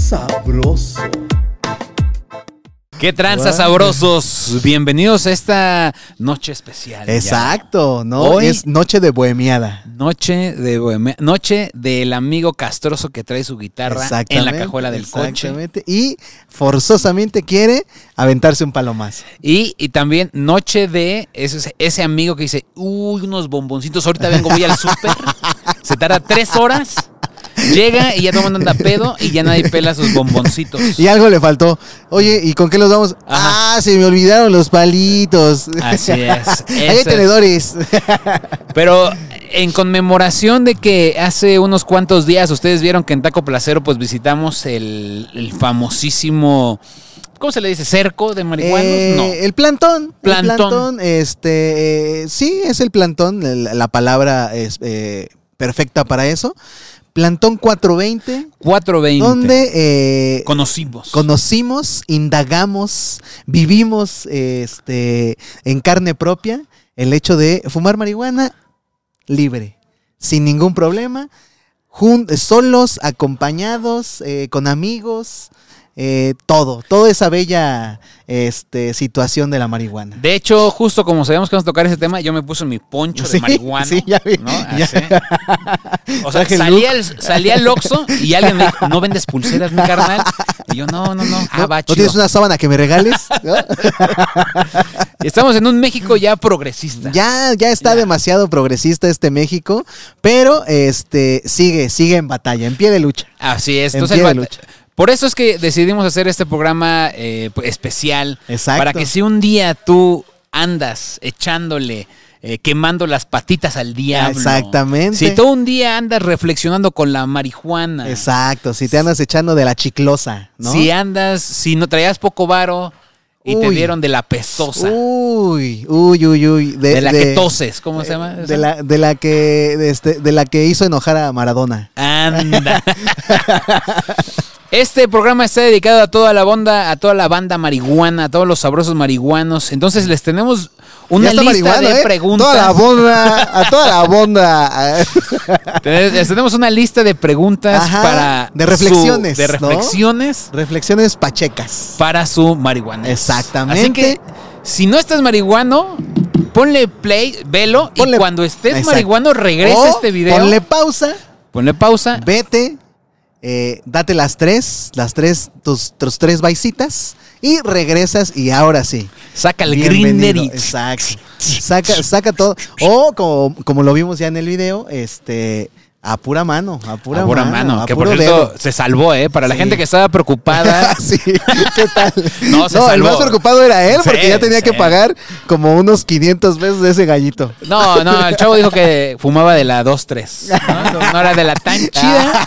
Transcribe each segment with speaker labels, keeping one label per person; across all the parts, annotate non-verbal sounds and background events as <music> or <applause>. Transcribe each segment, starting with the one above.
Speaker 1: Sabroso.
Speaker 2: ¿Qué tranza
Speaker 1: Guau.
Speaker 2: sabrosos? Bienvenidos a esta noche especial. ya.
Speaker 1: Exacto, ¿no?
Speaker 2: Hoy-
Speaker 1: Es noche de bohemiada.
Speaker 2: Noche de bohemia- noche del amigo castroso que trae su guitarra en la cajuela del coche.
Speaker 1: exactamente. Y forzosamente quiere aventarse un palomazo.
Speaker 2: Y, y también noche de ese, ese amigo que dice, uy, unos bomboncitos, ahorita vengo, voy
Speaker 1: <laughs>
Speaker 2: al súper. Se tarda tres horas, llega y ya todo el mundo anda pedo y ya nadie pela sus bomboncitos.
Speaker 1: Y algo le faltó. Oye, ¿y con qué los vamos?
Speaker 2: Ajá.
Speaker 1: Ah, se me olvidaron los palitos.
Speaker 2: Así es.
Speaker 1: Ahí hay
Speaker 2: Ese-
Speaker 1: tenedores.
Speaker 2: Pero en conmemoración de que hace unos cuantos días ustedes vieron que en Taco Placero pues visitamos el, el famosísimo, ¿cómo se le dice? ¿Cerco de marihuanos?
Speaker 1: Eh,
Speaker 2: no.
Speaker 1: El plantón.
Speaker 2: Plantón.
Speaker 1: El plantón, este, eh, sí, es el plantón, el- la palabra es eh, perfecta para eso. Plantón 420,
Speaker 2: 420.
Speaker 1: donde eh,
Speaker 2: Conocimos.
Speaker 1: conocimos, indagamos, vivimos este, en carne propia el hecho de fumar marihuana libre, sin ningún problema, jun- solos, acompañados, eh, con amigos, eh, todo, toda esa bella este, situación de la marihuana.
Speaker 2: De hecho, justo como sabíamos que íbamos a tocar ese tema, yo me puse mi poncho de
Speaker 1: Sí,
Speaker 2: marihuana.
Speaker 1: sí, ya vi,
Speaker 2: ¿no?
Speaker 1: ya.
Speaker 2: Así. O sea,
Speaker 1: Traje el
Speaker 2: salí al, salí al Oxxo y alguien me dijo, ¿no vendes pulseras, mi carnal? Y yo, no, no, no. Ah,
Speaker 1: ¿No?
Speaker 2: va,
Speaker 1: ¿No
Speaker 2: chido.
Speaker 1: tienes una sábana que me
Speaker 2: <laughs>
Speaker 1: regales? ¿No?
Speaker 2: Estamos en un México ya progresista.
Speaker 1: Ya, ya está
Speaker 2: Ya.
Speaker 1: demasiado progresista este México, pero este sigue, sigue en batalla, en pie de lucha.
Speaker 2: Así es.
Speaker 1: En
Speaker 2: Entonces,
Speaker 1: pie de
Speaker 2: va-
Speaker 1: lucha.
Speaker 2: por eso es que decidimos hacer este programa eh, pues, especial.
Speaker 1: Exacto.
Speaker 2: Para que si un día tú andas echándole, eh, quemando las patitas al diablo.
Speaker 1: Exactamente.
Speaker 2: Si tú un día andas reflexionando con la marihuana.
Speaker 1: Exacto, si te andas echando de la chiclosa, ¿no?
Speaker 2: Si andas, si no traías poco varo y te
Speaker 1: Uy. Uh,
Speaker 2: dieron de la pesosa,
Speaker 1: uy, uy, uy, uy.
Speaker 2: de, la que toses, ¿cómo se llama?
Speaker 1: De la, de la que de este- de la que hizo enojar a Maradona.
Speaker 2: Anda. Este programa está dedicado a toda la banda, a toda la banda marihuana, a todos los sabrosos marihuanos. Entonces les tenemos
Speaker 1: Ya
Speaker 2: una
Speaker 1: está
Speaker 2: lista
Speaker 1: marihuana,
Speaker 2: de
Speaker 1: ¿eh?
Speaker 2: preguntas.
Speaker 1: Toda la bonda, a toda la bonda.
Speaker 2: Te- Les tenemos una lista de preguntas
Speaker 1: Ajá,
Speaker 2: para
Speaker 1: de
Speaker 2: su-
Speaker 1: reflexiones,
Speaker 2: de
Speaker 1: ¿no?
Speaker 2: reflexiones
Speaker 1: <laughs> Reflexiones pachecas.
Speaker 2: para su marihuana.
Speaker 1: Exactamente.
Speaker 2: Así que si no estás marihuano, ponle play, velo
Speaker 1: Ponle-
Speaker 2: y cuando estés
Speaker 1: Exacto.
Speaker 2: marihuano regresa
Speaker 1: O
Speaker 2: este video.
Speaker 1: Ponle pausa,
Speaker 2: Ponle pausa.
Speaker 1: vete, eh, date las tres, las tres, tus, tus tres baisitas y regresas y ahora sí.
Speaker 2: Saca el
Speaker 1: Bienvenido,
Speaker 2: grinder y.
Speaker 1: Exacto. Saca, saca todo. O como, como lo vimos ya en el video, este a pura mano, a pura,
Speaker 2: A pura
Speaker 1: mano,
Speaker 2: mano,
Speaker 1: a
Speaker 2: que por
Speaker 1: puro
Speaker 2: cierto
Speaker 1: dedo. <laughs>
Speaker 2: se salvó, ¿eh? Para la
Speaker 1: Sí.
Speaker 2: gente que estaba preocupada.
Speaker 1: Sí, ¿qué tal? <laughs>
Speaker 2: No, se
Speaker 1: el
Speaker 2: salvó.
Speaker 1: más preocupado era él porque
Speaker 2: Sí,
Speaker 1: ya tenía que
Speaker 2: sí.
Speaker 1: pagar como unos 500 pesos de ese gallito.
Speaker 2: No, no, el chavo dijo que fumaba de la 2-3. ¿no? No era de
Speaker 1: <laughs>
Speaker 2: la tan chida.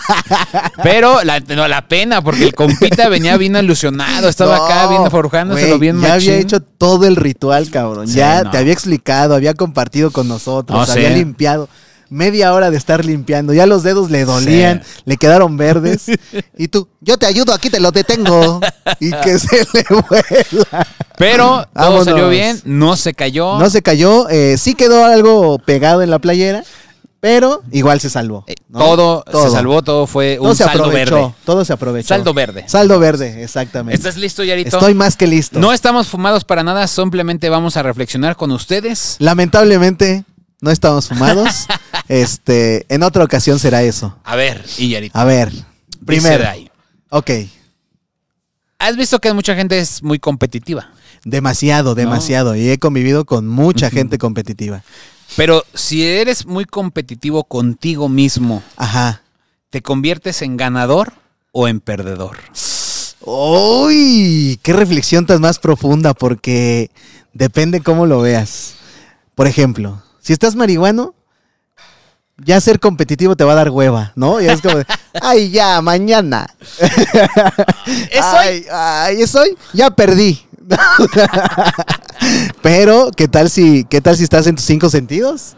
Speaker 2: Pero la, no, la pena, porque el compita venía bien ilusionado. Estaba
Speaker 1: No,
Speaker 2: acá viendo forjándoselo
Speaker 1: güey,
Speaker 2: bien
Speaker 1: Ya había
Speaker 2: machín.
Speaker 1: hecho todo el ritual, cabrón.
Speaker 2: Sí,
Speaker 1: ya
Speaker 2: no.
Speaker 1: te había explicado, había compartido con nosotros,
Speaker 2: No,
Speaker 1: había
Speaker 2: sí.
Speaker 1: limpiado. Media hora de estar limpiando, ya los dedos le dolían, le quedaron
Speaker 2: <laughs>
Speaker 1: verdes. Y tú, yo te ayudo, aquí te lo detengo. Y que se le vuela.
Speaker 2: Pero todo
Speaker 1: Vámonos.
Speaker 2: salió bien, no se cayó.
Speaker 1: No se cayó, eh, sí quedó algo pegado en la playera, pero igual se salvó.
Speaker 2: Eh,
Speaker 1: ¿no?
Speaker 2: todo, se salvó, todo fue un
Speaker 1: Todo se
Speaker 2: saldo
Speaker 1: aprovechó,
Speaker 2: verde.
Speaker 1: todo se aprovechó.
Speaker 2: Saldo verde.
Speaker 1: Saldo verde, exactamente.
Speaker 2: ¿Estás listo, Yarito?
Speaker 1: Estoy más que listo.
Speaker 2: No estamos fumados para nada, simplemente vamos a reflexionar con ustedes.
Speaker 1: Lamentablemente, no estamos
Speaker 2: <laughs>
Speaker 1: fumados. este, en otra ocasión será eso.
Speaker 2: A ver, y Yarito.
Speaker 1: A ver, primero.
Speaker 2: dice Dai,
Speaker 1: Ok,
Speaker 2: Has visto que mucha gente es muy competitiva,
Speaker 1: demasiado, demasiado. Y he convivido con mucha gente competitiva.
Speaker 2: pero si eres muy competitivo contigo mismo,
Speaker 1: Ajá.
Speaker 2: ¿te conviertes en ganador o en perdedor?
Speaker 1: ¡Uy! ¡Qué reflexión tan más profunda! Porque depende cómo lo veas. Por ejemplo, si estás marihuano, ya ser competitivo te va a dar hueva, ¿no? Y es como,
Speaker 2: <laughs>
Speaker 1: de, ¡ay, ya, mañana!
Speaker 2: ¿Es hoy?
Speaker 1: Ay, ay, es hoy. Ya perdí. <laughs> Pero, ¿qué tal si, qué tal si estás en tus cinco sentidos?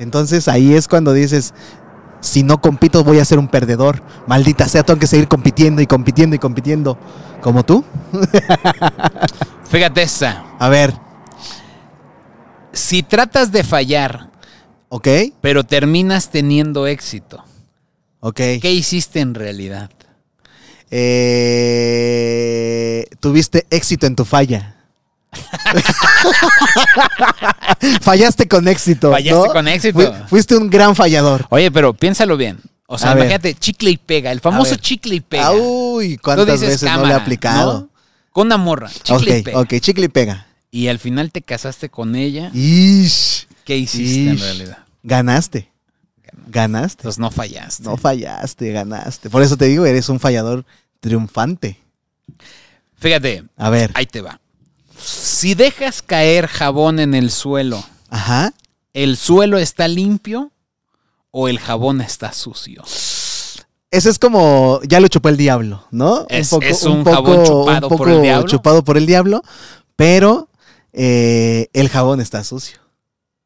Speaker 1: Entonces ahí es cuando dices, si no compito voy a ser un perdedor. Maldita sea, tengo que seguir compitiendo y compitiendo y compitiendo. Como tú.
Speaker 2: Fíjate esta.
Speaker 1: A ver,
Speaker 2: Si tratas de fallar,
Speaker 1: ¿ok?
Speaker 2: pero terminas teniendo éxito,
Speaker 1: Ok.
Speaker 2: ¿Qué hiciste en realidad?
Speaker 1: Eh, tuviste éxito en tu falla.
Speaker 2: <laughs>
Speaker 1: Fallaste con éxito.
Speaker 2: Fallaste
Speaker 1: ¿no?
Speaker 2: con éxito.
Speaker 1: Fui- fuiste un gran fallador.
Speaker 2: Oye, pero piénsalo bien. O sea,
Speaker 1: A ver.
Speaker 2: imagínate, chicle y pega, el famoso
Speaker 1: ver.
Speaker 2: chicle y pega.
Speaker 1: Ah,
Speaker 2: Tú
Speaker 1: Uy, cuántas
Speaker 2: dices,
Speaker 1: veces no le he
Speaker 2: "Cámara",
Speaker 1: aplicado.
Speaker 2: ¿no? Con una morra, chicle y
Speaker 1: Ok,
Speaker 2: pega.
Speaker 1: ok, chicle y pega.
Speaker 2: Y al final te casaste con ella.
Speaker 1: Ish,
Speaker 2: ¿Qué hiciste en
Speaker 1: ish.
Speaker 2: realidad?
Speaker 1: Ganaste. Ganaste.
Speaker 2: Entonces no fallaste.
Speaker 1: No fallaste, ganaste. Por eso te digo, eres un fallador triunfante.
Speaker 2: Fíjate,
Speaker 1: A ver.
Speaker 2: ahí te va. Si dejas caer jabón en el suelo,
Speaker 1: Ajá.
Speaker 2: ¿el suelo está limpio o el jabón está sucio?
Speaker 1: Ese es como, ya lo chupó el diablo, ¿no?
Speaker 2: Es- es un jabón chupado por el diablo.
Speaker 1: chupado por el diablo, pero eh, el jabón está sucio.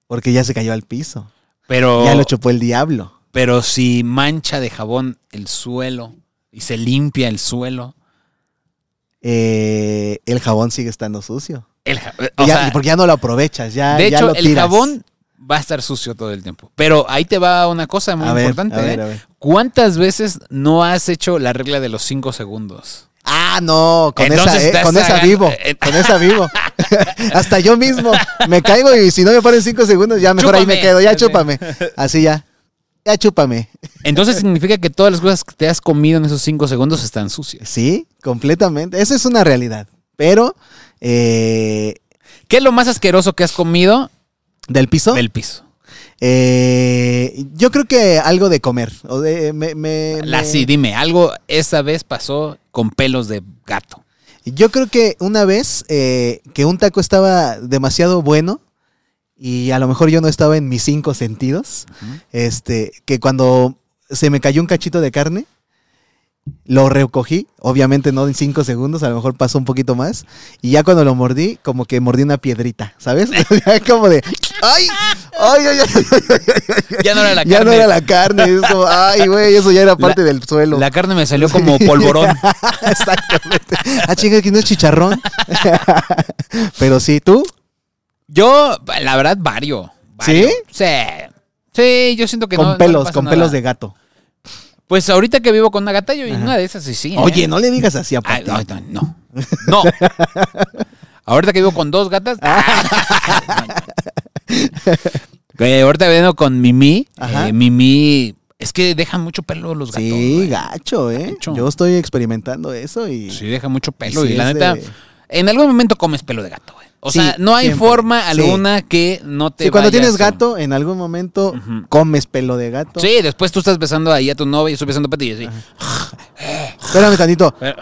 Speaker 1: Porque ya se cayó al piso.
Speaker 2: Pero,
Speaker 1: Ya lo chupó el diablo.
Speaker 2: pero si mancha de jabón el suelo y se limpia el suelo,
Speaker 1: Eh, el jabón sigue estando sucio.
Speaker 2: el ja- o
Speaker 1: Ya-
Speaker 2: sea,
Speaker 1: porque ya no lo aprovechas, ya,
Speaker 2: de
Speaker 1: ya
Speaker 2: hecho,
Speaker 1: lo
Speaker 2: el
Speaker 1: tiras.
Speaker 2: jabón va a estar sucio todo el tiempo. Pero ahí te va una cosa muy
Speaker 1: A ver,
Speaker 2: importante.
Speaker 1: a ver,
Speaker 2: ¿eh?
Speaker 1: a ver.
Speaker 2: ¿Cuántas veces no has hecho la regla de los cinco segundos?
Speaker 1: Ah, no, con
Speaker 2: Entonces
Speaker 1: esa, eh,
Speaker 2: estás
Speaker 1: con esa
Speaker 2: agarra-
Speaker 1: vivo,
Speaker 2: eh,
Speaker 1: con esa vivo. <laughs> Hasta yo mismo me caigo y si no me ponen cinco segundos, ya mejor ahí me
Speaker 2: Chúpame.
Speaker 1: quedo, ya
Speaker 2: Sí.
Speaker 1: chúpame. Así ya, ya chúpame. <laughs>
Speaker 2: Entonces significa que todas las cosas que te has comido en esos cinco segundos están sucias.
Speaker 1: Sí, completamente. Esa es una realidad. Pero, eh,
Speaker 2: ¿Qué es lo más asqueroso que has comido
Speaker 1: ¿del piso?
Speaker 2: del piso?
Speaker 1: Eh, yo creo que algo de comer. O de, me- me-
Speaker 2: La,
Speaker 1: me-
Speaker 2: sí, dime, algo esa vez pasó con pelos de gato.
Speaker 1: Yo creo que una vez eh, que un taco estaba demasiado bueno y a lo mejor yo no estaba en mis cinco sentidos,
Speaker 2: Ujú.
Speaker 1: este, que cuando se me cayó un cachito de carne, lo recogí, obviamente no en cinco segundos, a lo mejor pasó un poquito más, y ya cuando lo mordí, como que mordí una piedrita, ¿sabes? <laughs> como de, ¡ay! ¡Ay, ay, ay!
Speaker 2: Ya no era
Speaker 1: <laughs>
Speaker 2: la
Speaker 1: ya
Speaker 2: carne.
Speaker 1: no era la carne, es como, ¡ay, güey! Eso ya era parte del suelo.
Speaker 2: La carne me salió
Speaker 1: <laughs>
Speaker 2: como polvorón. <laughs>
Speaker 1: Exactamente. Ah, chinga, que no es chicharrón. <laughs> Pero sí, tú.
Speaker 2: Yo, la verdad, vario. vario. Sí. Sí, yo siento que
Speaker 1: con
Speaker 2: no- no
Speaker 1: pelos,
Speaker 2: pasa
Speaker 1: con
Speaker 2: nada.
Speaker 1: pelos de gato.
Speaker 2: Pues ahorita que vivo con una gata, yo en
Speaker 1: Ajá.
Speaker 2: una de esas sí, sí. ¿eh?
Speaker 1: Oye, no le digas así a
Speaker 2: Ah,
Speaker 1: Pati.
Speaker 2: no, no, no. No. Ahorita que vivo con dos gatas.
Speaker 1: Ah.
Speaker 2: Ah, Que Eh, ahorita vengo con Mimi.
Speaker 1: Ajá.
Speaker 2: eh, Mimi. Es que dejan mucho pelo los gatos.
Speaker 1: sí,
Speaker 2: güey.
Speaker 1: gacho, ¿eh?
Speaker 2: Gacho.
Speaker 1: Yo estoy experimentando eso y.
Speaker 2: Sí, deja mucho pelo.
Speaker 1: sí
Speaker 2: y la
Speaker 1: es
Speaker 2: neta,
Speaker 1: de-
Speaker 2: en algún momento comes pelo de gato, güey. O
Speaker 1: Sí,
Speaker 2: sea, no hay
Speaker 1: siempre.
Speaker 2: forma
Speaker 1: Sí.
Speaker 2: alguna que no te.
Speaker 1: Sí, cuando
Speaker 2: vaya
Speaker 1: tienes
Speaker 2: eso.
Speaker 1: gato, en algún momento
Speaker 2: Ujú.
Speaker 1: comes pelo de gato.
Speaker 2: Sí, después tú estás besando ahí a tu novia y yo estoy besando a Pati y yo así.
Speaker 1: Espérame tantito.
Speaker 2: Pero-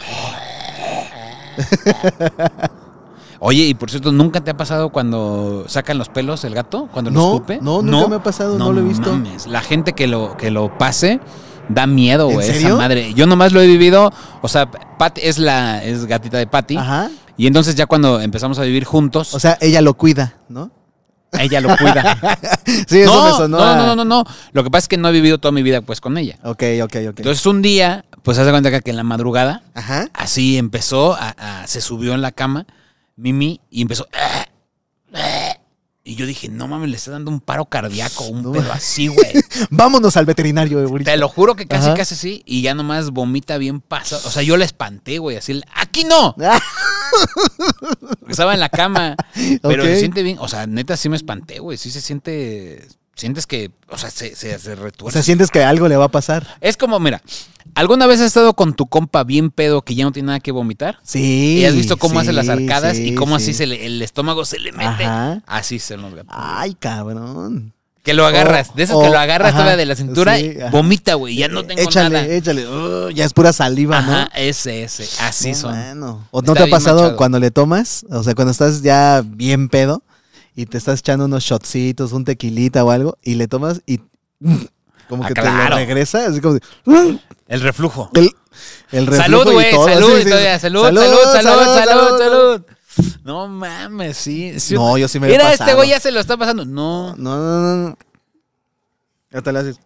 Speaker 2: Oye, y por cierto, ¿nunca te ha pasado cuando sacan los pelos el gato? Cuando lo
Speaker 1: No,
Speaker 2: escupe.
Speaker 1: no, nunca me ha pasado, no lo he visto.
Speaker 2: mames, La gente que lo, que lo pase da miedo,
Speaker 1: ¿En
Speaker 2: güey. Esa
Speaker 1: serio?
Speaker 2: madre. Yo nomás lo he vivido. O sea, Pat es la es gatita de Patty.
Speaker 1: Ajá.
Speaker 2: Y entonces ya cuando empezamos a vivir juntos,
Speaker 1: O sea, ella lo cuida, ¿no?
Speaker 2: <laughs> ella lo cuida.
Speaker 1: <laughs> Sí, eso
Speaker 2: no,
Speaker 1: me sonó.
Speaker 2: no,
Speaker 1: a-
Speaker 2: no, no, no, no. Lo que pasa es que no he vivido toda mi vida pues con ella.
Speaker 1: Ok, ok, ok.
Speaker 2: Entonces un día, pues haz de cuenta que en la madrugada
Speaker 1: Ajá.
Speaker 2: Así empezó, a- a- se subió en la cama, Mimi, y empezó. "Ah, ah". Y yo dije, no mames, le está dando un paro cardíaco, un
Speaker 1: No.
Speaker 2: pedo
Speaker 1: <laughs>
Speaker 2: así, güey.
Speaker 1: Vámonos al veterinario, güey.
Speaker 2: Te lo juro que casi,
Speaker 1: Ajá.
Speaker 2: casi sí. Y ya nomás vomita bien pasado. O sea, yo la espanté, güey. Así, aquí no.
Speaker 1: <laughs> Ah.
Speaker 2: Estaba en la cama. Pero
Speaker 1: Ok.
Speaker 2: se siente bien. O sea, neta, sí me espanté, güey. Sí se siente. Sientes que. O sea, se, se, se
Speaker 1: O
Speaker 2: retuerce.
Speaker 1: sea, sientes que algo le va a pasar.
Speaker 2: es como, mira, ¿alguna vez has estado con tu compa bien pedo que ya no tiene nada que vomitar?
Speaker 1: Sí.
Speaker 2: Y has visto cómo hace las
Speaker 1: sí,
Speaker 2: arcadas y
Speaker 1: sí,
Speaker 2: cómo
Speaker 1: sí.
Speaker 2: así se le- el estómago se le mete.
Speaker 1: Ajá.
Speaker 2: Así son los gatos.
Speaker 1: Ay, cabrón.
Speaker 2: Que lo agarras, de eso
Speaker 1: o-
Speaker 2: que lo agarras
Speaker 1: ajá,
Speaker 2: todavía de la cintura,
Speaker 1: sí,
Speaker 2: y
Speaker 1: ajá. Eh,
Speaker 2: vomita, güey, ya no tengo
Speaker 1: échale,
Speaker 2: nada.
Speaker 1: échale. Uh, ya es pura saliva,
Speaker 2: Ajá,
Speaker 1: ¿no?
Speaker 2: ese, ese, así
Speaker 1: No,
Speaker 2: son.
Speaker 1: mano. ¿O no
Speaker 2: Está
Speaker 1: te ha
Speaker 2: bien
Speaker 1: pasado
Speaker 2: manchado.
Speaker 1: cuando le tomas? O sea, cuando estás ya bien pedo y te estás echando unos shotcitos, un tequilita o algo, y le tomas y mm, como
Speaker 2: Ah,
Speaker 1: que te
Speaker 2: claro.
Speaker 1: lo regresa, así como de, "Mm",
Speaker 2: El reflujo.
Speaker 1: el, el reflujo
Speaker 2: Salud, güey,
Speaker 1: y todo,
Speaker 2: salud,
Speaker 1: sí, sí,
Speaker 2: todavía, salud, salud, salud, salud, salud, No mames, sí. sí.
Speaker 1: No, yo sí me lo he
Speaker 2: Mira, este
Speaker 1: pasado.
Speaker 2: güey ya se lo está pasando. No.
Speaker 1: No, no, no, no. Ya te lo haces.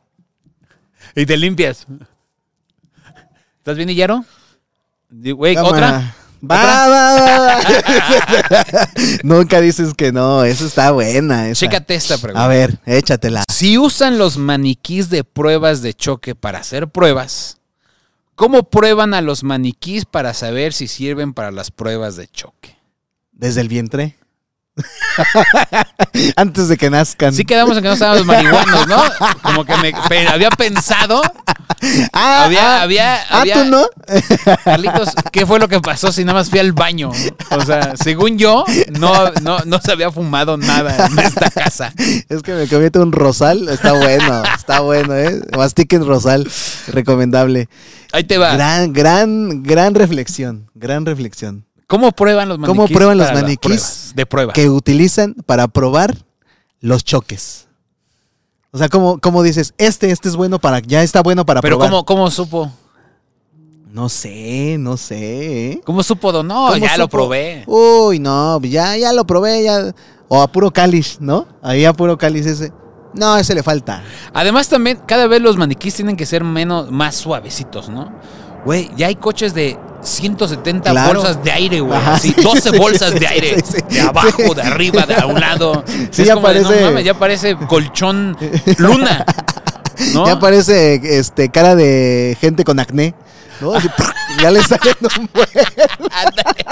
Speaker 2: Y te limpias. ¿Estás bien, Hillaro? Di- Güey,
Speaker 1: Cámara.
Speaker 2: otra.
Speaker 1: Va, va, va,
Speaker 2: <laughs>
Speaker 1: va. Nunca dices que no, eso está buena. esa.
Speaker 2: Chécate esta pregunta.
Speaker 1: A ver, échatela.
Speaker 2: Si usan los maniquís de pruebas de choque para hacer pruebas, ¿cómo prueban a los maniquís para saber si sirven para las pruebas de choque?
Speaker 1: Desde el vientre. <laughs> Antes de que nazcan.
Speaker 2: Sí quedamos en que no estábamos marihuanos, ¿no? Como que me pero había pensado,
Speaker 1: ah,
Speaker 2: había,
Speaker 1: ah,
Speaker 2: había,
Speaker 1: ah, tú
Speaker 2: había-
Speaker 1: no.
Speaker 2: Carlitos, ¿qué fue lo que pasó si nada más fui al baño? O sea, según yo, no, no, no se había fumado nada en esta casa.
Speaker 1: Es que me comete un rosal. Está bueno, está bueno, ¿eh? Mastiquen rosal. Recomendable.
Speaker 2: Ahí te va.
Speaker 1: Gran, gran, gran reflexión. Gran reflexión.
Speaker 2: ¿Cómo prueban los
Speaker 1: ¿Cómo
Speaker 2: maniquís?
Speaker 1: prueban los
Speaker 2: para las
Speaker 1: maniquís?
Speaker 2: pruebas de prueba.
Speaker 1: que utilizan para probar los choques. O sea, como, como dices, este, este es bueno para, ya está bueno para
Speaker 2: Pero
Speaker 1: probar.
Speaker 2: ¿cómo, ¿cómo supo?
Speaker 1: No sé, no sé. ¿eh?
Speaker 2: ¿Cómo supo? don- No,
Speaker 1: ¿Cómo
Speaker 2: ya lo
Speaker 1: supo?
Speaker 2: probé.
Speaker 1: Uy, no, ya, ya lo probé, ya. O a puro cáliz, ¿no? Ahí a puro cáliz ese. No, ese le falta.
Speaker 2: Además también, cada vez los maniquís tienen que ser menos, más suavecitos, ¿no? Güey, ya hay coches de 170
Speaker 1: Claro.
Speaker 2: bolsas de aire, güey.
Speaker 1: Ajá,
Speaker 2: Así,
Speaker 1: sí,
Speaker 2: 12
Speaker 1: sí,
Speaker 2: bolsas
Speaker 1: sí,
Speaker 2: de
Speaker 1: sí,
Speaker 2: aire.
Speaker 1: sí, sí.
Speaker 2: de abajo, de arriba, de a un lado.
Speaker 1: <laughs> Sí,
Speaker 2: es
Speaker 1: ya
Speaker 2: como de,
Speaker 1: parece-
Speaker 2: no mames, ya parece colchón
Speaker 1: <laughs>
Speaker 2: luna. ¿no?
Speaker 1: Ya parece este, cara de gente con acné. ¿no?
Speaker 2: <laughs>
Speaker 1: Así, <laughs> ya le salen un buen. <laughs>
Speaker 2: Ándale.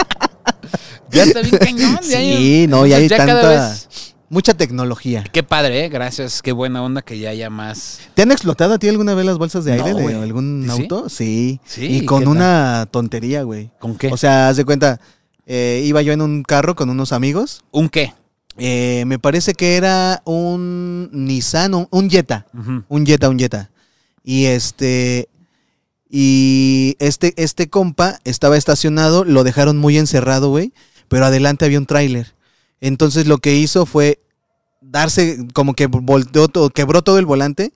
Speaker 2: ya está bien cañón. ya hay-
Speaker 1: Sí, no, ya hay
Speaker 2: Entonces, cada
Speaker 1: tanta.
Speaker 2: vez-
Speaker 1: Mucha tecnología.
Speaker 2: Qué padre, ¿eh? gracias. Qué buena onda que ya haya más.
Speaker 1: ¿Te han explotado a ti alguna vez las bolsas de
Speaker 2: No,
Speaker 1: aire de
Speaker 2: güey.
Speaker 1: algún
Speaker 2: ¿Sí?
Speaker 1: auto? Sí.
Speaker 2: Sí, ¿y
Speaker 1: Y
Speaker 2: qué
Speaker 1: con
Speaker 2: tal?
Speaker 1: una tontería, güey.
Speaker 2: ¿Con qué?
Speaker 1: O sea, haz de cuenta, eh, iba yo en un carro con unos amigos.
Speaker 2: ¿Un qué?
Speaker 1: eh, me parece que era un Nissan, un, un Jetta.
Speaker 2: Ujú.
Speaker 1: Un Jetta, un Jetta. Y este. Y este, este compa estaba estacionado, lo dejaron muy encerrado, güey. Pero adelante había un tráiler. Entonces lo que hizo fue darse, como que volteó, todo- quebró todo el volante,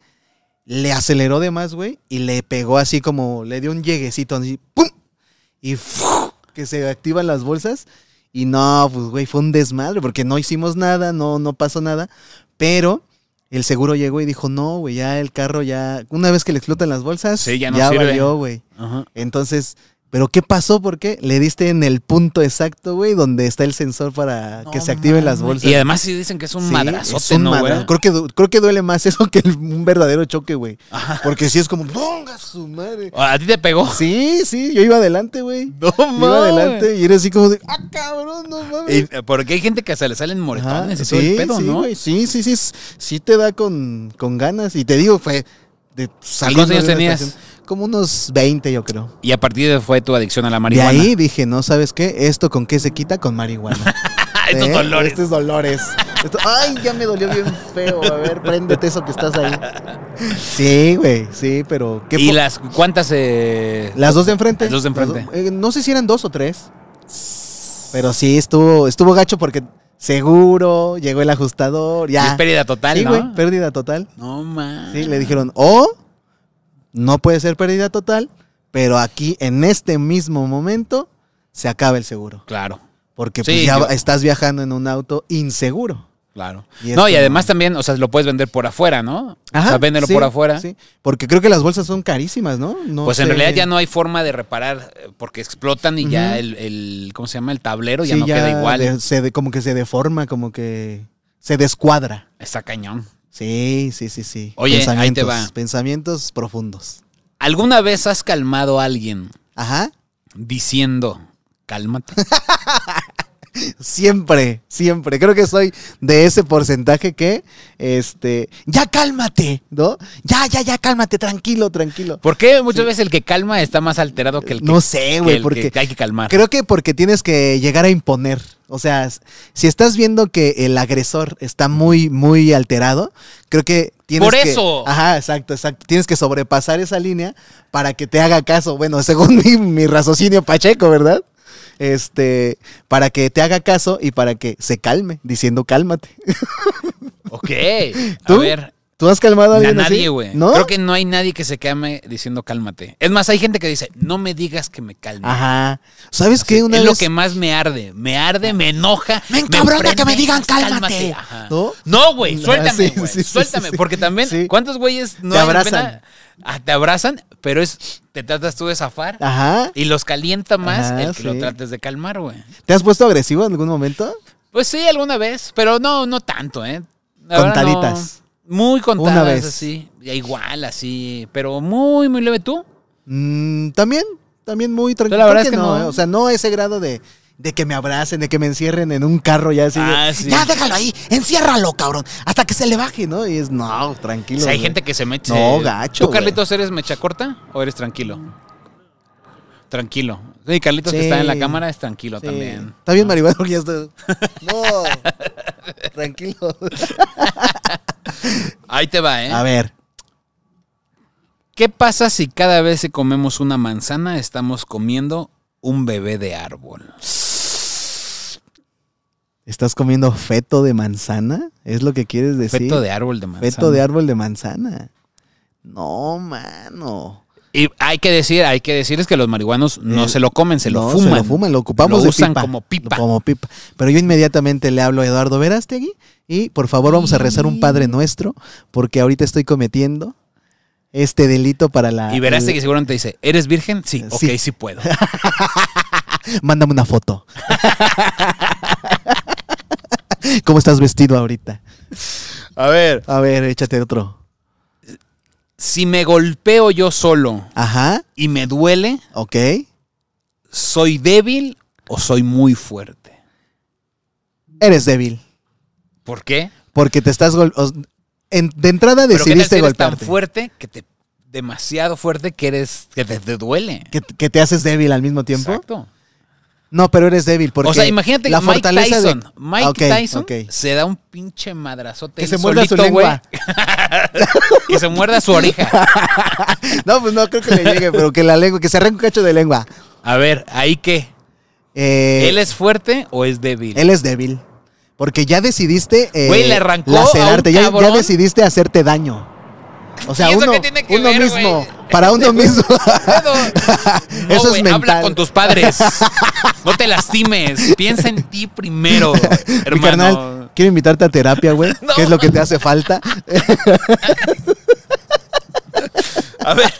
Speaker 1: le aceleró de más, güey, y le pegó así como, le dio un lleguecito, así, ¡pum! Y ¡fu! que se activan las bolsas. Y no, pues, güey, fue un desmadre, porque no hicimos nada, no, no pasó nada. Pero el seguro llegó y dijo, no, güey, ya el carro ya, una vez que le explotan las bolsas,
Speaker 2: Sí, ya
Speaker 1: ya,
Speaker 2: no sirve.
Speaker 1: valió, güey.
Speaker 2: Ajá.
Speaker 1: Entonces, ¿pero qué pasó? ¿Por qué? Le diste en el punto exacto, güey, donde está el sensor para que
Speaker 2: No
Speaker 1: se activen las
Speaker 2: mames.
Speaker 1: bolsas.
Speaker 2: Y además sí dicen que es un
Speaker 1: Sí,
Speaker 2: madrazote,
Speaker 1: es un
Speaker 2: ¿no, güey?
Speaker 1: madra- Creo que, du- creo que duele más eso que el- un verdadero choque, güey.
Speaker 2: Ajá.
Speaker 1: Porque sí es como, ¡ponga su madre!
Speaker 2: ¿A ti te
Speaker 1: <laughs>
Speaker 2: pegó?
Speaker 1: Sí, sí, yo iba adelante, güey.
Speaker 2: No
Speaker 1: Yo iba adelante y era así como de, ¡ah, cabrón, no mames!
Speaker 2: Y- Porque hay gente que se le salen
Speaker 1: Ajá,
Speaker 2: moretones y todo el pedo,
Speaker 1: sí,
Speaker 2: ¿no?
Speaker 1: güey, sí, sí, sí, s- sí te da con, con ganas. Y te digo, fue de saliendo de
Speaker 2: años
Speaker 1: la
Speaker 2: tenías?
Speaker 1: estación, Como unos 20, yo creo.
Speaker 2: Y a partir de ahí fue tu adicción a la
Speaker 1: De
Speaker 2: marihuana.
Speaker 1: ahí dije, no, ¿sabes qué? ¿Esto con qué se quita? Con
Speaker 2: <laughs>
Speaker 1: marihuana.
Speaker 2: Ah, estos
Speaker 1: ¿Eh?
Speaker 2: dolores.
Speaker 1: Estos dolores. Esto- Ay, ya me dolió bien feo. A ver, préndete eso que estás ahí. Sí, güey, sí, pero... ¿qué
Speaker 2: ¿Y
Speaker 1: po-
Speaker 2: las cuántas eh,
Speaker 1: Las dos de enfrente.
Speaker 2: Las dos de enfrente.
Speaker 1: do- eh, no sé si eran dos o tres. Pero sí, estuvo, estuvo gacho porque seguro llegó el ajustador,
Speaker 2: y
Speaker 1: ya.
Speaker 2: es pérdida total,
Speaker 1: sí,
Speaker 2: ¿no?
Speaker 1: güey, pérdida total.
Speaker 2: No mames.
Speaker 1: Sí, le dijeron, o no puede ser pérdida total, pero aquí en este mismo momento se acaba el seguro.
Speaker 2: Claro,
Speaker 1: Porque
Speaker 2: Sí,
Speaker 1: pues, ya
Speaker 2: yo-
Speaker 1: estás viajando en un auto inseguro.
Speaker 2: claro.
Speaker 1: Y
Speaker 2: no, y
Speaker 1: esto-
Speaker 2: además también, o sea, lo puedes vender por afuera, ¿no? o sea, véndelo
Speaker 1: sí,
Speaker 2: por afuera.
Speaker 1: sí. Porque creo que las bolsas son carísimas, ¿no? No
Speaker 2: Pues en
Speaker 1: sé.
Speaker 2: realidad ya no hay forma de reparar eh, porque explotan y ya
Speaker 1: Ujú.
Speaker 2: el, el- ¿cómo se llama? El tablero ya
Speaker 1: Sí,
Speaker 2: no queda igual.
Speaker 1: de- se de- como que se deforma, como que se descuadra.
Speaker 2: Está cañón.
Speaker 1: Sí, sí, sí, sí.
Speaker 2: Oye, ahí te
Speaker 1: Pensamientos,
Speaker 2: va.
Speaker 1: Pensamientos profundos.
Speaker 2: ¿Alguna vez has calmado a alguien
Speaker 1: Ajá.
Speaker 2: diciendo, cálmate?
Speaker 1: Siempre, siempre. Creo que soy de ese porcentaje que, este, ya cálmate, ¿no? Ya, ya, ya cálmate, tranquilo, tranquilo.
Speaker 2: ¿Por qué muchas veces el que calma está más alterado que el que,
Speaker 1: No sé,
Speaker 2: que
Speaker 1: güey,
Speaker 2: el que
Speaker 1: porque
Speaker 2: hay que calmar?
Speaker 1: Creo que porque tienes que llegar a imponer. O sea, s- si estás viendo que el agresor está muy, muy alterado, creo que tienes
Speaker 2: Por
Speaker 1: que-
Speaker 2: eso.
Speaker 1: Ajá, exacto, exacto. Tienes que sobrepasar esa línea para que te haga caso. Bueno, <laughs> según mi, mi raciocinio pacheco, ¿verdad? Este, para que te haga caso y para que se calme, diciendo cálmate.
Speaker 2: Ok.
Speaker 1: ¿Tú?
Speaker 2: A ver,
Speaker 1: <laughs> ¿Tú has calmado a
Speaker 2: A
Speaker 1: alguien
Speaker 2: nadie,
Speaker 1: así?
Speaker 2: güey.
Speaker 1: ¿No?
Speaker 2: Creo que no hay nadie que se calme diciendo cálmate. Es más, hay gente que dice, no me digas que me calme.
Speaker 1: Ajá. ¿Sabes qué? Ah, Una
Speaker 2: es
Speaker 1: vez...
Speaker 2: lo que más me arde. Me arde, me enoja.
Speaker 1: Me encabrona
Speaker 2: prende,
Speaker 1: que me digan cálmate.
Speaker 2: Ajá.
Speaker 1: ¿No?
Speaker 2: No, güey,
Speaker 1: No,
Speaker 2: suéltame,
Speaker 1: sí,
Speaker 2: güey.
Speaker 1: sí, sí,
Speaker 2: suéltame.
Speaker 1: sí, sí.
Speaker 2: Porque también,
Speaker 1: Sí.
Speaker 2: ¿cuántos güeyes no
Speaker 1: Te
Speaker 2: hay
Speaker 1: abrazan.
Speaker 2: pena? Ah, te abrazan, pero es, te tratas tú de zafar.
Speaker 1: Ajá.
Speaker 2: Y los calienta más
Speaker 1: Ah. Ajá,
Speaker 2: el que lo
Speaker 1: sí.
Speaker 2: trates de calmar, güey.
Speaker 1: ¿Te has puesto agresivo en algún momento?
Speaker 2: Pues sí, alguna vez, pero no, no tanto, ¿eh? La verdad, no.
Speaker 1: Contaditas.
Speaker 2: Muy contadas,
Speaker 1: Una vez.
Speaker 2: así. Ya Igual, así. Pero muy, muy leve tú.
Speaker 1: Mm, también, también muy tranquilo.
Speaker 2: la verdad
Speaker 1: Creo
Speaker 2: es que no.
Speaker 1: ¿eh? O sea, no ese grado de, de que me abracen, de que me encierren en un carro ya así. de,
Speaker 2: Ah, sí.
Speaker 1: Ya, déjalo ahí, enciérralo, cabrón. Hasta que se le baje, ¿no? Y es, no,
Speaker 2: O
Speaker 1: tranquilo.
Speaker 2: sea, hay
Speaker 1: güey.
Speaker 2: gente que se mete.
Speaker 1: No, gacho,
Speaker 2: ¿Tú, Carlitos, eres mecha corta o eres tranquilo? Tranquilo. Sí, Carlitos que
Speaker 1: Sí.
Speaker 2: está en la cámara es tranquilo
Speaker 1: Sí.
Speaker 2: también.
Speaker 1: Está bien, marihuana, porque ya
Speaker 2: <laughs>
Speaker 1: está. No, tranquilo.
Speaker 2: Ahí te va, ¿eh?
Speaker 1: A ver.
Speaker 2: ¿Qué pasa si cada vez que comemos una manzana estamos comiendo un bebé de árbol?
Speaker 1: ¿Estás comiendo feto de manzana? ¿Es lo que quieres decir?
Speaker 2: Feto de árbol de manzana.
Speaker 1: Feto de árbol de manzana. No, mano.
Speaker 2: Y hay que decir, hay que decirles que los marihuanos no
Speaker 1: Eh,
Speaker 2: se lo comen, se lo
Speaker 1: No,
Speaker 2: fuman.
Speaker 1: Se lo fuman, lo ocupamos
Speaker 2: Lo
Speaker 1: de
Speaker 2: usan
Speaker 1: pipa.
Speaker 2: como pipa.
Speaker 1: Como pipa. Pero yo inmediatamente le hablo a Eduardo Verástegui y por favor vamos a rezar un Padre Nuestro porque ahorita estoy cometiendo este delito para la...
Speaker 2: Y verás
Speaker 1: el-
Speaker 2: que seguramente dice, ¿eres virgen? Sí, ok,
Speaker 1: Sí.
Speaker 2: sí puedo.
Speaker 1: <laughs> Mándame una
Speaker 2: <laughs>
Speaker 1: foto. ¿Cómo estás vestido ahorita?
Speaker 2: A ver.
Speaker 1: A ver, échate otro.
Speaker 2: Si me golpeo yo solo
Speaker 1: Ajá,
Speaker 2: y me duele,
Speaker 1: ok.
Speaker 2: ¿soy débil o soy muy fuerte?
Speaker 1: Eres débil.
Speaker 2: ¿Por qué?
Speaker 1: Porque te estás... gol- os- en- de entrada
Speaker 2: Pero ¿qué tal si
Speaker 1: decidiste
Speaker 2: eres tan
Speaker 1: golpearte.
Speaker 2: fuerte que te demasiado fuerte que eres que te, te duele.
Speaker 1: Que, que te haces débil al mismo tiempo.
Speaker 2: Exacto.
Speaker 1: No, pero eres débil porque
Speaker 2: o sea, imagínate
Speaker 1: la
Speaker 2: que Mike
Speaker 1: fortaleza de-
Speaker 2: Tyson, Mike
Speaker 1: Ah, ok,
Speaker 2: Tyson
Speaker 1: ok.
Speaker 2: se da un pinche madrazote
Speaker 1: Que
Speaker 2: él
Speaker 1: se muerda su
Speaker 2: solito, güey.
Speaker 1: lengua.
Speaker 2: que se muerda su
Speaker 1: <laughs>
Speaker 2: oreja.
Speaker 1: No, pues no creo que le llegue, pero que la lengua, que se arranque un cacho de lengua.
Speaker 2: A ver, ahí qué.
Speaker 1: Eh,
Speaker 2: ¿Él es fuerte o es débil?
Speaker 1: él es débil. Porque ya decidiste eh,
Speaker 2: Güey, le arrancó a un
Speaker 1: lacerarte, ya- ya,
Speaker 2: cabrón.
Speaker 1: decidiste hacerte daño. O sea,
Speaker 2: ¿Y eso
Speaker 1: uno,
Speaker 2: qué tiene que
Speaker 1: uno
Speaker 2: ver,
Speaker 1: mismo,
Speaker 2: güey?
Speaker 1: para
Speaker 2: <laughs>
Speaker 1: uno mismo. <laughs>
Speaker 2: Pero- No,
Speaker 1: Eso es
Speaker 2: güey,
Speaker 1: mental.
Speaker 2: Habla con
Speaker 1: <laughs>
Speaker 2: tus padres. No te lastimes. Piensa en ti primero,
Speaker 1: Mi
Speaker 2: hermano.
Speaker 1: carnal, quiero invitarte a terapia, güey.
Speaker 2: <laughs> No.
Speaker 1: ¿Qué es lo que te hace falta?
Speaker 2: A ver,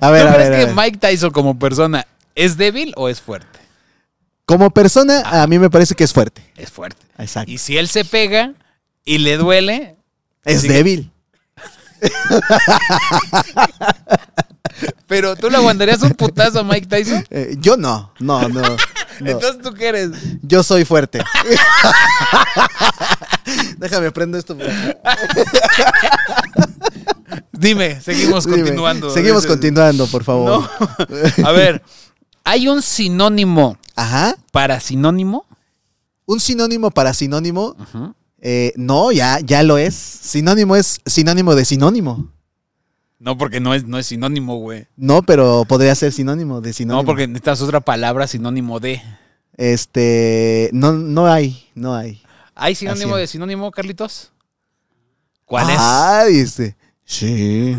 Speaker 1: A ver,
Speaker 2: ¿tú
Speaker 1: a
Speaker 2: crees
Speaker 1: ver. a
Speaker 2: que
Speaker 1: ver.
Speaker 2: Mike Tyson como persona es débil o es fuerte?
Speaker 1: Como persona, a mí me parece que es fuerte.
Speaker 2: Es fuerte.
Speaker 1: Exacto.
Speaker 2: Y si él se pega y le duele,
Speaker 1: Es
Speaker 2: sí.
Speaker 1: débil.
Speaker 2: pero tú le aguantarías un putazo a Mike Tyson.
Speaker 1: Eh, yo no, no,
Speaker 2: <laughs>
Speaker 1: no. no.
Speaker 2: Entonces tú qué eres.
Speaker 1: Yo soy fuerte. <laughs> Déjame prendo esto. por acá.
Speaker 2: Dime, seguimos
Speaker 1: Dime.
Speaker 2: continuando.
Speaker 1: Seguimos
Speaker 2: Dices-
Speaker 1: continuando, por favor.
Speaker 2: No. A ver, hay un sinónimo
Speaker 1: Ajá.
Speaker 2: para sinónimo.
Speaker 1: Un sinónimo para sinónimo.
Speaker 2: Ajá.
Speaker 1: eh, no, ya, ya lo es. Sinónimo es sinónimo de sinónimo.
Speaker 2: No, porque no es, no es sinónimo, güey.
Speaker 1: No, pero podría ser sinónimo de sinónimo.
Speaker 2: No, porque necesitas otra palabra sinónimo de.
Speaker 1: Este. No, no hay, no hay.
Speaker 2: ¿Hay sinónimo
Speaker 1: Así es.
Speaker 2: de sinónimo, Carlitos? ¿Cuál
Speaker 1: ah, dice. Sí.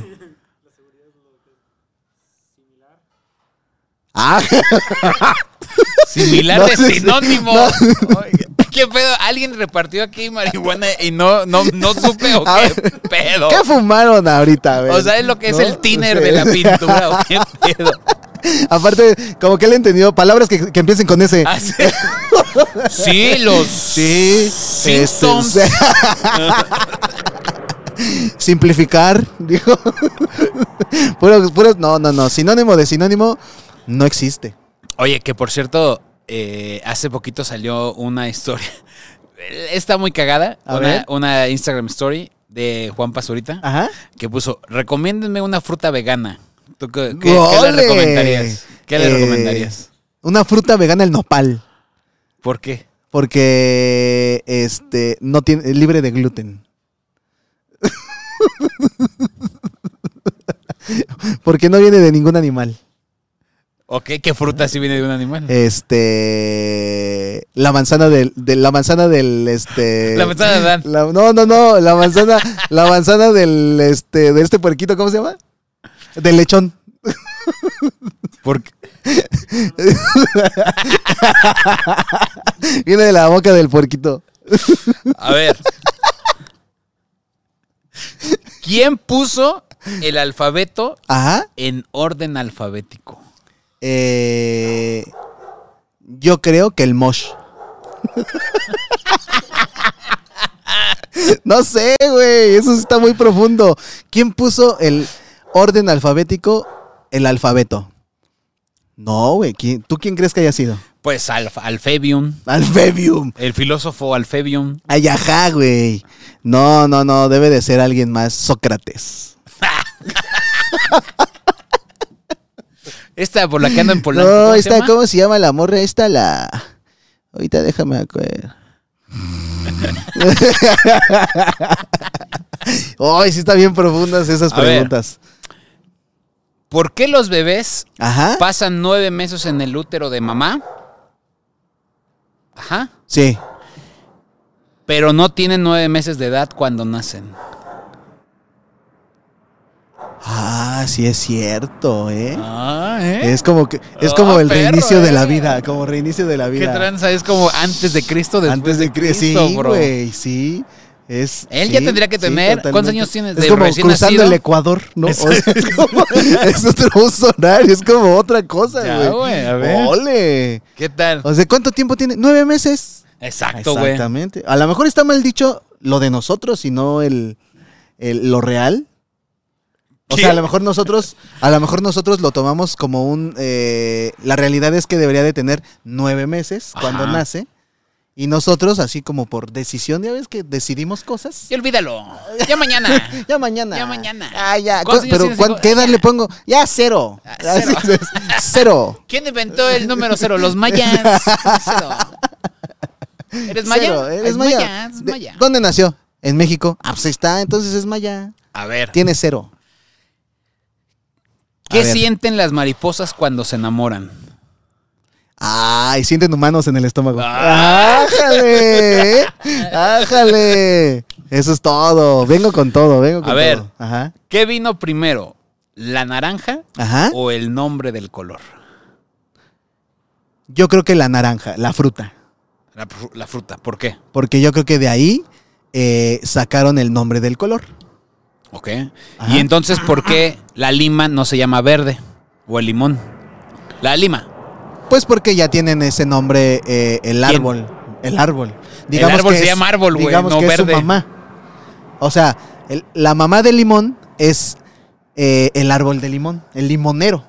Speaker 1: Ah,
Speaker 2: es? Similar
Speaker 1: <laughs> No,
Speaker 2: de
Speaker 1: sí, sí.
Speaker 2: sinónimo.
Speaker 1: No.
Speaker 2: Oiga, ¿Qué pedo? ¿Alguien repartió aquí marihuana y no, no, no supe o
Speaker 1: A
Speaker 2: qué
Speaker 1: ver,
Speaker 2: pedo?
Speaker 1: ¿qué fumaron ahorita? a ver?
Speaker 2: o sea, es lo que es
Speaker 1: ¿No?
Speaker 2: el tiner
Speaker 1: Sí.
Speaker 2: de la pintura o qué pedo.
Speaker 1: <laughs> Aparte, como que le entendió palabras que, que empiecen con ese.
Speaker 2: Ah, sí. Sí, los sí, Simpsons.
Speaker 1: Este, <laughs> simplificar, dijo. <laughs> Puro- puro- no, no, no. Sinónimo de sinónimo no existe.
Speaker 2: Oye, que por cierto, eh, hace poquito salió una historia. <laughs> Está muy cagada.
Speaker 1: A
Speaker 2: una,
Speaker 1: ver. Ah.
Speaker 2: una Instagram story de Juan Pazurita
Speaker 1: Ajá.
Speaker 2: que puso: Recomiéndenme una fruta vegana. ¿Tú qué, qué- qué le
Speaker 1: ¡Ole!
Speaker 2: recomendarías? ¿Qué le
Speaker 1: Eh,
Speaker 2: recomendarías?
Speaker 1: Una fruta vegana, el nopal.
Speaker 2: ¿Por qué?
Speaker 1: Porque este no tiene es libre de gluten. <laughs> Porque no viene de ningún animal.
Speaker 2: Ok, ¿qué fruta sí viene de un animal?
Speaker 1: eh, Este. La manzana del. de- la manzana del. Este.
Speaker 2: <laughs> La manzana de Adán.
Speaker 1: la- no, no, no. La manzana. la manzana del. Este. De este puerquito, ¿cómo se llama? Del lechón.
Speaker 2: Porque
Speaker 1: Viene de la boca del puerquito.
Speaker 2: A ver. ¿Quién puso el alfabeto
Speaker 1: Ajá.
Speaker 2: en orden alfabético?
Speaker 1: Eh, yo creo que el Mosh. <laughs> no sé, güey. Eso sí está muy profundo. ¿Quién puso el orden alfabético? El alfabeto. No, güey. ¿quién- ¿Tú quién crees que haya sido?
Speaker 2: Pues Alf- Alfebium,
Speaker 1: Alfebium.
Speaker 2: el filósofo Alfebium.
Speaker 1: Ay, ajá, güey. No, no, no. Debe de ser alguien más. Sócrates.
Speaker 2: Esta por la que
Speaker 1: <laughs>
Speaker 2: anda en Polanco.
Speaker 1: No,
Speaker 2: ¿cómo se
Speaker 1: está,
Speaker 2: llama?
Speaker 1: ¿cómo se llama la morra? Esta la. Ahorita déjame
Speaker 2: <laughs>
Speaker 1: acuerdo. Ay, sí está bien profundas esas
Speaker 2: A ver.
Speaker 1: preguntas.
Speaker 2: ¿Por qué los bebés
Speaker 1: Ajá.
Speaker 2: pasan nueve meses en el útero de mamá? Ajá.
Speaker 1: Sí.
Speaker 2: Pero no tienen nueve meses de edad cuando nacen.
Speaker 1: Ah, sí es cierto, ¿eh?
Speaker 2: Ah, ¿eh?
Speaker 1: Es como que es
Speaker 2: Ah,
Speaker 1: como el
Speaker 2: perro,
Speaker 1: reinicio de la
Speaker 2: eh.
Speaker 1: vida, como reinicio de la
Speaker 2: ¿Qué
Speaker 1: vida.
Speaker 2: tranza? Es como antes de Cristo, después
Speaker 1: Antes de Cristo, sí, güey, sí. Es,
Speaker 2: Él ya
Speaker 1: sí,
Speaker 2: tendría que
Speaker 1: sí,
Speaker 2: tener- ¿cuántos
Speaker 1: totalmente.
Speaker 2: años tienes
Speaker 1: Es
Speaker 2: de
Speaker 1: como
Speaker 2: recién
Speaker 1: cruzando
Speaker 2: nacido?
Speaker 1: el Ecuador, ¿no? O sea, <laughs> es, como- es otro uso horario, es como otra cosa,
Speaker 2: Ya,
Speaker 1: güey.
Speaker 2: güey, a ver.
Speaker 1: ¡Ole!
Speaker 2: ¿Qué tal?
Speaker 1: O sea, ¿cuánto tiempo tiene? Nueve meses.
Speaker 2: Exacto, güey.
Speaker 1: Exactamente. A lo mejor está mal dicho lo de nosotros y no el, el- lo real. O
Speaker 2: ¿Qué?
Speaker 1: sea, a lo mejor nosotros, a lo mejor nosotros lo tomamos como un eh, la realidad es que debería de tener nueve meses cuando
Speaker 2: Ajá.
Speaker 1: nace. Y nosotros, así como por decisión, ya ves que decidimos cosas.
Speaker 2: Y olvídalo. Ya mañana.
Speaker 1: Ya mañana.
Speaker 2: Ya mañana.
Speaker 1: Ah, ya.
Speaker 2: ¿Cuántos
Speaker 1: Cu-
Speaker 2: años
Speaker 1: Pero
Speaker 2: tienes?
Speaker 1: ¿cuán-
Speaker 2: Digo,
Speaker 1: ¿qué
Speaker 2: ah,
Speaker 1: edad
Speaker 2: ya.
Speaker 1: le pongo? Ya cero.
Speaker 2: Ah, cero.
Speaker 1: Así es, <laughs> cero.
Speaker 2: ¿Quién inventó el número cero?
Speaker 1: <laughs>
Speaker 2: Los mayas. Cero. ¿Eres maya?
Speaker 1: Cero, eres
Speaker 2: Es
Speaker 1: maya.
Speaker 2: es
Speaker 1: ¿De-
Speaker 2: maya.
Speaker 1: ¿Dónde nació? En México. Ah, pues ahí está, entonces es maya.
Speaker 2: A ver.
Speaker 1: Tiene cero.
Speaker 2: ¿Qué
Speaker 1: A ver.
Speaker 2: sienten las mariposas cuando se enamoran?
Speaker 1: Ay, sienten humanos en el estómago.
Speaker 2: Ah.
Speaker 1: ¡Ájale! ¿eh? ¡Ájale! Eso es todo. Vengo con todo, vengo con
Speaker 2: A ver.
Speaker 1: todo. Ajá.
Speaker 2: ¿Qué vino primero? ¿La naranja
Speaker 1: Ajá.
Speaker 2: o el nombre del color?
Speaker 1: Yo creo que la naranja, la fruta.
Speaker 2: La, fru- la fruta. ¿Por qué?
Speaker 1: Porque yo creo que de ahí eh, sacaron el nombre del color.
Speaker 2: ¿Ok?
Speaker 1: Ajá.
Speaker 2: Y entonces, ¿por qué la lima no se llama verde o el limón? La lima.
Speaker 1: Pues porque ya tienen ese nombre eh, el
Speaker 2: ¿Quién?
Speaker 1: árbol. El árbol.
Speaker 2: árbol
Speaker 1: que
Speaker 2: se
Speaker 1: es-
Speaker 2: llama árbol, güey,
Speaker 1: Digamos
Speaker 2: no
Speaker 1: que
Speaker 2: verde.
Speaker 1: es su mamá. O sea, el- la mamá de limón es eh, el árbol de limón, el limonero.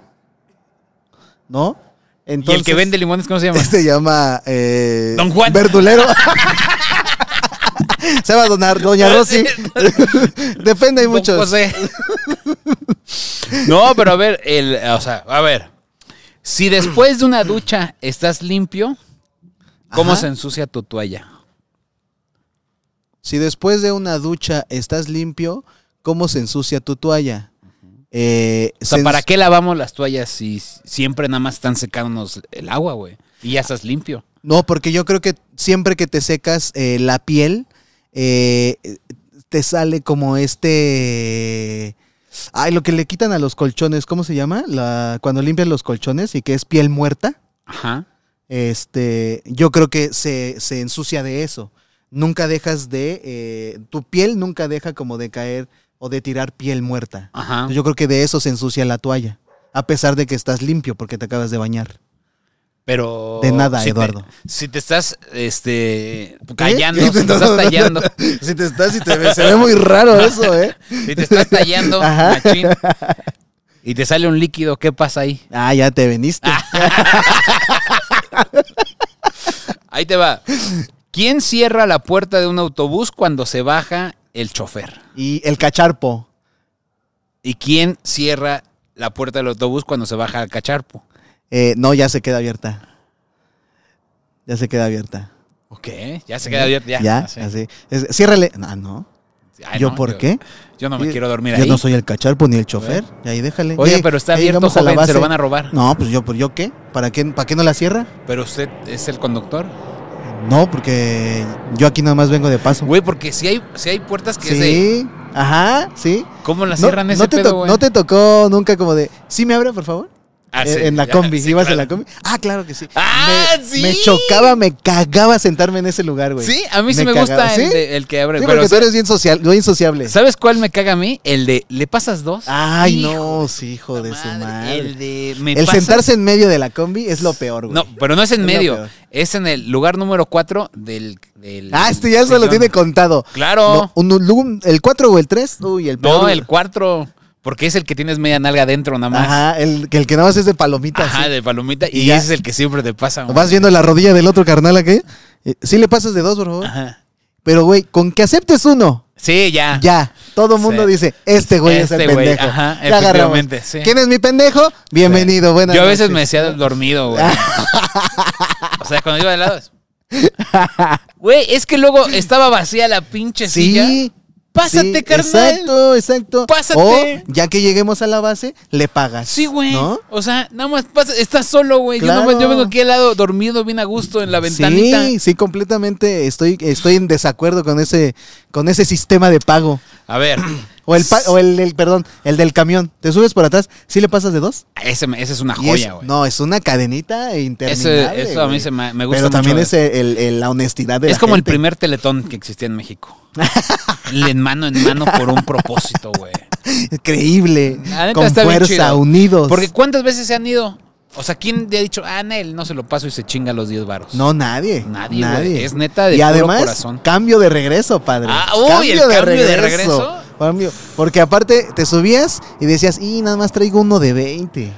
Speaker 1: ¿No?
Speaker 2: ¿Y el que vende
Speaker 1: <laughs>
Speaker 2: limones cómo se llama?
Speaker 1: limón. Se llama. eh,
Speaker 2: Don Juan. <laughs>
Speaker 1: Verdulero. se va a donar Doña Rosy. <laughs> Depende, hay
Speaker 2: Don
Speaker 1: muchos.
Speaker 2: José. no, pero a ver, el, o sea, a ver. Si después de una ducha estás limpio, ¿cómo
Speaker 1: Ajá.
Speaker 2: se ensucia tu toalla?
Speaker 1: Si después de una ducha estás limpio, ¿cómo se ensucia tu toalla? Eh,
Speaker 2: O sea,
Speaker 1: se
Speaker 2: ¿para
Speaker 1: ens-
Speaker 2: qué lavamos las toallas si siempre nada más están secándonos el agua, güey? Y ya estás limpio.
Speaker 1: No, porque yo creo que siempre que te secas eh, la piel, eh, te sale como este... Ay, lo que le quitan a los colchones, ¿cómo se llama? La... Cuando limpian los colchones y que es piel muerta.
Speaker 2: Ajá.
Speaker 1: Este, yo creo que se, se ensucia de eso. Nunca dejas de... eh, tu piel nunca deja como de caer o de tirar piel muerta.
Speaker 2: Ajá.
Speaker 1: Yo creo que de eso se ensucia la toalla. A pesar de que estás limpio porque te acabas de bañar.
Speaker 2: Pero.
Speaker 1: De nada,
Speaker 2: te-
Speaker 1: Eduardo.
Speaker 2: si te estás, este.
Speaker 1: <laughs>
Speaker 2: Callando,
Speaker 1: ¿Qué? No,
Speaker 2: si te
Speaker 1: no,
Speaker 2: estás
Speaker 1: no.
Speaker 2: tallando,
Speaker 1: Si te estás y te ve- se ve muy
Speaker 2: <laughs>
Speaker 1: raro eso, ¿eh?
Speaker 2: si te estás tallando,
Speaker 1: <laughs> Ajá.
Speaker 2: machín, y te sale un líquido, ¿qué pasa ahí?
Speaker 1: Ah, ya te veniste.
Speaker 2: Ahí te va. ¿Quién cierra la puerta de un autobús cuando se baja el chofer?
Speaker 1: Y el cacharpo.
Speaker 2: ¿Y quién cierra la puerta del autobús cuando se baja el cacharpo?
Speaker 1: Eh, no, ya se queda abierta. Ya se queda abierta.
Speaker 2: Ok, ya se queda abierto. Ya,
Speaker 1: Ya,
Speaker 2: así.
Speaker 1: así. Es- ciérrale. Ah, no.
Speaker 2: Ay,
Speaker 1: ¿Yo
Speaker 2: no,
Speaker 1: por qué?
Speaker 2: Yo no me
Speaker 1: Y-
Speaker 2: quiero dormir
Speaker 1: Yo
Speaker 2: ahí.
Speaker 1: no soy el cacharpo ni el chofer. Y ahí déjale.
Speaker 2: Oye,
Speaker 1: Ya-
Speaker 2: pero está
Speaker 1: ya
Speaker 2: abierto,
Speaker 1: llegamos a la
Speaker 2: joven, se lo
Speaker 1: base.
Speaker 2: van a robar.
Speaker 1: No, pues yo, pues yo qué? ¿Para qué, ¿Para qué no la cierra?
Speaker 2: Pero usted es el conductor.
Speaker 1: No, porque yo aquí nada más vengo de paso.
Speaker 2: Güey, porque si hay, si hay puertas que
Speaker 1: sí,
Speaker 2: es de-
Speaker 1: ajá, sí.
Speaker 2: ¿Cómo
Speaker 1: No-
Speaker 2: la cierran
Speaker 1: no,
Speaker 2: ese
Speaker 1: te
Speaker 2: pedo,
Speaker 1: to-
Speaker 2: güey?
Speaker 1: no te tocó nunca como de, ¿sí me abre, por favor?
Speaker 2: Ah,
Speaker 1: Eh,
Speaker 2: sí, <laughs>
Speaker 1: en la
Speaker 2: ya,
Speaker 1: combi,
Speaker 2: sí,
Speaker 1: ibas en
Speaker 2: claro.
Speaker 1: la combi. Ah, claro que sí.
Speaker 2: ¡Ah,
Speaker 1: me,
Speaker 2: sí!
Speaker 1: Me chocaba, me cagaba sentarme en ese lugar, güey.
Speaker 2: Sí, a mí sí
Speaker 1: Me
Speaker 2: me,
Speaker 1: cagaba.
Speaker 2: gusta el,
Speaker 1: ¿Sí?
Speaker 2: de- el que abre.
Speaker 1: Sí,
Speaker 2: pero
Speaker 1: porque tú eres bien social, bien sociable.
Speaker 2: ¿Sabes cuál me caga a mí? El de ¿le pasas dos?
Speaker 1: Ay,
Speaker 2: Hijo
Speaker 1: no, sí, hijo de
Speaker 2: la
Speaker 1: su
Speaker 2: madre,
Speaker 1: madre.
Speaker 2: El de ¿me
Speaker 1: El
Speaker 2: pasas?
Speaker 1: sentarse en medio de la combi es lo peor, güey.
Speaker 2: No, pero no es
Speaker 1: Es
Speaker 2: en
Speaker 1: lo
Speaker 2: medio.
Speaker 1: peor.
Speaker 2: Es en el lugar número 4 del, del.
Speaker 1: Ah, este ya se lo
Speaker 2: sillón.
Speaker 1: tiene contado. No,
Speaker 2: Claro.
Speaker 1: un- un- ¿El 4 o el 3? Uy, el
Speaker 2: No,
Speaker 1: peor.
Speaker 2: el 4. Porque es el que tienes media nalga adentro nada más. Ajá,
Speaker 1: Ajá, el, que- el que nada más es de palomitas. sí.
Speaker 2: de palomita.
Speaker 1: Y
Speaker 2: Y,
Speaker 1: ya.
Speaker 2: ese es el que siempre te pasa. güey.
Speaker 1: Vas viendo la rodilla del otro carnal aquí. Eh, Sí le pasas de dos, por favor.
Speaker 2: Ajá.
Speaker 1: Pero, güey, con que aceptes uno,
Speaker 2: Sí, ya.
Speaker 1: ya. Todo mundo
Speaker 2: Ah. Sí.
Speaker 1: dice, este güey es
Speaker 2: Este
Speaker 1: el
Speaker 2: güey,
Speaker 1: pendejo.
Speaker 2: ajá,
Speaker 1: Ya agarramos.
Speaker 2: efectivamente, sí.
Speaker 1: ¿Quién es mi pendejo? Bienvenido, buenas
Speaker 2: Yo a veces me
Speaker 1: noches.
Speaker 2: decía
Speaker 1: <laughs>
Speaker 2: dormido, güey. o sea, cuando iba de lado. es- Güey, es que luego estaba vacía la pinche silla.
Speaker 1: Sí.
Speaker 2: Pásate,
Speaker 1: sí,
Speaker 2: carnal.
Speaker 1: Exacto, exacto.
Speaker 2: Pásate.
Speaker 1: O, ya que lleguemos a la base, le pagas.
Speaker 2: Sí, güey.
Speaker 1: ¿No?
Speaker 2: O sea, nada más pasa, estás solo, güey. Yo, nomás-
Speaker 1: Claro.
Speaker 2: yo vengo aquí al lado dormido, bien a gusto, en la ventanita.
Speaker 1: Sí, sí, completamente estoy, estoy en desacuerdo con ese, con ese sistema de pago.
Speaker 2: A ver,
Speaker 1: O el, pa- o el, el- perdón, el del camión. ¿Te subes por atrás? ¿Sí le pasas de dos?
Speaker 2: ese, me- ese es una
Speaker 1: Y
Speaker 2: joya,
Speaker 1: es-
Speaker 2: güey.
Speaker 1: no, es una cadenita
Speaker 2: Eso,
Speaker 1: interminable.
Speaker 2: eso a mí
Speaker 1: güey.
Speaker 2: se me, me gusta
Speaker 1: Pero también
Speaker 2: mucho.
Speaker 1: es el- el- la honestidad de
Speaker 2: Es
Speaker 1: la
Speaker 2: como
Speaker 1: gente.
Speaker 2: el primer teletón que existía en México. Le en mano en mano por un propósito, güey.
Speaker 1: <laughs> Increíble.
Speaker 2: La neta
Speaker 1: Con
Speaker 2: está bien
Speaker 1: fuerza,
Speaker 2: chido.
Speaker 1: unidos.
Speaker 2: Porque ¿cuántas veces se han ido? O sea, ¿quién le ha dicho, ah, Nel, no se lo paso y se chinga los 10 varos?
Speaker 1: no, nadie.
Speaker 2: Nadie, güey. Es neta de
Speaker 1: Y
Speaker 2: puro
Speaker 1: además,
Speaker 2: corazón.
Speaker 1: cambio de regreso, padre.
Speaker 2: Ah, uy, el cambio de regreso.
Speaker 1: Cambio- Porque aparte te subías y decías, y nada más traigo uno de 20.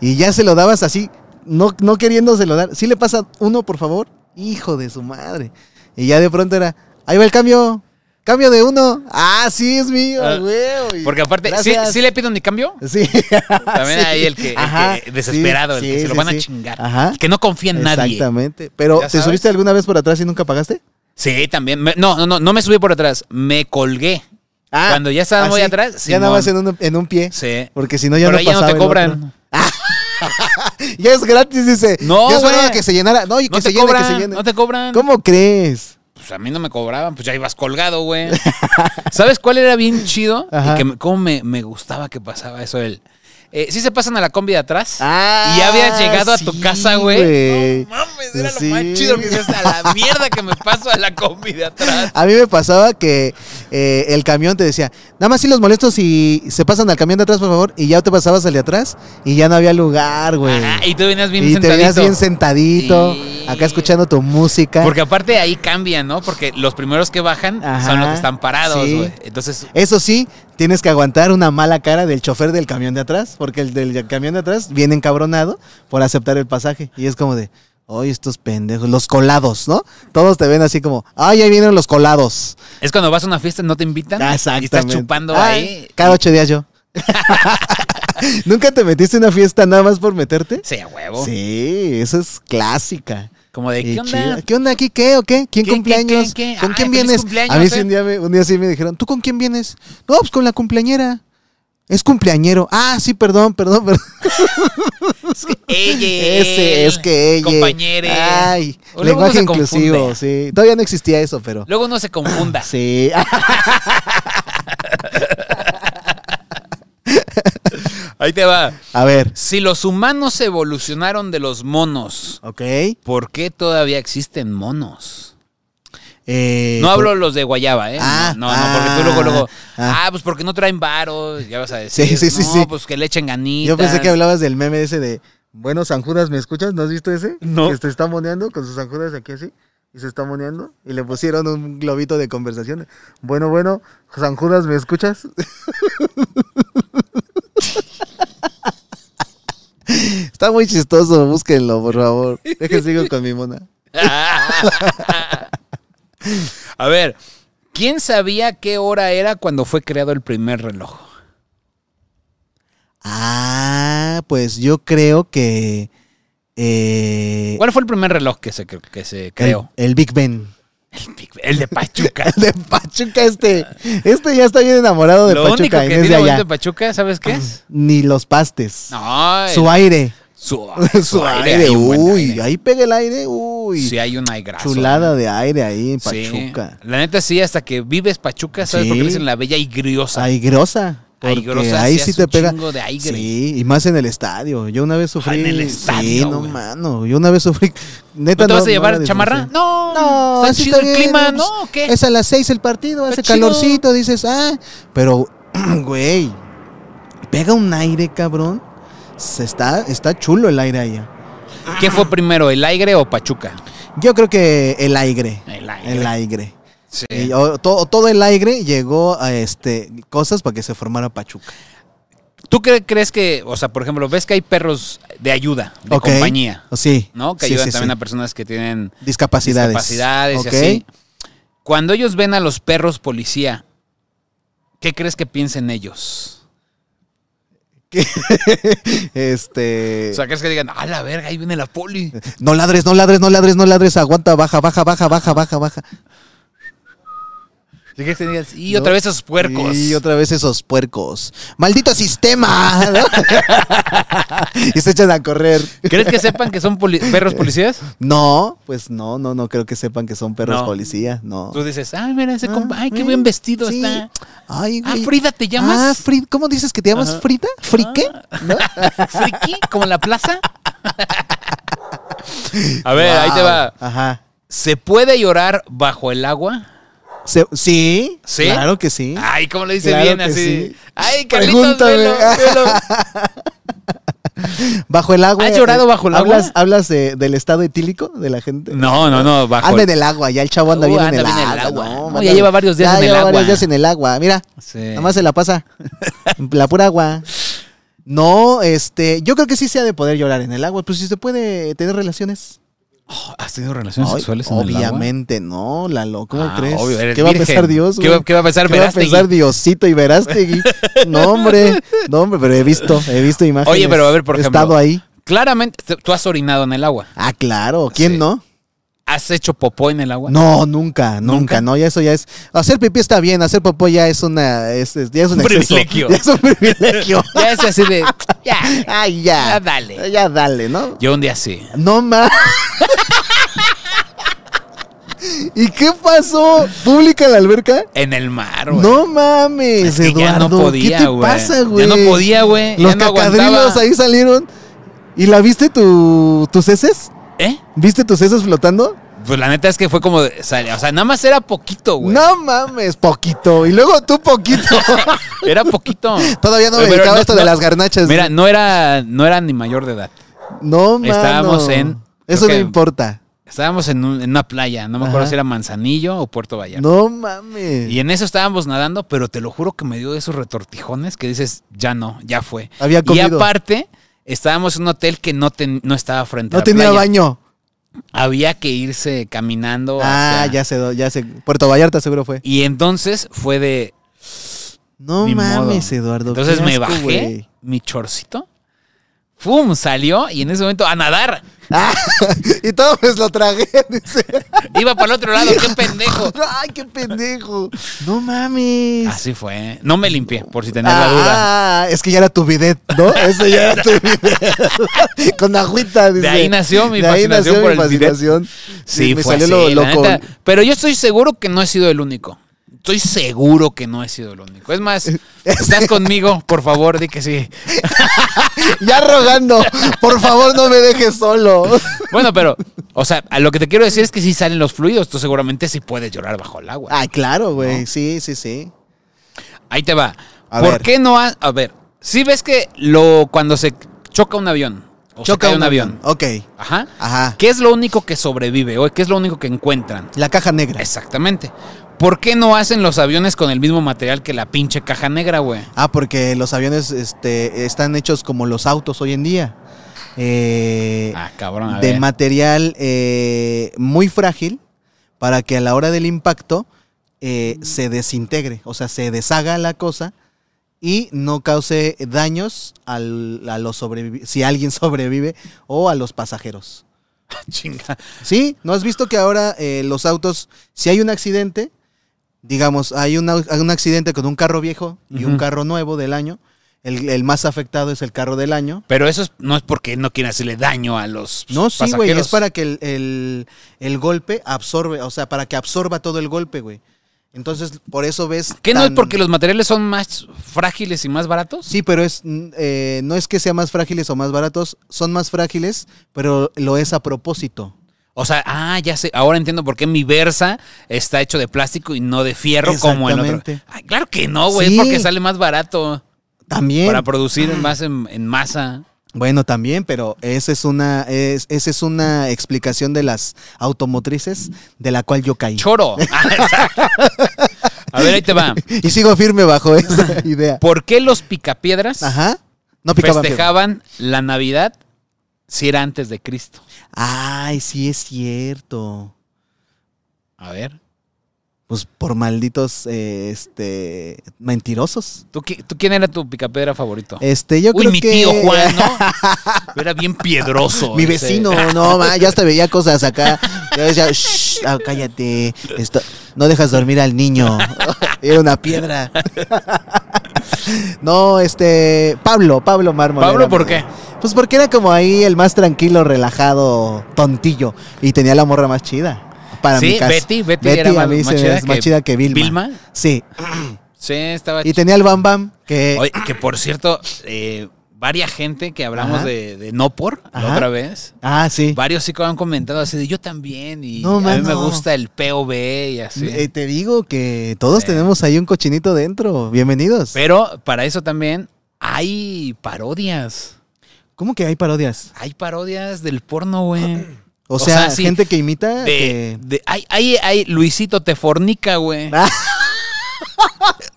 Speaker 1: Y ya se lo dabas así, no, no queriéndoselo dar. ¿Sí le pasa uno, por favor? Hijo de su madre. Y ya de pronto era, ahí va el cambio. Cambio de uno. Ah, sí, es mío,
Speaker 2: Ah,
Speaker 1: güey.
Speaker 2: Porque aparte, ¿sí,
Speaker 1: Gracias.
Speaker 2: sí le pido mi cambio?
Speaker 1: <laughs> Sí.
Speaker 2: También
Speaker 1: Sí.
Speaker 2: hay el que, el que-
Speaker 1: Ajá,
Speaker 2: desesperado,
Speaker 1: sí,
Speaker 2: el que
Speaker 1: sí,
Speaker 2: se lo van
Speaker 1: sí.
Speaker 2: a chingar.
Speaker 1: Ajá.
Speaker 2: El que no confía en nadie.
Speaker 1: Exactamente. Pero,
Speaker 2: Ya
Speaker 1: ¿te
Speaker 2: sabes.
Speaker 1: subiste alguna vez por atrás y nunca pagaste?
Speaker 2: Sí, también. Me- no, no, no, no me subí por atrás. Me colgué.
Speaker 1: Ah,
Speaker 2: Cuando ya estaba muy
Speaker 1: así,
Speaker 2: atrás,
Speaker 1: Ya nada
Speaker 2: Simón.
Speaker 1: más en un, en un pie.
Speaker 2: Sí.
Speaker 1: Porque si no, ya
Speaker 2: Pero
Speaker 1: no
Speaker 2: ya no
Speaker 1: pasaba el
Speaker 2: te cobran.
Speaker 1: otro. <laughs> Ya es gratis, dice.
Speaker 2: No,
Speaker 1: Ya esperaba
Speaker 2: güey.
Speaker 1: que se llenara. No, y que
Speaker 2: No
Speaker 1: se
Speaker 2: te
Speaker 1: llene, que se
Speaker 2: cobran,
Speaker 1: llene.
Speaker 2: no te cobran.
Speaker 1: ¿Cómo crees?
Speaker 2: Pues a mí no me cobraban, pues ya ibas colgado, güey.
Speaker 1: <laughs>
Speaker 2: ¿Sabes cuál era bien chido?
Speaker 1: Ajá.
Speaker 2: Y que me- cómo me, me gustaba que pasaba eso él. Eh, sí se pasan a la combi de atrás.
Speaker 1: Ah,
Speaker 2: y ya habías llegado a tu
Speaker 1: sí,
Speaker 2: casa, güey.
Speaker 1: güey.
Speaker 2: No mames, era
Speaker 1: Sí.
Speaker 2: lo más chido que dices,
Speaker 1: <laughs>
Speaker 2: a la mierda que me paso a la combi de atrás.
Speaker 1: A mí me pasaba que eh, el camión te decía, nada más si los molestos y se pasan al camión de atrás, por favor, y ya te pasabas al de atrás y ya no había lugar, güey.
Speaker 2: Ajá, y tú venías bien
Speaker 1: Y te
Speaker 2: sentadito.
Speaker 1: veías bien sentadito,
Speaker 2: Sí.
Speaker 1: acá escuchando tu música.
Speaker 2: Porque aparte ahí cambia, ¿no? Porque los primeros que bajan
Speaker 1: Ajá,
Speaker 2: son los que están parados,
Speaker 1: sí.
Speaker 2: güey. Entonces,
Speaker 1: Eso sí, tienes que aguantar una mala cara del chofer del camión de atrás, porque el del camión de atrás viene encabronado por aceptar el pasaje. Y es como de, ¡ay, estos pendejos! Los colados, ¿no? Todos te ven así como, ¡ay, ahí vienen los colados!
Speaker 2: es cuando vas a una fiesta y no te invitan.
Speaker 1: Ah,
Speaker 2: Y estás
Speaker 1: exactamente.
Speaker 2: chupando
Speaker 1: Ay,
Speaker 2: ahí.
Speaker 1: Cada ocho días yo. <laughs> ¿Nunca te metiste en una fiesta nada más por meterte?
Speaker 2: Sí, a huevo.
Speaker 1: Sí, eso es clásica.
Speaker 2: Como de,
Speaker 1: Y
Speaker 2: ¿qué onda?
Speaker 1: chida. ¿Qué onda aquí? ¿Qué o qué? ¿Quién
Speaker 2: ¿Qué,
Speaker 1: cumpleaños?
Speaker 2: qué, qué, qué?
Speaker 1: ¿Con
Speaker 2: Ay,
Speaker 1: quién
Speaker 2: feliz
Speaker 1: vienes?
Speaker 2: cumpleaños,
Speaker 1: a mí
Speaker 2: eh.
Speaker 1: sí un día, me, un día sí me dijeron, ¿tú con quién vienes? No, pues con la cumpleañera. Es cumpleañero. Ah, sí, perdón, perdón, perdón.
Speaker 2: Ella.
Speaker 1: Ese es que ella.
Speaker 2: Compañere.
Speaker 1: Ay,
Speaker 2: O luego
Speaker 1: lenguaje
Speaker 2: uno se
Speaker 1: inclusivo,
Speaker 2: confunde.
Speaker 1: sí. Todavía no existía eso, pero.
Speaker 2: Luego no se confunda.
Speaker 1: Sí. <laughs>
Speaker 2: Ahí te va.
Speaker 1: A ver.
Speaker 2: Si los humanos evolucionaron de los monos,
Speaker 1: Ok.
Speaker 2: ¿por qué todavía existen monos?
Speaker 1: eh,
Speaker 2: No hablo los de Guayaba, ¿eh?
Speaker 1: Ah,
Speaker 2: no, no, porque tú
Speaker 1: ah,
Speaker 2: luego, luego.
Speaker 1: ah.
Speaker 2: Ah, pues porque no traen varos, ya vas a decir.
Speaker 1: Sí, sí, sí,
Speaker 2: No,
Speaker 1: sí.
Speaker 2: pues que le echen ganitas.
Speaker 1: Yo pensé que hablabas del meme ese de. Bueno, San Judas, ¿me escuchas? ¿No has visto ese?
Speaker 2: No.
Speaker 1: Que se está moneando con sus San Judas aquí así. Y se está moneando. Y le pusieron un globito de conversación. Bueno, bueno, San Judas, ¿me escuchas? <laughs> está muy chistoso. Búsquenlo, por favor. Dejen sigo con mi mona.
Speaker 2: A ver, ¿quién sabía qué hora era cuando fue creado el primer reloj?
Speaker 1: Ah, pues yo creo que. eh,
Speaker 2: ¿Cuál fue el primer reloj que se, cre- que se
Speaker 1: el,
Speaker 2: creó?
Speaker 1: el Big Ben.
Speaker 2: El, Big- el de Pachuca.
Speaker 1: <laughs> El de Pachuca, este. Este ya está bien enamorado de
Speaker 2: Lo único
Speaker 1: Pachuca.
Speaker 2: que
Speaker 1: y es
Speaker 2: tiene
Speaker 1: de
Speaker 2: bonito
Speaker 1: allá.
Speaker 2: de Pachuca, ¿sabes qué es?
Speaker 1: Ni los pastes.
Speaker 2: No, el-
Speaker 1: Su aire.
Speaker 2: su,
Speaker 1: Ah. <laughs> Su aire.
Speaker 2: hay un buen
Speaker 1: Uy,
Speaker 2: aire.
Speaker 1: ahí pega el aire. Uy.
Speaker 2: Sí, hay una graso.
Speaker 1: Chulada de aire ahí en
Speaker 2: Sí.
Speaker 1: Pachuca.
Speaker 2: La neta sí, hasta que vives Pachuca, ¿sabes
Speaker 1: Sí.
Speaker 2: por qué le dicen la bella y griosa?
Speaker 1: Aigrosa. Porque
Speaker 2: Aigrosa,
Speaker 1: ahí
Speaker 2: sí
Speaker 1: sí
Speaker 2: hace
Speaker 1: te
Speaker 2: un
Speaker 1: pega.
Speaker 2: chingo de aire. Ah,
Speaker 1: Sí, y más en el estadio. Yo una vez sufrí.
Speaker 2: en el
Speaker 1: Sí,
Speaker 2: estadio,
Speaker 1: no,
Speaker 2: güey.
Speaker 1: mano. Yo una vez sufrí. <laughs> Neta,
Speaker 2: ¿No te vas a
Speaker 1: la
Speaker 2: llevar
Speaker 1: disfruté.
Speaker 2: chamarra? No,
Speaker 1: No,
Speaker 2: está
Speaker 1: sí
Speaker 2: chido el
Speaker 1: bien,
Speaker 2: clima,
Speaker 1: pues,
Speaker 2: ¿no? ¿O ¿Qué?
Speaker 1: Es a las seis el partido,
Speaker 2: Está
Speaker 1: hace
Speaker 2: chido.
Speaker 1: calorcito, dices, ah, pero, <clears throat> güey, pega un aire, cabrón. Se está, está chulo el aire allá.
Speaker 2: ¿Qué fue primero, el aire o Pachuca?
Speaker 1: Yo creo que el aire.
Speaker 2: El aire.
Speaker 1: El aire.
Speaker 2: Sí.
Speaker 1: Y, o, to- todo, el aire llegó a este, cosas para que se formara Pachuca.
Speaker 2: ¿Tú cre- crees que, o sea, por ejemplo, ves que hay perros de ayuda, de
Speaker 1: Ok. Oh,
Speaker 2: compañía,
Speaker 1: Sí.
Speaker 2: ¿no? Que
Speaker 1: sí,
Speaker 2: ayudan
Speaker 1: sí,
Speaker 2: también
Speaker 1: sí.
Speaker 2: a personas que tienen
Speaker 1: discapacidades.
Speaker 2: discapacidades
Speaker 1: Ok.
Speaker 2: y así. Cuando ellos ven a los perros policía, ¿qué crees que piensen ellos?
Speaker 1: Este.
Speaker 2: O sea, ¿crees que digan, a la verga, ahí viene
Speaker 1: <laughs>
Speaker 2: la poli?
Speaker 1: No ladres, no ladres, no ladres, no ladres. Aguanta, baja, baja, baja, baja, baja, baja.
Speaker 2: ¿Sí crees que digan, y
Speaker 1: No.
Speaker 2: otra vez esos puercos?
Speaker 1: Y otra vez esos puercos. ¡Maldito sistema! ¿no? <laughs> y se echan a correr.
Speaker 2: ¿Crees que sepan que son poli- perros policías? <laughs>
Speaker 1: No, pues no, no, no creo que sepan que son perros
Speaker 2: No.
Speaker 1: policía. No.
Speaker 2: Tú dices, ay, mira ese
Speaker 1: Ah,
Speaker 2: compa, ay, qué
Speaker 1: mira,
Speaker 2: bien vestido
Speaker 1: sí.
Speaker 2: está.
Speaker 1: Ay,
Speaker 2: Ah,
Speaker 1: güey.
Speaker 2: Frida, ¿te
Speaker 1: Ah,
Speaker 2: llamas?
Speaker 1: Frida. ¿Cómo dices que te llamas
Speaker 2: Ajá. Ah.
Speaker 1: Frida? ¿Frique? ¿No?
Speaker 2: ¿Friki? ¿Como en la <laughs> plaza? A ver, ahí te
Speaker 1: Wow.
Speaker 2: va.
Speaker 1: Ajá.
Speaker 2: ¿Se puede llorar bajo el agua?
Speaker 1: Se- sí,
Speaker 2: ¿Sí? Ah.
Speaker 1: Claro que sí.
Speaker 2: Ay, ¿cómo le dice
Speaker 1: Claro
Speaker 2: bien
Speaker 1: que
Speaker 2: así?
Speaker 1: sí.
Speaker 2: Ay, Carlitos,
Speaker 1: Pregúntame.
Speaker 2: velo, velo.
Speaker 1: Bajo el agua.
Speaker 2: ¿Has llorado
Speaker 1: eh,
Speaker 2: bajo el agua?
Speaker 1: ¿Hablas, hablas de- del estado etílico de la gente?
Speaker 2: <laughs> No, no, no, bajo
Speaker 1: Anda
Speaker 2: el-
Speaker 1: en el agua, ya el chavo anda
Speaker 2: Uh,
Speaker 1: bien
Speaker 2: anda
Speaker 1: en el
Speaker 2: bien en
Speaker 1: agua.
Speaker 2: el agua. No,
Speaker 1: manda
Speaker 2: ya
Speaker 1: bien.
Speaker 2: lleva varios días
Speaker 1: Ya
Speaker 2: en el
Speaker 1: lleva varios
Speaker 2: agua.
Speaker 1: días en el agua. Mira,
Speaker 2: Sí.
Speaker 1: nada más se la pasa. la pura agua. No, este, yo creo que sí se ha de poder llorar en el agua, pues si se puede tener relaciones.
Speaker 2: Oh, ¿Has tenido relaciones
Speaker 1: Ay,
Speaker 2: sexuales en el agua?
Speaker 1: obviamente, no, Lalo, ¿cómo
Speaker 2: Ah,
Speaker 1: crees?
Speaker 2: obvio, eres
Speaker 1: ¿Qué va a
Speaker 2: virgen.
Speaker 1: pensar Dios?
Speaker 2: ¿Qué
Speaker 1: güey?
Speaker 2: va, qué va a pensar
Speaker 1: ¿Qué va a
Speaker 2: Verástegui?
Speaker 1: pensar Diosito y Verástegui?
Speaker 2: <laughs>
Speaker 1: no, hombre, no, hombre, pero he visto, he visto imágenes.
Speaker 2: Oye, pero a ver, por
Speaker 1: he
Speaker 2: ejemplo.
Speaker 1: estado ahí.
Speaker 2: Claramente, te- tú has orinado en el agua.
Speaker 1: Ah, claro, ¿quién
Speaker 2: Sí.
Speaker 1: no?
Speaker 2: ¿Has hecho popó en el agua?
Speaker 1: No, nunca, nunca,
Speaker 2: ¿Nunca?
Speaker 1: no, ya eso ya es. Hacer pipí está bien, hacer popó ya es una es, es- ya es un
Speaker 2: Un
Speaker 1: exceso, <laughs>
Speaker 2: privilegio.
Speaker 1: Ya es un
Speaker 2: <laughs>
Speaker 1: privilegio.
Speaker 2: Ya es así de. Ya.
Speaker 1: Ay, ya.
Speaker 2: Ya dale.
Speaker 1: Ya Ah, dale, ¿no?
Speaker 2: Ah, Yo un día sí.
Speaker 1: No
Speaker 2: <laughs>
Speaker 1: más. ¿Y qué pasó? ¿Pública la alberca?
Speaker 2: En el mar, güey.
Speaker 1: No mames,
Speaker 2: Es que ya
Speaker 1: Eduardo.
Speaker 2: no podía,
Speaker 1: ¿Qué te
Speaker 2: güey.
Speaker 1: pasa, güey?
Speaker 2: Ya no podía, güey.
Speaker 1: Los
Speaker 2: ya no
Speaker 1: cacadrilos
Speaker 2: aguantaba.
Speaker 1: ahí salieron. ¿Y la viste tu, tus heces?
Speaker 2: ¿Eh?
Speaker 1: ¿Viste tus heces flotando?
Speaker 2: Pues la neta es que fue como. de- sale- O sea, nada más era poquito, güey.
Speaker 1: No mames, poquito. Y luego tú
Speaker 2: <laughs>
Speaker 1: poquito.
Speaker 2: Era
Speaker 1: <laughs>
Speaker 2: poquito.
Speaker 1: Todavía no me
Speaker 2: Pero
Speaker 1: dedicaba
Speaker 2: no-
Speaker 1: a esto de
Speaker 2: no-
Speaker 1: las garnachas.
Speaker 2: Mira, no era, no era ni mayor de edad.
Speaker 1: no, mano.
Speaker 2: estábamos en-
Speaker 1: Eso no
Speaker 2: creo que-
Speaker 1: importa.
Speaker 2: Estábamos en, un- en una playa. No me acuerdo
Speaker 1: Ajá.
Speaker 2: si era Manzanillo o Puerto Vallarta.
Speaker 1: No mames.
Speaker 2: Y en eso estábamos nadando, pero te lo juro que me dio esos retortijones que dices, ya no, ya fue.
Speaker 1: Había
Speaker 2: Y
Speaker 1: comido.
Speaker 2: aparte, estábamos en un hotel que no, ten- no estaba frente a
Speaker 1: no
Speaker 2: la
Speaker 1: tenía
Speaker 2: playa.
Speaker 1: baño.
Speaker 2: Había que irse caminando.
Speaker 1: Ah,
Speaker 2: hacia-
Speaker 1: ya sé, do- ya sé. Puerto Vallarta seguro fue.
Speaker 2: Y entonces fue de.
Speaker 1: No
Speaker 2: Ni
Speaker 1: mames,
Speaker 2: modo.
Speaker 1: Eduardo.
Speaker 2: Entonces
Speaker 1: qué
Speaker 2: me
Speaker 1: asco,
Speaker 2: bajé
Speaker 1: güey.
Speaker 2: mi chorcito. ¡Fum! Salió y en ese momento a nadar.
Speaker 1: Ah, <laughs> y todo pues lo tragué. <laughs> dice.
Speaker 2: Iba para el otro lado,
Speaker 1: <laughs>
Speaker 2: qué pendejo.
Speaker 1: Ay, qué pendejo. No mames.
Speaker 2: Así fue. ¿eh? No me limpié, por si tenías Ah, la duda.
Speaker 1: Ah, es que ya era tu bidet, ¿no? Ese ya era tu bidet. <laughs> Con agüita, dice.
Speaker 2: De ahí nació mi
Speaker 1: De ahí
Speaker 2: fascinación
Speaker 1: nació
Speaker 2: por
Speaker 1: mi
Speaker 2: el bidet.
Speaker 1: fascinación.
Speaker 2: Sí,
Speaker 1: me
Speaker 2: fue
Speaker 1: salió
Speaker 2: así,
Speaker 1: lo,
Speaker 2: la
Speaker 1: loco.
Speaker 2: neta. Pero yo estoy seguro que no he sido el único. Estoy seguro que no he sido el único. Es más,
Speaker 1: <laughs>
Speaker 2: estás conmigo, por favor, di que sí.
Speaker 1: <laughs> Ya rogando, por favor no me dejes solo.
Speaker 2: Bueno, pero, o sea, a lo que te quiero decir es que sí salen los fluidos. Tú seguramente sí puedes llorar bajo el agua.
Speaker 1: <laughs> Ah, claro, güey. Sí, sí, sí.
Speaker 2: Ahí te va.
Speaker 1: A
Speaker 2: ¿Por
Speaker 1: ver.
Speaker 2: qué no ha- A ver, si ves que lo cuando se choca un avión. O choca un avión.
Speaker 1: Ok,
Speaker 2: Ajá.
Speaker 1: ajá.
Speaker 2: ¿Qué es lo único que sobrevive o qué es lo único que encuentran?
Speaker 1: La caja negra.
Speaker 2: Exactamente. ¿Por qué no hacen los aviones con el mismo material que la pinche caja negra, güey?
Speaker 1: Ah, porque los aviones este, están hechos como los autos hoy en día. Eh,
Speaker 2: Ah, cabrón. A
Speaker 1: de
Speaker 2: ver.
Speaker 1: material eh, muy frágil para que a la hora del impacto eh, se desintegre, o sea, se deshaga la cosa y no cause <laughs> daños al- a los sobrevi- si alguien sobrevive o a los pasajeros.
Speaker 2: <laughs> Chinga.
Speaker 1: ¿Sí? ¿No has visto que ahora eh, los autos, si hay un accidente, digamos, hay un, au- un accidente con un carro viejo y un
Speaker 2: Ujú.
Speaker 1: carro nuevo del año, el, el más afectado es el carro del año.
Speaker 2: Pero eso es- no es porque no quieren hacerle daño a los
Speaker 1: No, sí, güey, es
Speaker 2: pasajeros.
Speaker 1: para que el, el- el golpe absorbe, o sea, para que absorba todo el golpe, güey. Entonces, por eso ves...
Speaker 2: ¿Qué no es
Speaker 1: tan-
Speaker 2: porque los materiales son más frágiles y más baratos?
Speaker 1: Sí, pero es, mm, eh, no es que sean más frágiles o más baratos, son más frágiles, pero lo es a propósito.
Speaker 2: O sea, ah, ya sé, ahora entiendo por qué mi Versa está hecho de plástico y no de fierro como el otro.
Speaker 1: Exactamente.
Speaker 2: Ay, claro que no, güey,
Speaker 1: Sí.
Speaker 2: es porque sale más barato
Speaker 1: También.
Speaker 2: para producir más en, en masa.
Speaker 1: Bueno, también, pero esa es una, es, esa es una explicación de las automotrices de la cual yo caí. <laughs>
Speaker 2: Choro. Ah, exacto. A ver, ahí te va.
Speaker 1: Y sigo firme bajo esa
Speaker 2: <laughs>
Speaker 1: idea.
Speaker 2: ¿Por qué los picapiedras
Speaker 1: Ajá. No picaban. piedra.
Speaker 2: festejaban la Navidad si era antes de Cristo?
Speaker 1: Ay, sí es cierto.
Speaker 2: A ver.
Speaker 1: Pues por malditos, eh, este, mentirosos.
Speaker 2: ¿Tú, qui- tú quién era tu picapiedra favorito?
Speaker 1: Este, yo
Speaker 2: Uy,
Speaker 1: creo
Speaker 2: mi
Speaker 1: que
Speaker 2: tío Juan, ¿no? Era bien piedroso.
Speaker 1: <laughs> mi
Speaker 2: ese.
Speaker 1: vecino, no, ma, ya hasta veía cosas acá. Yo decía, "Shh, ah, cállate, esto- no dejas dormir al niño. <laughs> Era una piedra. <laughs> No, este, Pablo, Pablo Mármol.
Speaker 2: Pablo,
Speaker 1: era
Speaker 2: ¿por
Speaker 1: mi-
Speaker 2: qué?
Speaker 1: Pues porque era como ahí el más tranquilo, relajado, tontillo. Y tenía la morra más chida. Para
Speaker 2: sí,
Speaker 1: mi casa.
Speaker 2: Betty, Betty, era
Speaker 1: a
Speaker 2: más,
Speaker 1: mí se
Speaker 2: más
Speaker 1: me
Speaker 2: chida,
Speaker 1: hace más chida que Vilma. Sí.
Speaker 2: Sí, estaba
Speaker 1: Y
Speaker 2: chida.
Speaker 1: tenía el Bam Bam, que
Speaker 2: Oye, que por cierto, eh, varia gente que hablamos
Speaker 1: Ajá.
Speaker 2: de, de no por la
Speaker 1: Ajá.
Speaker 2: otra vez,
Speaker 1: Ah, sí.
Speaker 2: varios sí que han comentado así de yo también y
Speaker 1: No,
Speaker 2: a mí
Speaker 1: mano.
Speaker 2: me gusta el POV y así.
Speaker 1: Eh, te digo que todos
Speaker 2: Sí.
Speaker 1: tenemos ahí un cochinito dentro. Bienvenidos.
Speaker 2: Pero para eso también hay parodias.
Speaker 1: ¿Cómo que hay parodias?
Speaker 2: Hay parodias del porno, güey.
Speaker 1: O,
Speaker 2: O
Speaker 1: sea,
Speaker 2: sea, sí.
Speaker 1: gente que imita. Ah,
Speaker 2: De,
Speaker 1: que-
Speaker 2: de- hay, hay, hay Luisito te fornica, güey.
Speaker 1: Ah.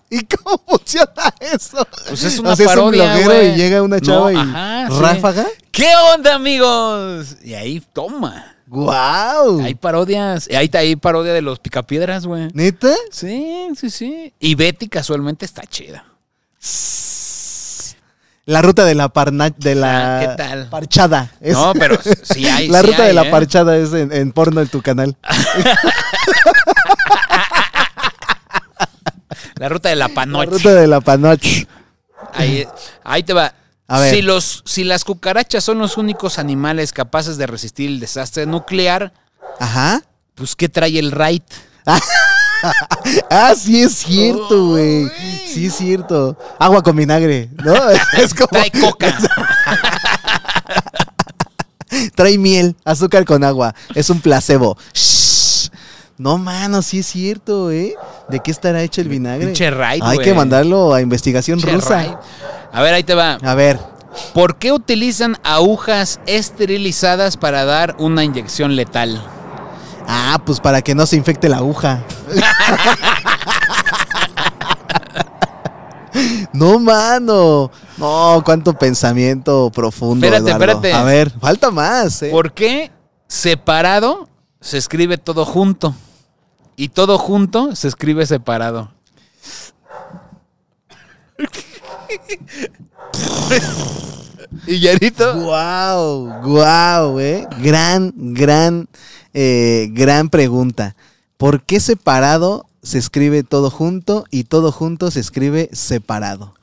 Speaker 1: ¿Y cómo <laughs> funciona eso?
Speaker 2: Pues es una
Speaker 1: o sea,
Speaker 2: parodia,
Speaker 1: es un bloguero
Speaker 2: güey.
Speaker 1: y llega una
Speaker 2: No,
Speaker 1: chava y
Speaker 2: ajá, sí.
Speaker 1: ráfaga.
Speaker 2: ¿Qué onda, amigos? Y ahí, toma.
Speaker 1: ¡Guau!
Speaker 2: Hay parodias. Ahí está, hay parodia de los picapiedras, güey.
Speaker 1: ¿Neta?
Speaker 2: Sí, sí, sí. Y Betty casualmente está chida.
Speaker 1: La ruta de la parna- de la
Speaker 2: Ah, ¿qué tal?
Speaker 1: parchada. Es-
Speaker 2: No,
Speaker 1: <laughs>
Speaker 2: pero sí hay.
Speaker 1: la
Speaker 2: sí
Speaker 1: ruta
Speaker 2: hay,
Speaker 1: de la
Speaker 2: ¿eh?
Speaker 1: parchada es en, en porno en tu canal.
Speaker 2: La ruta de la
Speaker 1: La
Speaker 2: panoche.
Speaker 1: ruta de la panoche.
Speaker 2: Ahí, ahí te va.
Speaker 1: A ver.
Speaker 2: Si, los, si las cucarachas son los únicos animales capaces de resistir el desastre nuclear,
Speaker 1: Ajá.
Speaker 2: pues ¿qué trae el right?
Speaker 1: Ah, sí es cierto,
Speaker 2: Oh,
Speaker 1: güey.
Speaker 2: güey.
Speaker 1: Sí es cierto. Agua con vinagre, ¿no? <laughs> <laughs> Es como
Speaker 2: Trae coca.
Speaker 1: Trae miel, azúcar con agua. Es un placebo. Shh. No, mano, sí es cierto, ¿eh? ¿De qué estará hecho el vinagre?
Speaker 2: Pinche right,
Speaker 1: Hay
Speaker 2: güey.
Speaker 1: que mandarlo a investigación
Speaker 2: Pinche
Speaker 1: rusa.
Speaker 2: right. A ver, ahí te va.
Speaker 1: A ver.
Speaker 2: ¿Por qué utilizan agujas esterilizadas para dar una inyección letal?
Speaker 1: Ah, pues para que no se infecte la aguja. <laughs> no, mano. No, cuánto pensamiento profundo.
Speaker 2: Espérate,
Speaker 1: Eduardo.
Speaker 2: espérate.
Speaker 1: A ver, falta más, ¿eh?
Speaker 2: ¿Por qué separado se escribe todo junto? Y todo junto se escribe
Speaker 1: <laughs>
Speaker 2: separado. y ahorita
Speaker 1: Wow, wow, eh. Gran, gran, eh, gran pregunta. ¿Por qué separado se escribe todo junto y todo junto se escribe separado?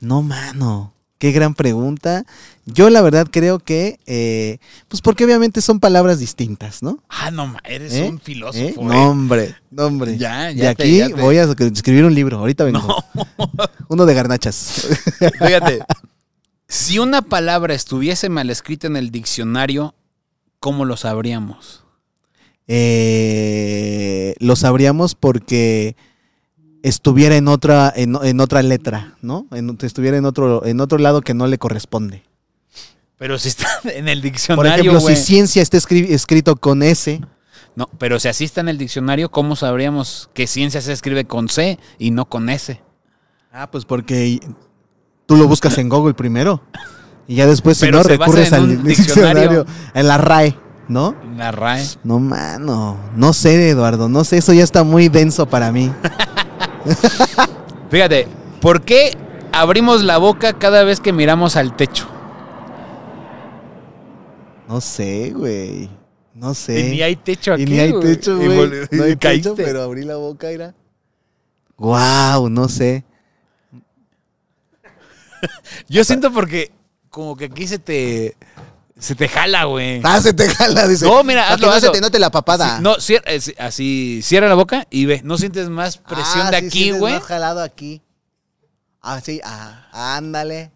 Speaker 1: No, mano. Qué gran pregunta. Yo la verdad creo que, eh, pues porque obviamente son palabras distintas, ¿no?
Speaker 2: Ah, no, ma, eres
Speaker 1: ¿Eh?
Speaker 2: un filósofo.
Speaker 1: ¿Eh?
Speaker 2: ¿eh?
Speaker 1: No, hombre, no, hombre.
Speaker 2: Ya,
Speaker 1: De
Speaker 2: ya te-
Speaker 1: aquí
Speaker 2: ya te-
Speaker 1: voy a escribir un libro. Ahorita vengo.
Speaker 2: No.
Speaker 1: Uno de garnachas.
Speaker 2: <laughs> Fíjate. Si una palabra estuviese mal escrita en el diccionario, ¿cómo lo sabríamos?
Speaker 1: eh, lo sabríamos porque estuviera en otra, en, en otra letra, ¿no? En- estuviera en otro, en otro lado que no le corresponde.
Speaker 2: Pero si está <laughs> en el
Speaker 1: Por
Speaker 2: diccionario,
Speaker 1: ejemplo,
Speaker 2: güey.
Speaker 1: si ciencia está escri- escrito con S,
Speaker 2: No, pero si así está en el diccionario, ¿cómo sabríamos que ciencia se escribe con C y no con S?
Speaker 1: ah, pues porque tú lo buscas en Google primero. Y ya después, si
Speaker 2: Pero
Speaker 1: no,
Speaker 2: se basa
Speaker 1: recurres
Speaker 2: en
Speaker 1: al <laughs>
Speaker 2: un
Speaker 1: diccionario,
Speaker 2: diccionario.
Speaker 1: en la RAE, ¿no?
Speaker 2: La RAE.
Speaker 1: No, mano, no sé, Eduardo, no sé, eso ya está muy denso para mí.
Speaker 2: Fíjate, ¿por qué abrimos la boca cada vez que miramos al techo?
Speaker 1: No sé, güey. No sé.
Speaker 2: Y ni hay techo aquí.
Speaker 1: Y ni hay
Speaker 2: güey.
Speaker 1: techo,
Speaker 2: Y
Speaker 1: güey.
Speaker 2: vol-
Speaker 1: No hay
Speaker 2: y caíste.
Speaker 1: techo, pero abrí la boca, era. Wow, no sé.
Speaker 2: Yo siento porque como que aquí se te se te jala, güey.
Speaker 1: Ah, se te jala, dice.
Speaker 2: No, mira,
Speaker 1: Para que
Speaker 2: hazlo,
Speaker 1: no se
Speaker 2: hazlo.
Speaker 1: te note la papada.
Speaker 2: Sí, no, cier- eh, sí, así cierra la boca y ve, no sientes más presión
Speaker 1: Ah,
Speaker 2: de
Speaker 1: sí,
Speaker 2: aquí,
Speaker 1: sientes
Speaker 2: güey.
Speaker 1: más jalado aquí. Ah, sí, ah, ándale.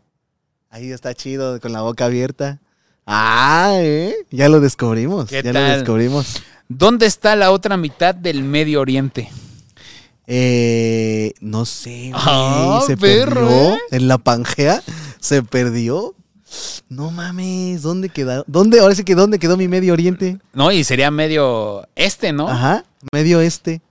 Speaker 1: Ahí está chido, con la boca abierta. Ah, ¿eh? Ya lo descubrimos.
Speaker 2: ¿Qué
Speaker 1: ya lo
Speaker 2: tal?
Speaker 1: descubrimos.
Speaker 2: ¿Dónde está la otra mitad del Medio Oriente?
Speaker 1: Eh, no sé, güey,
Speaker 2: Ah,
Speaker 1: se
Speaker 2: perro,
Speaker 1: perdió
Speaker 2: ¿eh?
Speaker 1: en la Pangea, se perdió. No mames, ¿dónde quedaron? ¿Dónde? Ahora sí que ¿dónde quedó mi Medio Oriente?
Speaker 2: No, y sería medio este, ¿no?
Speaker 1: Ajá, Medio Este.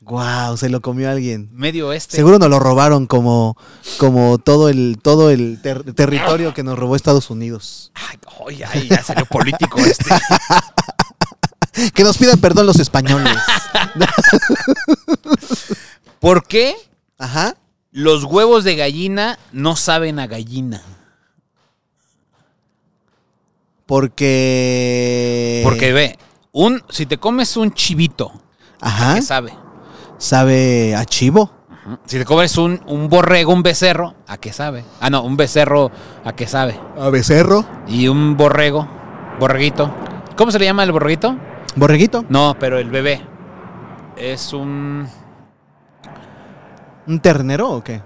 Speaker 1: Guau, se lo comió alguien.
Speaker 2: Medio este.
Speaker 1: Seguro nos lo robaron como, como todo el, todo el ter- territorio que nos robó Estados Unidos.
Speaker 2: Ay, ay, ay, ya salió político este.
Speaker 1: Que nos pidan perdón los
Speaker 2: <coughs>
Speaker 1: españoles.
Speaker 2: ¿Por qué
Speaker 1: Ajá.
Speaker 2: los huevos de gallina no saben a gallina?
Speaker 1: Porque.
Speaker 2: Porque ve, un si te comes un chivito,
Speaker 1: Ajá.
Speaker 2: ¿qué sabe?
Speaker 1: Sabe a chivo.
Speaker 2: Si te comes un, un borrego, un becerro, ¿a qué sabe? Ah, no, un becerro, ¿a qué sabe?
Speaker 1: A becerro.
Speaker 2: Y un borrego, borreguito. ¿Cómo se le llama el borreguito?
Speaker 1: Borreguito.
Speaker 2: No, pero el bebé. Es un...
Speaker 1: ¿Un ternero o qué?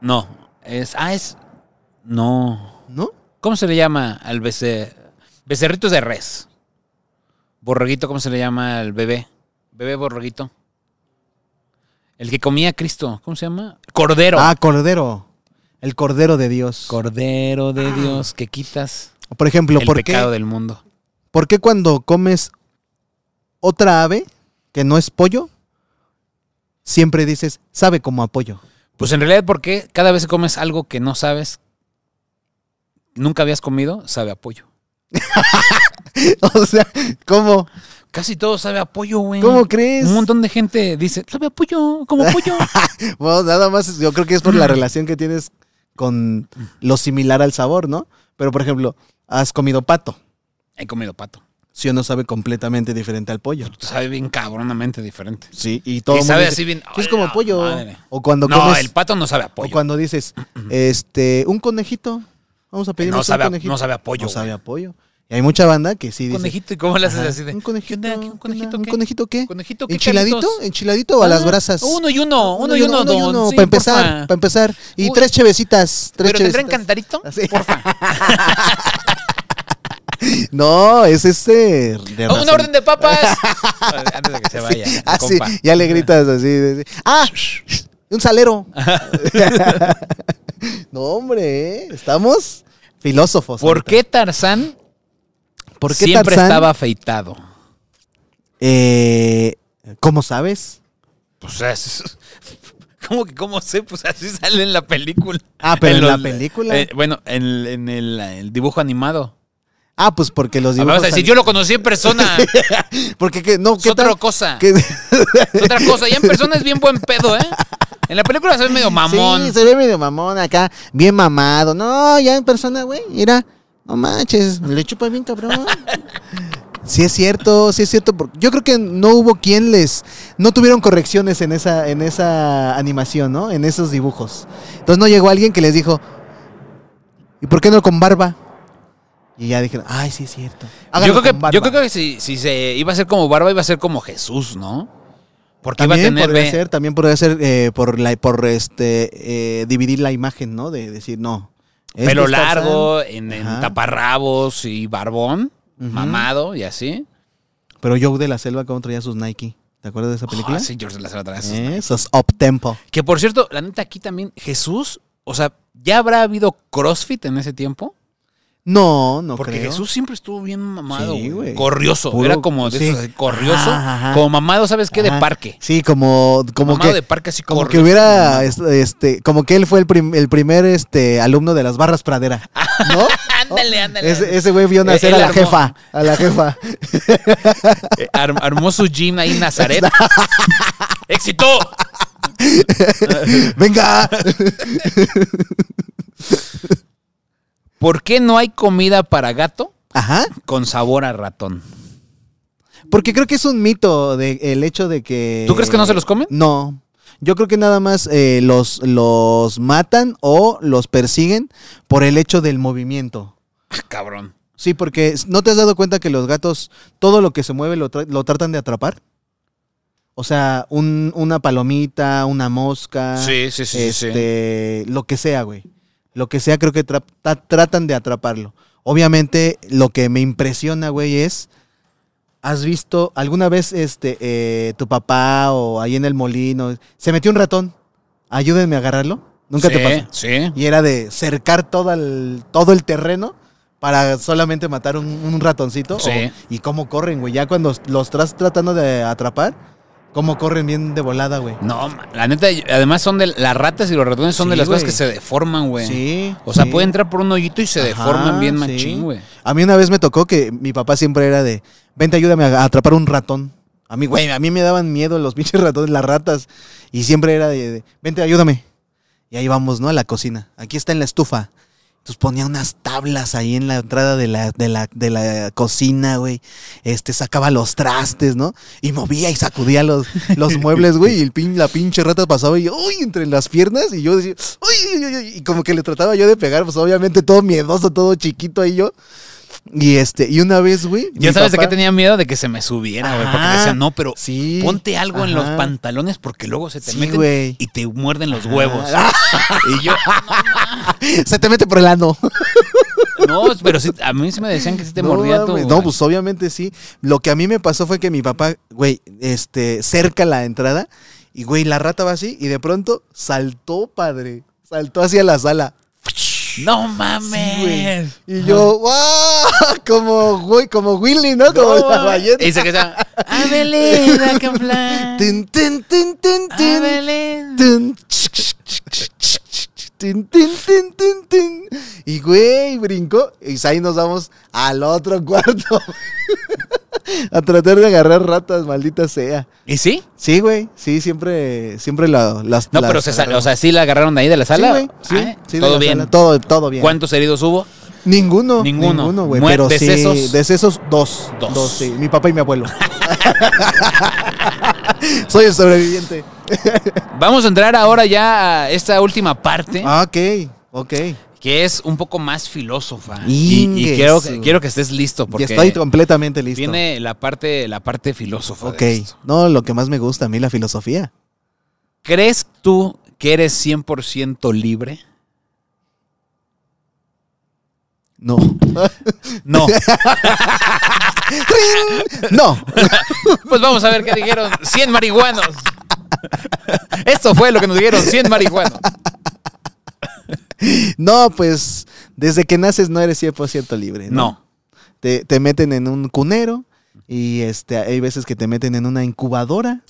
Speaker 2: No, es... Ah, es... No.
Speaker 1: ¿No?
Speaker 2: ¿Cómo se le llama al becerro? Becerrito es de res. Borreguito, ¿cómo se le llama al bebé? Bebé borreguito. El que comía Cristo, ¿cómo se llama? Cordero.
Speaker 1: Ah, cordero. El cordero de Dios.
Speaker 2: Cordero de Dios, que quitas
Speaker 1: Por ejemplo,
Speaker 2: el
Speaker 1: Ah. ¿por qué,
Speaker 2: pecado del mundo.
Speaker 1: ¿por qué cuando comes otra ave que no es pollo, siempre dices, sabe como a pollo? <laughs>
Speaker 2: Pues en realidad, porque cada vez que comes algo que no sabes, nunca habías comido, sabe a pollo.
Speaker 1: o sea, ¿cómo?
Speaker 2: Casi todo sabe a pollo, güey.
Speaker 1: ¿Cómo crees?
Speaker 2: Un montón de gente dice, sabe a pollo,
Speaker 1: <laughs>
Speaker 2: como pollo.
Speaker 1: Bueno, nada más, yo creo que es por la
Speaker 2: Mm.
Speaker 1: relación que tienes con lo similar al sabor, ¿no? Pero, por ejemplo, has comido pato,
Speaker 2: He comido pato.
Speaker 1: si uno sabe completamente diferente al pollo.
Speaker 2: Sabe bien cabronamente diferente.
Speaker 1: Sí, y todo
Speaker 2: Y
Speaker 1: el mundo
Speaker 2: sabe
Speaker 1: dice,
Speaker 2: así bien,
Speaker 1: "Sí, es como
Speaker 2: ¡ay,
Speaker 1: pollo.
Speaker 2: madre!
Speaker 1: O cuando
Speaker 2: no,
Speaker 1: comes,
Speaker 2: el pato no sabe a
Speaker 1: o
Speaker 2: pollo.
Speaker 1: cuando
Speaker 2: <clears throat>
Speaker 1: dices, este, un conejito, vamos a pedir
Speaker 2: No
Speaker 1: un
Speaker 2: sabe a-
Speaker 1: conejito.
Speaker 2: no sabe a pollo,
Speaker 1: No sabe
Speaker 2: güey.
Speaker 1: a pollo. Y hay mucha banda que sí
Speaker 2: Un
Speaker 1: dice,
Speaker 2: conejito, ¿y cómo le haces
Speaker 1: "Ajá,
Speaker 2: así de?
Speaker 1: un conejito,
Speaker 2: ¿Qué onda? ¿Un conejito
Speaker 1: ¿Un
Speaker 2: qué?
Speaker 1: conejito qué?
Speaker 2: ¿Conejito qué?
Speaker 1: ¿Enchiladito?
Speaker 2: Carlitos?
Speaker 1: ¿Enchiladito o a las
Speaker 2: Ah,
Speaker 1: brasas?
Speaker 2: Uno y uno, uno y uno, don. Sí,
Speaker 1: para empezar,
Speaker 2: porfa.
Speaker 1: para empezar. Y
Speaker 2: Uy.
Speaker 1: tres chevecitas, tres
Speaker 2: ¿Pero tendrán
Speaker 1: chevecitas.
Speaker 2: cantarito?
Speaker 1: Así.
Speaker 2: Porfa.
Speaker 1: <laughs> No, es este. de
Speaker 2: ¡Oh,
Speaker 1: razón.
Speaker 2: ¡Una orden
Speaker 1: <laughs>
Speaker 2: de papas! Antes de que se vaya.
Speaker 1: Ah, Sí, así,
Speaker 2: el compa.
Speaker 1: ya le gritas así. de- ¡Ah! ¡Un
Speaker 2: <laughs>
Speaker 1: salero! no, hombre, ¿eh? estamos filósofos.
Speaker 2: ¿Por
Speaker 1: ahorita.
Speaker 2: qué Tarzán
Speaker 1: ¿Por qué
Speaker 2: siempre
Speaker 1: Tarzán,
Speaker 2: estaba afeitado?
Speaker 1: eh, ¿Cómo sabes?
Speaker 2: Pues es. <laughs> ¿Cómo que cómo sé? Pues así sale en la película.
Speaker 1: Ah, pero en la
Speaker 2: los-
Speaker 1: película.
Speaker 2: eh, bueno, en, el- en el, el dibujo animado.
Speaker 1: Ah, pues porque los
Speaker 2: Ah, me
Speaker 1: dibujos.
Speaker 2: vas a decir,
Speaker 1: ani-
Speaker 2: yo lo conocí
Speaker 1: <laughs>
Speaker 2: en persona.
Speaker 1: Porque qué- no,
Speaker 2: Es
Speaker 1: ¿qué
Speaker 2: otra
Speaker 1: tal?
Speaker 2: cosa.
Speaker 1: Que-
Speaker 2: Es otra cosa. Ya en persona es bien buen pedo, ¿eh? En la película se ve medio mamón.
Speaker 1: Sí, se ve medio mamón acá, bien mamado. No, ya en persona, güey, mira, no manches, le chupa bien
Speaker 2: <laughs>
Speaker 1: cabrón. Sí es cierto, sí es cierto. por- Yo creo que no hubo quien les, no tuvieron correcciones en esa, en esa animación, ¿no? En esos dibujos. Entonces no llegó alguien que les dijo, ¿y por qué no con barba? Y ya dijeron, ay, sí es cierto.
Speaker 2: yo,
Speaker 1: háganlo
Speaker 2: creo que,
Speaker 1: con barba".
Speaker 2: yo creo que si, si se iba a ser como barba, iba a ser como Jesús, ¿no? Porque iba a
Speaker 1: También
Speaker 2: tener.
Speaker 1: podría
Speaker 2: ve-
Speaker 1: ser, también podría ser eh, por la, por este eh, dividir la imagen, ¿no? De decir no. este
Speaker 2: pelo
Speaker 1: es Tarzán.
Speaker 2: largo, en, en
Speaker 1: Ajá.
Speaker 2: taparrabos y barbón,
Speaker 1: Ujú.
Speaker 2: mamado y así.
Speaker 1: Pero Joe de la Selva cómo traía sus Nike. ¿Te acuerdas de esa película?
Speaker 2: Ah, sí, George de la Selva trae esos.
Speaker 1: Eh, Esos up tempo.
Speaker 2: Que por cierto, la neta aquí también, Jesús, o sea, ¿ya habrá habido CrossFit en ese tiempo?
Speaker 1: No, no
Speaker 2: Porque
Speaker 1: creo.
Speaker 2: Jesús siempre estuvo bien mamado,
Speaker 1: Sí,
Speaker 2: güey.
Speaker 1: güey.
Speaker 2: Corrioso,
Speaker 1: Puro-
Speaker 2: era como de
Speaker 1: sí.
Speaker 2: esos, así, corrioso,
Speaker 1: Ajá, ajá.
Speaker 2: como mamado, ¿sabes qué? De
Speaker 1: Ajá.
Speaker 2: parque.
Speaker 1: Sí, como como
Speaker 2: mamado
Speaker 1: que
Speaker 2: de parque así
Speaker 1: como que
Speaker 2: corrioso,
Speaker 1: hubiera
Speaker 2: mamado.
Speaker 1: es- este como que él fue el, prim- el primer este alumno de las barras pradera, ¿no? Ah,
Speaker 2: Ándale, <laughs> ándale.
Speaker 1: Ese ese güey vio
Speaker 2: Eh,
Speaker 1: nacer
Speaker 2: él
Speaker 1: a la
Speaker 2: armó-
Speaker 1: jefa, a la jefa. <laughs>
Speaker 2: Eh, ar- armó su gym ahí
Speaker 1: <laughs>
Speaker 2: en Nazaret. ¡Éxito!
Speaker 1: Venga.
Speaker 2: ¿Por qué no hay comida para gato
Speaker 1: Ajá.
Speaker 2: con sabor a ratón?
Speaker 1: Porque creo que es un mito de, el hecho de que...
Speaker 2: ¿Tú crees que no se los comen?
Speaker 1: No. Yo creo que nada más eh, los, los matan o los persiguen por el hecho del movimiento.
Speaker 2: Ah, cabrón.
Speaker 1: Sí, porque ¿no te has dado cuenta que los gatos todo lo que se mueve lo, tra- lo tratan de atrapar? O sea, un- una palomita, una mosca,
Speaker 2: Sí, sí, sí, sí, sí.
Speaker 1: Ah, este, lo que sea, güey. Lo que sea, creo que tra- tra- tratan de atraparlo. Obviamente, lo que me impresiona, güey, es, ¿has visto alguna vez este, eh, tu papá o ahí en el molino? Se metió un ratón, ayúdenme a agarrarlo. Nunca te
Speaker 2: Sí,
Speaker 1: pasó.
Speaker 2: Sí.
Speaker 1: Y era de cercar todo el, todo el terreno para solamente matar un, un ratoncito.
Speaker 2: Sí.
Speaker 1: o- y cómo corren, güey. Ya cuando los estás tratando de atrapar, cómo corren bien de volada, güey.
Speaker 2: No, ma- la neta, yo- además son de las ratas y los ratones son de
Speaker 1: Sí,
Speaker 2: las cosas
Speaker 1: güey.
Speaker 2: que se deforman, güey.
Speaker 1: Sí.
Speaker 2: O sea,
Speaker 1: sí.
Speaker 2: puede entrar por un hoyito y se
Speaker 1: Ajá,
Speaker 2: deforman bien
Speaker 1: sí.
Speaker 2: machín, güey.
Speaker 1: A mí una vez me tocó que mi papá siempre era de, vente, ayúdame a atrapar un ratón. A mí, güey, a mí me daban miedo los <laughs> pinches ratones, las ratas. Y siempre era de, de, vente, ayúdame. Y ahí vamos, ¿no? A la cocina. Aquí está en la estufa. Entonces ponía unas tablas ahí en la entrada de la, de la, de la cocina, güey. Este, sacaba los trastes, ¿no? Y movía y sacudía
Speaker 2: <laughs>
Speaker 1: los, los muebles, güey. Y el pin, la pinche rata pasaba y, uy, entre las piernas. Y yo decía, uy, uy, uy, uy", Y como que le trataba yo de pegar, pues obviamente todo miedoso, todo chiquito ahí yo. Y este, y una vez, güey.
Speaker 2: Ya
Speaker 1: mi
Speaker 2: sabes de
Speaker 1: papá-
Speaker 2: qué tenía miedo de que se me subiera, güey. Porque
Speaker 1: Ajá.
Speaker 2: decía, no, pero
Speaker 1: Sí.
Speaker 2: Oh, ponte algo en los
Speaker 1: Ajá.
Speaker 2: pantalones porque luego se te
Speaker 1: Sí,
Speaker 2: meten
Speaker 1: güey.
Speaker 2: y te muerden los huevos.
Speaker 1: <laughs> Ah.
Speaker 2: Y yo,
Speaker 1: <laughs> Se te mete por el ano.
Speaker 2: no, pero sí, a mí sí me decían que sí <laughs> te
Speaker 1: no,
Speaker 2: mordía tú.
Speaker 1: mames.
Speaker 2: güey.
Speaker 1: No, pues obviamente sí. Lo que a mí me pasó fue que mi papá, güey, este, cerca la entrada y, güey, la rata va así y de pronto saltó, padre. Saltó hacia la sala.
Speaker 2: No
Speaker 1: Sí, güey.
Speaker 2: mames.
Speaker 1: Y yo, ¡guau! <laughs> Como, güey, como Willy, ¿no? <laughs> Como
Speaker 2: No,
Speaker 1: la
Speaker 2: mames.
Speaker 1: bayeta.
Speaker 2: Y se queda, a
Speaker 1: <laughs>
Speaker 2: Belén, a Canflán.
Speaker 1: Tin, tin, tin, tin,
Speaker 2: A
Speaker 1: tin.
Speaker 2: Belén.
Speaker 1: Tun, ch, ch, ch, ch, ch, ch, ch, tin, tin, tin, tin, tin. Y güey, brincó. Y pues ahí nos vamos al otro <laughs> cuarto. a tratar de agarrar ratas, maldita sea.
Speaker 2: ¿Y sí?
Speaker 1: Sí, güey. Sí, siempre, siempre la- las.
Speaker 2: No,
Speaker 1: las
Speaker 2: pero se sal-
Speaker 1: agarramos.
Speaker 2: o sea, sí la agarraron de ahí de la
Speaker 1: Sí,
Speaker 2: sala.
Speaker 1: güey, sí,
Speaker 2: Ah,
Speaker 1: sí, de
Speaker 2: todo
Speaker 1: la
Speaker 2: bien.
Speaker 1: sala. Todo, todo bien.
Speaker 2: ¿Cuántos heridos hubo?
Speaker 1: Ninguno.
Speaker 2: Ninguno.
Speaker 1: Ninguno, güey.
Speaker 2: Muer-
Speaker 1: Pero sí.
Speaker 2: decesos.
Speaker 1: Decesos, dos.
Speaker 2: Dos.
Speaker 1: sí. Mi papá y mi
Speaker 2: <laughs>
Speaker 1: abuelo. <laughs> Soy el sobreviviente.
Speaker 2: Vamos a entrar ahora ya a esta última parte,
Speaker 1: Ah, ok, ok.
Speaker 2: que es un poco más filósofa. Y,
Speaker 1: Ingue
Speaker 2: y quiero,
Speaker 1: su.
Speaker 2: quiero que estés listo, porque
Speaker 1: Ya estoy completamente listo.
Speaker 2: viene la parte, la parte filósofa. de
Speaker 1: ok.
Speaker 2: esto.
Speaker 1: No, lo que más me gusta a mí, la filosofía.
Speaker 2: ¿Crees tú que eres 100% libre? <laughs>
Speaker 1: No. <laughs>
Speaker 2: No.
Speaker 1: no.
Speaker 2: pues vamos a ver qué dijeron 100 marihuanos. Esto fue lo que nos dijeron 100 marihuanos.
Speaker 1: No, pues desde que naces no eres 100% libre. No.
Speaker 2: No.
Speaker 1: Te, te meten en un cunero y este, hay veces que te meten en una incubadora,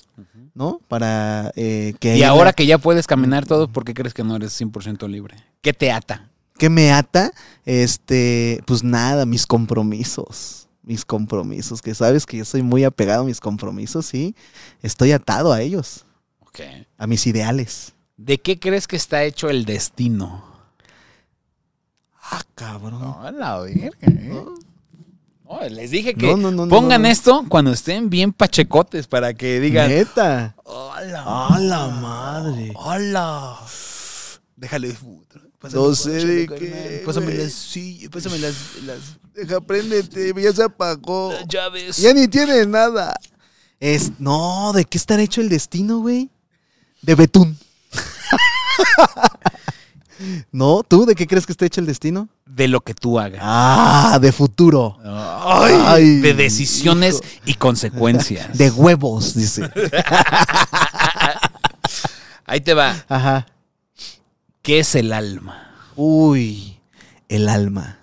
Speaker 1: ¿no? Para eh, que...
Speaker 2: Y
Speaker 1: haya-
Speaker 2: ahora que ya puedes caminar todo, ¿por qué crees que no eres 100% libre? ¿Qué te ata?
Speaker 1: que me ata, este, pues nada, mis compromisos. Mis compromisos, que sabes que yo soy muy apegado a mis compromisos y estoy atado a ellos,
Speaker 2: Ok.
Speaker 1: a mis ideales.
Speaker 2: ¿De qué crees que está hecho el destino?
Speaker 1: Ah, cabrón.
Speaker 2: la verga. les dije que
Speaker 1: No, no, no, no,
Speaker 2: pongan
Speaker 1: no, no.
Speaker 2: esto cuando estén bien pachecotes para que digan.
Speaker 1: Neta.
Speaker 2: ¡Hola!
Speaker 1: A la madre.
Speaker 2: ¡Hola! Déjale.
Speaker 1: No sé de qué. güey.
Speaker 2: sillas, pásame las,
Speaker 1: Deja, préndete, ya se apagó.
Speaker 2: llaves.
Speaker 1: Ya ni tiene nada. Es, no, ¿de qué estará hecho el destino, güey? De betún. <laughs> no, ¿tú de qué crees que está hecho el destino?
Speaker 2: De lo que tú hagas.
Speaker 1: Ah, de futuro. Ay,
Speaker 2: de decisiones y consecuencias.
Speaker 1: De huevos, dice.
Speaker 2: Ahí te va.
Speaker 1: Ajá.
Speaker 2: ¿Qué es el alma?
Speaker 1: Uy, el alma.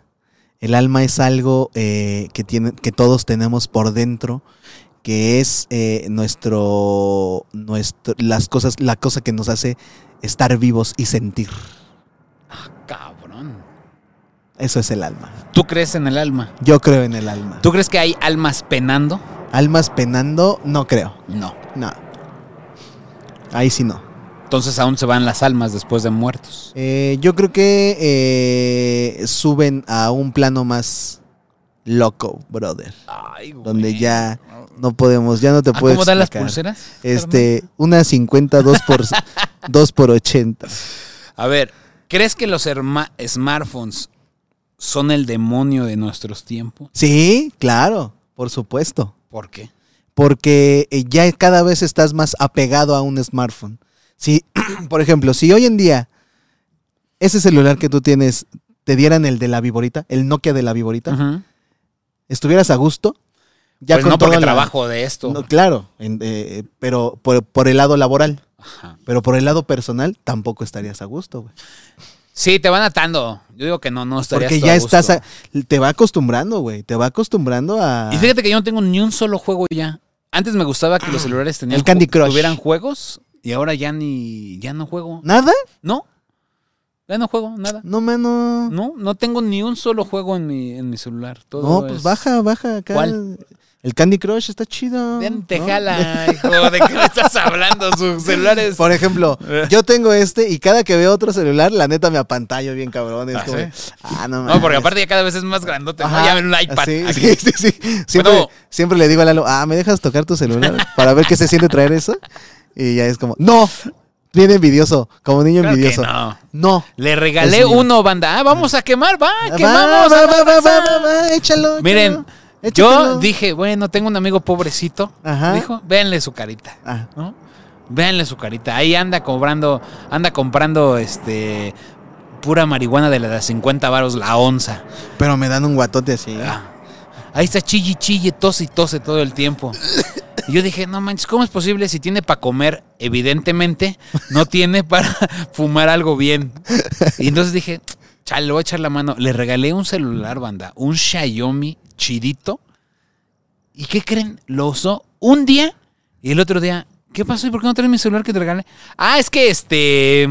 Speaker 1: El alma es algo eh, que, tiene, que todos tenemos por dentro, que es eh, nuestro, nuestro, las cosas, la cosa que nos hace estar vivos y sentir.
Speaker 2: Ah, cabrón.
Speaker 1: Eso es el alma.
Speaker 2: ¿Tú crees en el alma?
Speaker 1: Yo creo en el alma.
Speaker 2: ¿Tú crees que hay almas penando?
Speaker 1: Almas penando, no creo.
Speaker 2: No.
Speaker 1: No. Ahí sí no.
Speaker 2: Entonces aún se van las almas después de muertos.
Speaker 1: Eh, yo creo que eh, suben a un plano más loco, brother.
Speaker 2: Ay, güey.
Speaker 1: Donde ya no podemos, ya no te
Speaker 2: Ah,
Speaker 1: puedo
Speaker 2: ¿Cómo dan las
Speaker 1: explicar.
Speaker 2: pulseras?
Speaker 1: Este, una 50, dos por,
Speaker 2: <laughs>
Speaker 1: dos por 80.
Speaker 2: A ver, ¿crees que los herma- smartphones son el demonio de nuestros tiempos?
Speaker 1: Sí, claro, por supuesto.
Speaker 2: ¿Por qué?
Speaker 1: porque eh, ya cada vez estás más apegado a un smartphone. Si, <clears throat> por ejemplo, si hoy en día ese celular que tú tienes te dieran el de la viborita, el Nokia de la viborita,
Speaker 2: Ujú.
Speaker 1: estuvieras a gusto.
Speaker 2: pues no porque
Speaker 1: toda la-
Speaker 2: trabajo de esto.
Speaker 1: No, claro, en- eh, eh, pero por, por el lado laboral,
Speaker 2: Ajá.
Speaker 1: pero por el lado personal tampoco estarías a gusto, güey.
Speaker 2: Sí, te van atando. Yo digo que no, no estarías
Speaker 1: Porque
Speaker 2: tú
Speaker 1: ya
Speaker 2: a gusto.
Speaker 1: estás, a- te va acostumbrando, güey, te va acostumbrando a...
Speaker 2: Y fíjate que yo no tengo ni un solo juego ya. Antes me gustaba que los celulares tenían
Speaker 1: El Candy
Speaker 2: ju-
Speaker 1: Crush.
Speaker 2: tuvieran juegos y ahora ya ni ya no juego.
Speaker 1: ¿Nada?
Speaker 2: No. Ya no juego nada.
Speaker 1: No, mano.
Speaker 2: No, no tengo ni un solo juego en mi, en mi celular. Todo
Speaker 1: No, pues
Speaker 2: es-
Speaker 1: baja, baja acá.
Speaker 2: ¿Cuál?
Speaker 1: El Candy Crush está chido.
Speaker 2: Ya ni te
Speaker 1: ¿no? <laughs>
Speaker 2: jala, hijo. ¿De qué me estás hablando? Sus celulares.
Speaker 1: Por
Speaker 2: <laughs>
Speaker 1: ejemplo, yo tengo este y cada que veo otro celular, la neta me apantallo bien cabrón. Es
Speaker 2: Ah,
Speaker 1: como,
Speaker 2: ¿sí?
Speaker 1: ah, no
Speaker 2: No, porque
Speaker 1: mames".
Speaker 2: aparte ya cada vez es más grandote. ¿no?
Speaker 1: Ajá,
Speaker 2: Ya ven un iPad.
Speaker 1: Sí,
Speaker 2: aquí.
Speaker 1: sí, sí, sí. Siempre,
Speaker 2: Bueno.
Speaker 1: siempre le digo a Lalo, ah, ¿me dejas tocar tu celular para ver qué se siente traer eso? Y ya es como, ¡no! Bien envidioso, como niño
Speaker 2: Claro que
Speaker 1: envidioso.
Speaker 2: no.
Speaker 1: No.
Speaker 2: Le regalé
Speaker 1: Es mío.
Speaker 2: uno, banda. Ah, vamos a quemar, va,
Speaker 1: Va,
Speaker 2: Ah, quemamos.
Speaker 1: va,
Speaker 2: a
Speaker 1: va,
Speaker 2: la
Speaker 1: va,
Speaker 2: raza.
Speaker 1: va, va, va, échalo.
Speaker 2: Miren,
Speaker 1: échalo,
Speaker 2: yo
Speaker 1: échatelo.
Speaker 2: dije, bueno, tengo un amigo pobrecito.
Speaker 1: Ajá.
Speaker 2: Dijo, véanle su carita,
Speaker 1: Ah,
Speaker 2: ¿no? Véanle su carita. Ahí anda cobrando, anda comprando este pura marihuana de la de 50 varos la onza.
Speaker 1: pero me dan un guatote así.
Speaker 2: Ah. Ahí está chille, y chille, tose y tose todo el tiempo. Y yo dije, no manches, ¿cómo es posible si tiene para comer? Evidentemente, no tiene para <laughs> fumar algo bien. Y entonces dije, chale, le voy a echar la mano. Le regalé un celular, banda, un Xiaomi chidito. ¿Y qué creen? Lo usó un día y el otro día, ¿qué pasó? ¿Y por qué no traes mi celular que te regalé? Ah, es que este...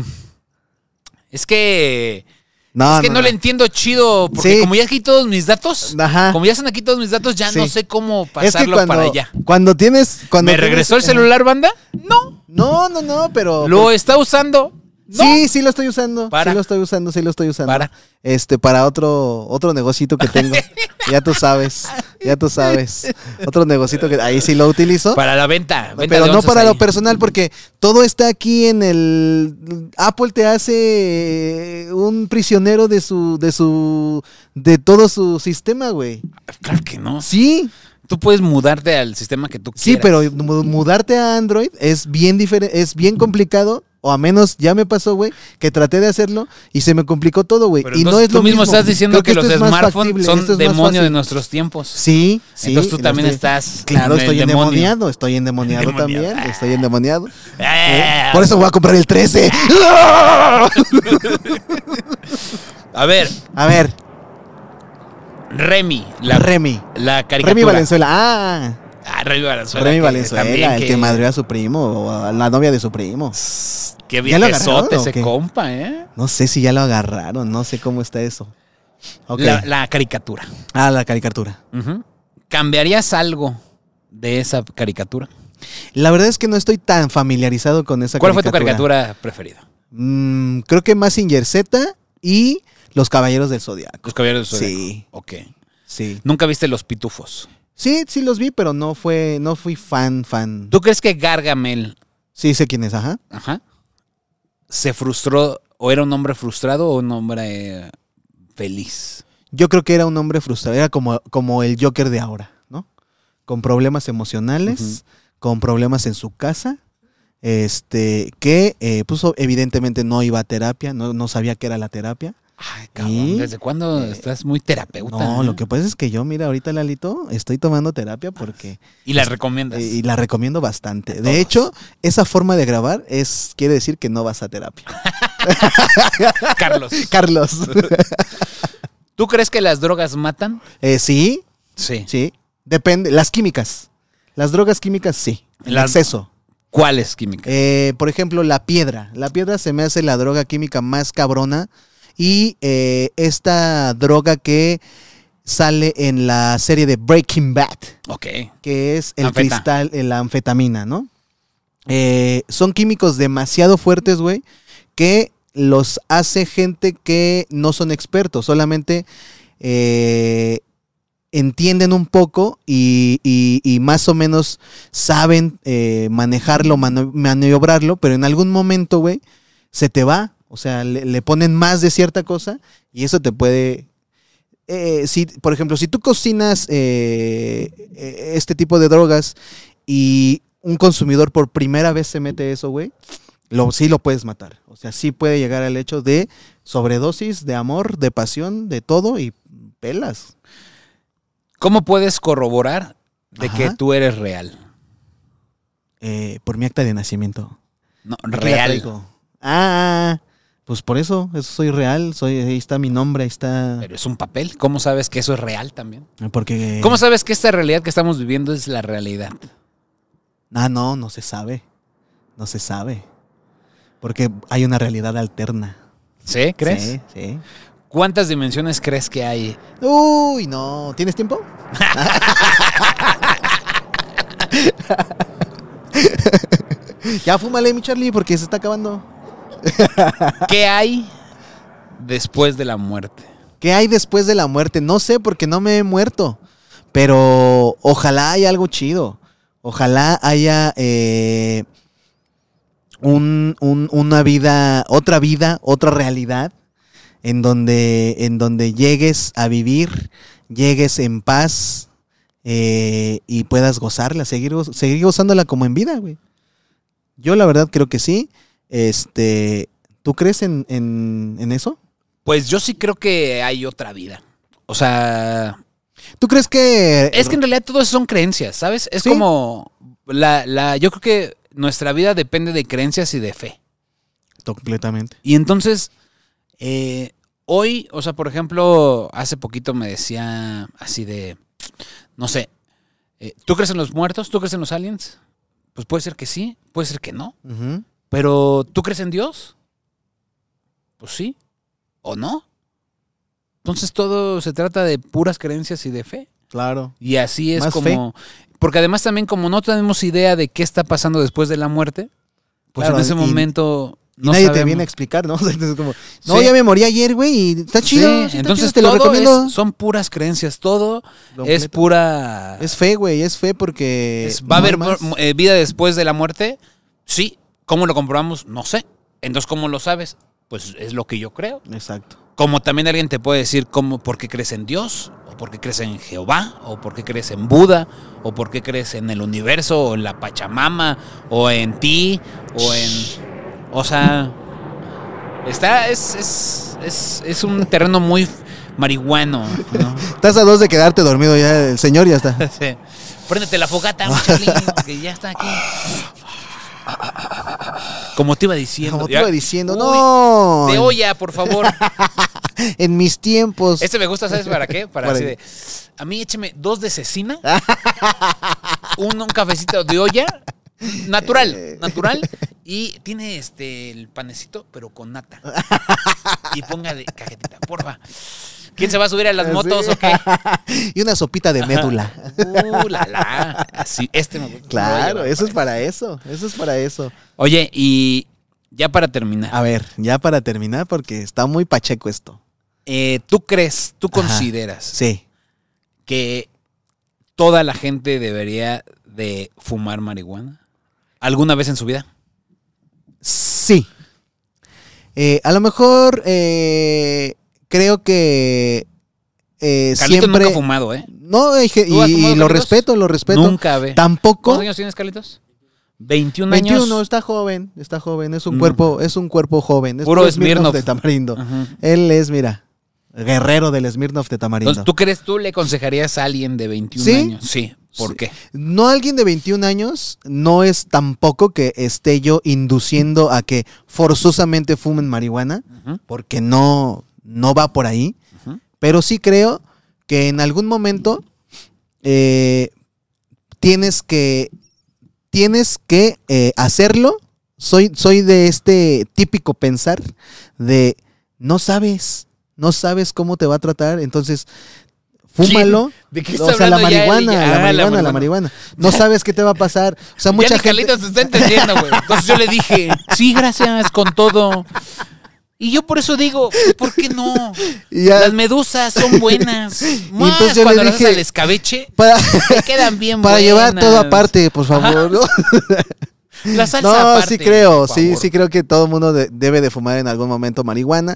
Speaker 2: Es que...
Speaker 1: Ah, No,
Speaker 2: es que no, le entiendo chido, porque
Speaker 1: Sí.
Speaker 2: como ya aquí todos mis datos...
Speaker 1: Ajá.
Speaker 2: Como ya están aquí todos mis datos, ya
Speaker 1: Sí.
Speaker 2: no sé cómo
Speaker 1: Es que
Speaker 2: pasarlo
Speaker 1: cuando,
Speaker 2: para allá.
Speaker 1: Cuando tienes. Cuando
Speaker 2: ¿Me
Speaker 1: tienes-
Speaker 2: regresó el celular, banda? No.
Speaker 1: <laughs> No, no, no, pues. pero.
Speaker 2: ¿Lo está usando? No.
Speaker 1: Sí, sí lo estoy usando.
Speaker 2: Para.
Speaker 1: Sí lo estoy usando, sí lo estoy usando.
Speaker 2: Para.
Speaker 1: Este, para otro, otro negocito que
Speaker 2: <laughs>
Speaker 1: tengo. ya tú sabes. Ya tú sabes. Otro negocito que ahí sí lo utilizo.
Speaker 2: Para la venta. venta
Speaker 1: pero
Speaker 2: de
Speaker 1: no
Speaker 2: onzas
Speaker 1: para
Speaker 2: ahí.
Speaker 1: lo personal, porque todo está aquí en el. Apple te hace eh, un prisionero de su. de su. de todo su sistema, güey.
Speaker 2: Claro que no.
Speaker 1: Sí.
Speaker 2: Tú puedes mudarte al sistema que tú quieras.
Speaker 1: Sí, pero mu- mudarte a Android es bien difere- es bien complicado. O a menos ya me pasó, güey, que traté de hacerlo y se me complicó todo, güey.
Speaker 2: Pero
Speaker 1: Y no
Speaker 2: entonces
Speaker 1: es
Speaker 2: tú
Speaker 1: lo
Speaker 2: mismo
Speaker 1: mismo.
Speaker 2: estás
Speaker 1: Creo
Speaker 2: diciendo que, los
Speaker 1: esto es más
Speaker 2: smartphones
Speaker 1: factible,
Speaker 2: son
Speaker 1: esto es más
Speaker 2: demonio de
Speaker 1: fácil.
Speaker 2: nuestros tiempos.
Speaker 1: Sí, sí.
Speaker 2: Entonces tú
Speaker 1: lo
Speaker 2: también
Speaker 1: estoy-
Speaker 2: estás.
Speaker 1: Claro,
Speaker 2: en el <laughs>
Speaker 1: estoy
Speaker 2: demonio.
Speaker 1: endemoniado, estoy endemoniado
Speaker 2: <laughs> Endemoniado.
Speaker 1: también, estoy endemoniado.
Speaker 2: Eh,
Speaker 1: Por eso voy a comprar el 13.
Speaker 2: A ver,
Speaker 1: A ver,
Speaker 2: Remy, la,
Speaker 1: Remy.
Speaker 2: la caricatura.
Speaker 1: Remy Valenzuela. Ah,
Speaker 2: Ah, Remy Valenzuela.
Speaker 1: Remy
Speaker 2: que también
Speaker 1: Valenzuela, el que madrió a su primo o a la novia de su primo.
Speaker 2: Qué
Speaker 1: ¿Ya lo agarraron
Speaker 2: viejezote
Speaker 1: o
Speaker 2: ese
Speaker 1: qué?
Speaker 2: compa, ¿eh?
Speaker 1: No sé si ya lo agarraron, no sé cómo está eso. Ok.
Speaker 2: La, la caricatura.
Speaker 1: Ah, la caricatura.
Speaker 2: ¿Cambiarías algo de esa caricatura?
Speaker 1: La verdad es que no estoy tan familiarizado con esa
Speaker 2: ¿Cuál fue tu caricatura preferida?
Speaker 1: Mm, creo que Massinger Z y Los Caballeros del Zodiaco.
Speaker 2: Los Caballeros del Zodiaco.
Speaker 1: Sí,
Speaker 2: Ok.
Speaker 1: sí.
Speaker 2: ¿Nunca viste Los Pitufos?
Speaker 1: Sí, sí los vi, pero no fue, no fui fan, fan.
Speaker 2: ¿Tú crees que Gargamel
Speaker 1: Sí, sé quién es, ajá.
Speaker 2: ajá, se frustró o era un hombre frustrado o un hombre eh, feliz?
Speaker 1: Yo creo que era un hombre frustrado, era como, como el Joker de ahora, ¿no? Con problemas emocionales, con problemas en su casa, este, que eh, pues, o- evidentemente no iba a terapia, no, no sabía qué era la terapia.
Speaker 2: Ay, cabrón.
Speaker 1: ¿Y?
Speaker 2: ¿Desde cuándo
Speaker 1: Eh,
Speaker 2: estás muy terapeuta?
Speaker 1: No,
Speaker 2: eh?
Speaker 1: lo que pasa es que yo, mira, ahorita Lalito, estoy tomando terapia porque
Speaker 2: Y Ah, las recomiendas.
Speaker 1: Eh, Y la recomiendo bastante.
Speaker 2: todos.
Speaker 1: De hecho, esa forma de grabar es quiere decir que no vas a terapia.
Speaker 2: <laughs>
Speaker 1: <laughs>
Speaker 2: Carlos, <laughs>
Speaker 1: Carlos.
Speaker 2: ¿tú crees que las drogas matan?
Speaker 1: Eh, sí,
Speaker 2: Sí.
Speaker 1: sí. Depende. Las químicas. Las drogas químicas, sí. El
Speaker 2: Las-
Speaker 1: exceso.
Speaker 2: ¿Cuáles químicas?
Speaker 1: Eh, por ejemplo, la piedra. La piedra se me hace la droga química más cabrona. Y eh, esta droga que sale en la serie de Breaking Bad.
Speaker 2: Ok.
Speaker 1: que es el
Speaker 2: Anfeta.
Speaker 1: cristal, eh, la anfetamina, ¿no? Eh, son químicos demasiado fuertes, güey, que los hace gente que no son expertos, solamente eh, entienden un poco y, y- y más o menos saben eh, manejarlo, mano- maniobrarlo, pero en algún momento, güey, se te va. O sea, le, le ponen más de cierta cosa y eso te puede... eh, si, por ejemplo, si tú cocinas eh, eh, este tipo de drogas y un consumidor por primera vez se mete eso, güey, lo, sí lo puedes matar. O sea, sí puede llegar al hecho de sobredosis, de amor, de pasión, de todo y pelas.
Speaker 2: ¿Cómo puedes corroborar de que
Speaker 1: Ajá.
Speaker 2: tú eres real?
Speaker 1: Eh, por mi acta de nacimiento.
Speaker 2: No,
Speaker 1: Aquí la
Speaker 2: real.
Speaker 1: traigo. Ah, pues por eso, eso soy real, soy, ahí está mi nombre, ahí está.
Speaker 2: Pero es un papel. ¿Cómo sabes que eso es real también?
Speaker 1: Porque.
Speaker 2: ¿Cómo sabes que esta realidad que estamos viviendo es la realidad?
Speaker 1: Ah, no, no se sabe. No se sabe. Porque hay una realidad alterna.
Speaker 2: ¿Sí? ¿Crees?
Speaker 1: Sí, sí.
Speaker 2: ¿Cuántas dimensiones crees que hay?
Speaker 1: Uy, no. ¿Tienes <laughs> tiempo? ya fúmale, mi Charlie, porque se está acabando.
Speaker 2: ¿Qué hay después de la muerte?
Speaker 1: ¿Qué hay después de la muerte? No sé porque no me he muerto. Pero ojalá haya algo chido. Ojalá haya eh, un- un- una vida, otra vida, otra realidad. En donde, en donde llegues a vivir, llegues en paz eh, y puedas gozarla, seguir, goz- seguir gozándola como en vida, güey. Yo la verdad creo que sí. Este, ¿Tú crees en, en- en eso?
Speaker 2: Pues yo sí creo que hay otra vida. O sea,
Speaker 1: ¿Tú crees que...
Speaker 2: es que en realidad todo eso son creencias, ¿sabes? Es
Speaker 1: Sí.
Speaker 2: como la, la, yo creo que nuestra vida depende de creencias y de fe.
Speaker 1: Completamente.
Speaker 2: Y entonces, eh, hoy, o sea, por ejemplo, hace poquito me decía así de, no sé, eh, ¿tú crees en los muertos? ¿Tú crees en los aliens? Pues puede ser que sí, puede ser que no. Pero, ¿tú crees en Dios? Pues sí, o no. Entonces todo se trata de puras creencias y de fe.
Speaker 1: Claro.
Speaker 2: Y así es
Speaker 1: Más
Speaker 2: como... Porque además también como no tenemos idea de qué está pasando después de la muerte, pues
Speaker 1: Claro,
Speaker 2: en ese
Speaker 1: y-
Speaker 2: momento...
Speaker 1: Y
Speaker 2: no
Speaker 1: nadie te
Speaker 2: sabemos.
Speaker 1: viene a explicar, ¿no? <laughs> O sea, es como, no,
Speaker 2: Sí.
Speaker 1: ya me morí ayer, güey, y está chido. sí
Speaker 2: Sí,
Speaker 1: está
Speaker 2: entonces
Speaker 1: chido, te lo
Speaker 2: todo
Speaker 1: recomiendo.
Speaker 2: es- son puras creencias, todo es
Speaker 1: Completo.
Speaker 2: pura...
Speaker 1: Es fe, güey, es fe porque.
Speaker 2: es- ¿Va a
Speaker 1: no hay
Speaker 2: haber
Speaker 1: más.
Speaker 2: mu- eh, vida después de la muerte? Sí. ¿Cómo lo comprobamos? No sé. Entonces, ¿cómo lo sabes? Pues es lo que yo creo.
Speaker 1: Exacto.
Speaker 2: Como también alguien te puede decir cómo, por qué crees en Dios, o por qué crees en Jehová, o por qué crees en Buda, o por qué crees en el universo, o en la Pachamama, o en ti, o en... O sea, está, es, es, es, es un terreno muy marihuano, ¿no? <laughs>
Speaker 1: Estás a dos de quedarte dormido ya, el señor ya está.
Speaker 2: Sí. Préndete la fogata, Charlie, que ya está
Speaker 1: <laughs>
Speaker 2: aquí. Como te iba diciendo.
Speaker 1: Como te
Speaker 2: ya-
Speaker 1: iba diciendo,
Speaker 2: Uy,
Speaker 1: no.
Speaker 2: De
Speaker 1: en-
Speaker 2: olla, por favor.
Speaker 1: En mis tiempos.
Speaker 2: Este me gusta, ¿sabes para qué? Para
Speaker 1: Para
Speaker 2: así
Speaker 1: qué.
Speaker 2: de. A mí écheme dos de
Speaker 1: <laughs>
Speaker 2: cecina, un, un cafecito de olla,
Speaker 1: Eh.
Speaker 2: natural, natural, y tiene este el panecito, pero con nata. Y póngale cajetita, porfa. ¿Quién se va a subir a las
Speaker 1: Así.
Speaker 2: motos o qué?
Speaker 1: Y una sopita de médula.
Speaker 2: Uh, la, la. Así, este me
Speaker 1: <laughs>
Speaker 2: gusta.
Speaker 1: Claro,
Speaker 2: Oye,
Speaker 1: eso es para eso. Eso es para eso.
Speaker 2: Oye, y ya para terminar,
Speaker 1: A ver, ya para terminar, porque está muy pacheco esto.
Speaker 2: eh, ¿tú crees, tú
Speaker 1: Ajá.
Speaker 2: consideras
Speaker 1: Sí.
Speaker 2: que toda la gente debería de fumar marihuana? ¿Alguna vez en su vida?
Speaker 1: Sí. Eh, a lo mejor eh, creo que eh,
Speaker 2: Carlito
Speaker 1: siempre.
Speaker 2: nunca ha fumado, ¿eh?
Speaker 1: no, eh, je-
Speaker 2: ¿Tú has
Speaker 1: y,
Speaker 2: fumado,
Speaker 1: y lo
Speaker 2: Carlitos?
Speaker 1: respeto, lo respeto.
Speaker 2: Nunca ve.
Speaker 1: Tampoco.
Speaker 2: ¿Cuántos años tienes, Carlitos? 21,
Speaker 1: 21,
Speaker 2: años.
Speaker 1: está joven, está joven, es un
Speaker 2: Mm.
Speaker 1: cuerpo, es un cuerpo joven. Es
Speaker 2: Puro
Speaker 1: puro
Speaker 2: Smirnoff. Ah.
Speaker 1: de tamarindo.
Speaker 2: Ajá.
Speaker 1: Él es, mira, guerrero del Smirnoff de
Speaker 2: Entonces,
Speaker 1: tamarindo.
Speaker 2: ¿tú crees, tú le aconsejarías a alguien de 21
Speaker 1: ¿Sí?
Speaker 2: años? Sí. ¿Por
Speaker 1: Sí.
Speaker 2: qué?
Speaker 1: No alguien de 21 años no es tampoco que esté yo induciendo a que forzosamente fumen marihuana.
Speaker 2: Ujú,
Speaker 1: porque no, no va por ahí.
Speaker 2: ujú.
Speaker 1: Pero sí creo que en algún momento eh, tienes que, tienes que eh, hacerlo. Soy, soy de este típico pensar de no sabes, no sabes cómo te va a tratar, entonces fúmalo.
Speaker 2: ¿De qué
Speaker 1: O
Speaker 2: está
Speaker 1: sea, la
Speaker 2: hablando ya él?
Speaker 1: marihuana,
Speaker 2: Ah,
Speaker 1: la marihuana, la marihuana. No sabes qué te va a pasar. O sea,
Speaker 2: <laughs> ya
Speaker 1: mucha
Speaker 2: ni
Speaker 1: gente.
Speaker 2: Carlitos está entendiendo, güey. Entonces yo le dije, sí, gracias, con todo. Y yo por eso digo, ¿por qué no?
Speaker 1: Y ya-
Speaker 2: Las medusas son buenas. Más
Speaker 1: entonces yo
Speaker 2: cuando
Speaker 1: le
Speaker 2: las
Speaker 1: dije-
Speaker 2: al escabeche,
Speaker 1: Para, <laughs>
Speaker 2: te quedan
Speaker 1: <laughs>
Speaker 2: bien
Speaker 1: para llevar todo
Speaker 2: buenas.
Speaker 1: aparte, por favor. ¿no?
Speaker 2: La salsa
Speaker 1: No, sí
Speaker 2: aparte,
Speaker 1: creo,
Speaker 2: por
Speaker 1: sí,
Speaker 2: favor.
Speaker 1: sí creo que todo el mundo de- debe de fumar en algún momento marihuana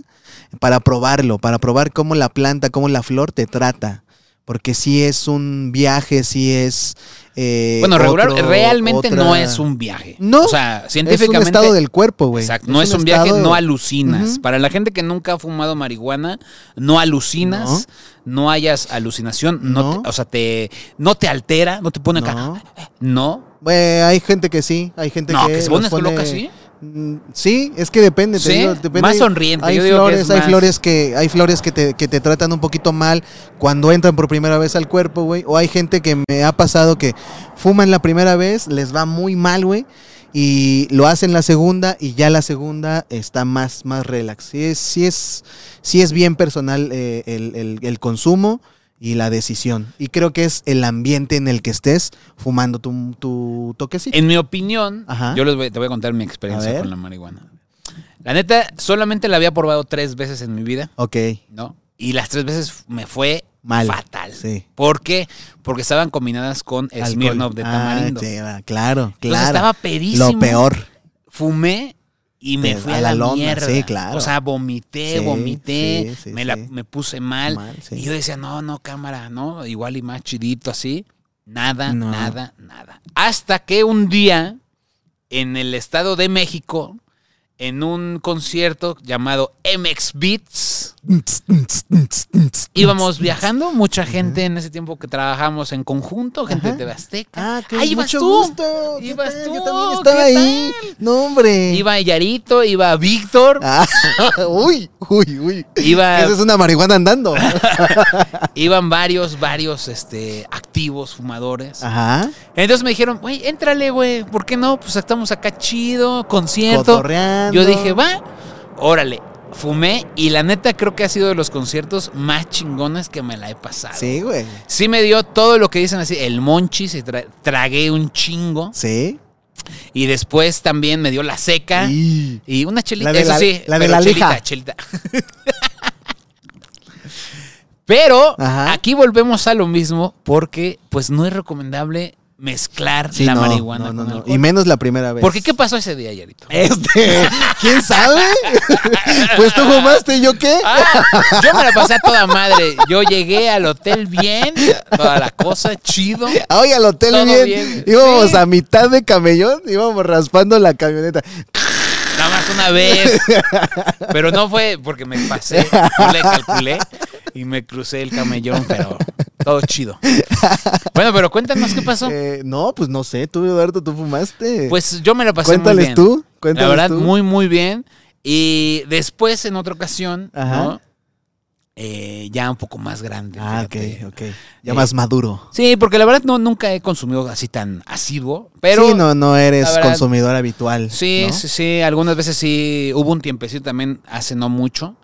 Speaker 1: para probarlo, para probar cómo la planta, cómo la flor te trata. Porque sí es un viaje, sí es... eh,
Speaker 2: Bueno, regular,
Speaker 1: otro-
Speaker 2: realmente
Speaker 1: otra-
Speaker 2: no es un viaje.
Speaker 1: No,
Speaker 2: O sea,
Speaker 1: Es un
Speaker 2: científicamente.
Speaker 1: estado del cuerpo, güey.
Speaker 2: Exacto, no es un, viaje,
Speaker 1: estado-
Speaker 2: no alucinas.
Speaker 1: Ujú.
Speaker 2: Para la gente que nunca ha fumado marihuana, no alucinas, no, hayas alucinación, no,
Speaker 1: No.
Speaker 2: te- o sea, te, no te altera, no te pone acá.
Speaker 1: No.
Speaker 2: No,
Speaker 1: Güey, hay gente que sí, hay gente
Speaker 2: no,
Speaker 1: que...
Speaker 2: que se
Speaker 1: los
Speaker 2: pone loca
Speaker 1: pone-
Speaker 2: así.
Speaker 1: Mm, Sí, es que depende, te
Speaker 2: Sí,
Speaker 1: digo, depende.
Speaker 2: más sonriente,
Speaker 1: Hay
Speaker 2: yo digo que
Speaker 1: flores,
Speaker 2: es
Speaker 1: hay
Speaker 2: más-
Speaker 1: flores que, hay flores que te, que te tratan un poquito mal cuando entran por primera vez al cuerpo, güey. O hay gente que me ha pasado que fuman la primera vez, les va muy mal, güey. Y lo hacen la segunda y ya la segunda está más, más relax. Sí es, sí es, sí es bien personal eh, el, el- el consumo y la decisión. Y creo que es el ambiente en el que estés fumando tu, tu toquecito.
Speaker 2: En mi opinión,
Speaker 1: Ajá.
Speaker 2: yo les voy- te voy a contar mi
Speaker 1: A
Speaker 2: experiencia
Speaker 1: ver.
Speaker 2: con la marihuana. La neta, solamente la había probado tres veces en mi vida,
Speaker 1: Ok,
Speaker 2: ¿no? Y las tres veces me fue
Speaker 1: Mal.
Speaker 2: fatal.
Speaker 1: sí.
Speaker 2: ¿Por qué? Porque estaban combinadas con
Speaker 1: Alcohol.
Speaker 2: Smirnoff de
Speaker 1: Ah,
Speaker 2: tamarindo.
Speaker 1: sí, era, claro,
Speaker 2: Entonces
Speaker 1: claro.
Speaker 2: estaba pedísimo.
Speaker 1: Lo peor.
Speaker 2: Fumé y me
Speaker 1: Te-
Speaker 2: fui
Speaker 1: a
Speaker 2: a,
Speaker 1: la
Speaker 2: la,
Speaker 1: lona,
Speaker 2: mierda.
Speaker 1: sí, claro.
Speaker 2: O sea, vomité,
Speaker 1: Sí,
Speaker 2: vomité,
Speaker 1: sí, sí,
Speaker 2: me, la-
Speaker 1: sí.
Speaker 2: me puse mal.
Speaker 1: Mal, sí.
Speaker 2: Y yo decía, no, no, cámara, no, igual y más chidito así. Nada,
Speaker 1: No.
Speaker 2: nada, nada. Hasta que un día, en el Estado de México, en un concierto llamado MX Beats, íbamos viajando, mucha gente en ese tiempo que trabajamos en conjunto, gente
Speaker 1: Ajá.
Speaker 2: de TV Azteca.
Speaker 1: Ah, qué
Speaker 2: Ahí vas
Speaker 1: mucho
Speaker 2: tú.
Speaker 1: gusto. ¿Qué
Speaker 2: Ibas
Speaker 1: tal?
Speaker 2: tú,
Speaker 1: Yo también
Speaker 2: ¿qué
Speaker 1: estaba ahí. No, hombre.
Speaker 2: Iba Yarito, iba Víctor,
Speaker 1: Ah, <laughs> uy, uy, uy.
Speaker 2: iba
Speaker 1: Esa es una marihuana
Speaker 2: <laughs>
Speaker 1: andando. Ah.
Speaker 2: Iban varios, varios este, activos fumadores.
Speaker 1: Ajá.
Speaker 2: Entonces me dijeron, güey, éntrale, güey, ¿por qué no? Pues estamos acá chido, concierto.
Speaker 1: Cotorreando.
Speaker 2: Yo dije, va, órale. Fumé y la neta creo que ha sido de los conciertos más chingones que me la he pasado. Sí,
Speaker 1: Sí, güey.
Speaker 2: me dio todo lo que dicen así, el monchis, y tra- tragué un chingo.
Speaker 1: Sí.
Speaker 2: Y después también me dio la seca y,
Speaker 1: Y-
Speaker 2: una chelita,
Speaker 1: La de
Speaker 2: eso
Speaker 1: la-
Speaker 2: sí.
Speaker 1: la de
Speaker 2: pero
Speaker 1: la
Speaker 2: chelita,
Speaker 1: lija.
Speaker 2: chelita. Pero
Speaker 1: Ajá.
Speaker 2: aquí volvemos a lo mismo porque pues no es recomendable mezclar
Speaker 1: sí,
Speaker 2: la
Speaker 1: no,
Speaker 2: marihuana
Speaker 1: no, no,
Speaker 2: con
Speaker 1: no.
Speaker 2: alcohol.
Speaker 1: Y menos la primera vez.
Speaker 2: Porque ¿qué pasó ese día, Yarito?
Speaker 1: Este, ¿quién sabe? <laughs> pues tú fumaste y yo qué.
Speaker 2: Ah, yo me la pasé a toda madre. Yo llegué al hotel bien, toda la cosa, chido.
Speaker 1: Ay, al hotel
Speaker 2: Todo
Speaker 1: bien.
Speaker 2: bien.
Speaker 1: Íbamos
Speaker 2: Sí.
Speaker 1: a mitad de camellón, íbamos raspando la camioneta.
Speaker 2: Nada más una vez. Pero no fue porque me pasé, no le calculé y me crucé el camellón, pero todo chido. Bueno, pero cuéntanos qué pasó.
Speaker 1: Eh, no, pues no sé, tú, Eduardo, tú fumaste.
Speaker 2: Pues yo me la pasé muy
Speaker 1: cuéntales
Speaker 2: bien.
Speaker 1: tú, cuéntales
Speaker 2: la verdad,
Speaker 1: tú.
Speaker 2: muy, muy bien. Y después, en otra ocasión,
Speaker 1: Ajá.
Speaker 2: ¿no? Eh, ya un poco más grande.
Speaker 1: Ah, ok,
Speaker 2: fíjate. Eh,
Speaker 1: ok. Ya más maduro.
Speaker 2: Sí, porque la verdad no, nunca he consumido así tan asiduo. Pero
Speaker 1: sí, no, no eres
Speaker 2: la verdad-
Speaker 1: consumidor habitual.
Speaker 2: Sí,
Speaker 1: ¿no?
Speaker 2: sí, sí. Algunas veces sí. Hubo un tiempecito también hace no mucho.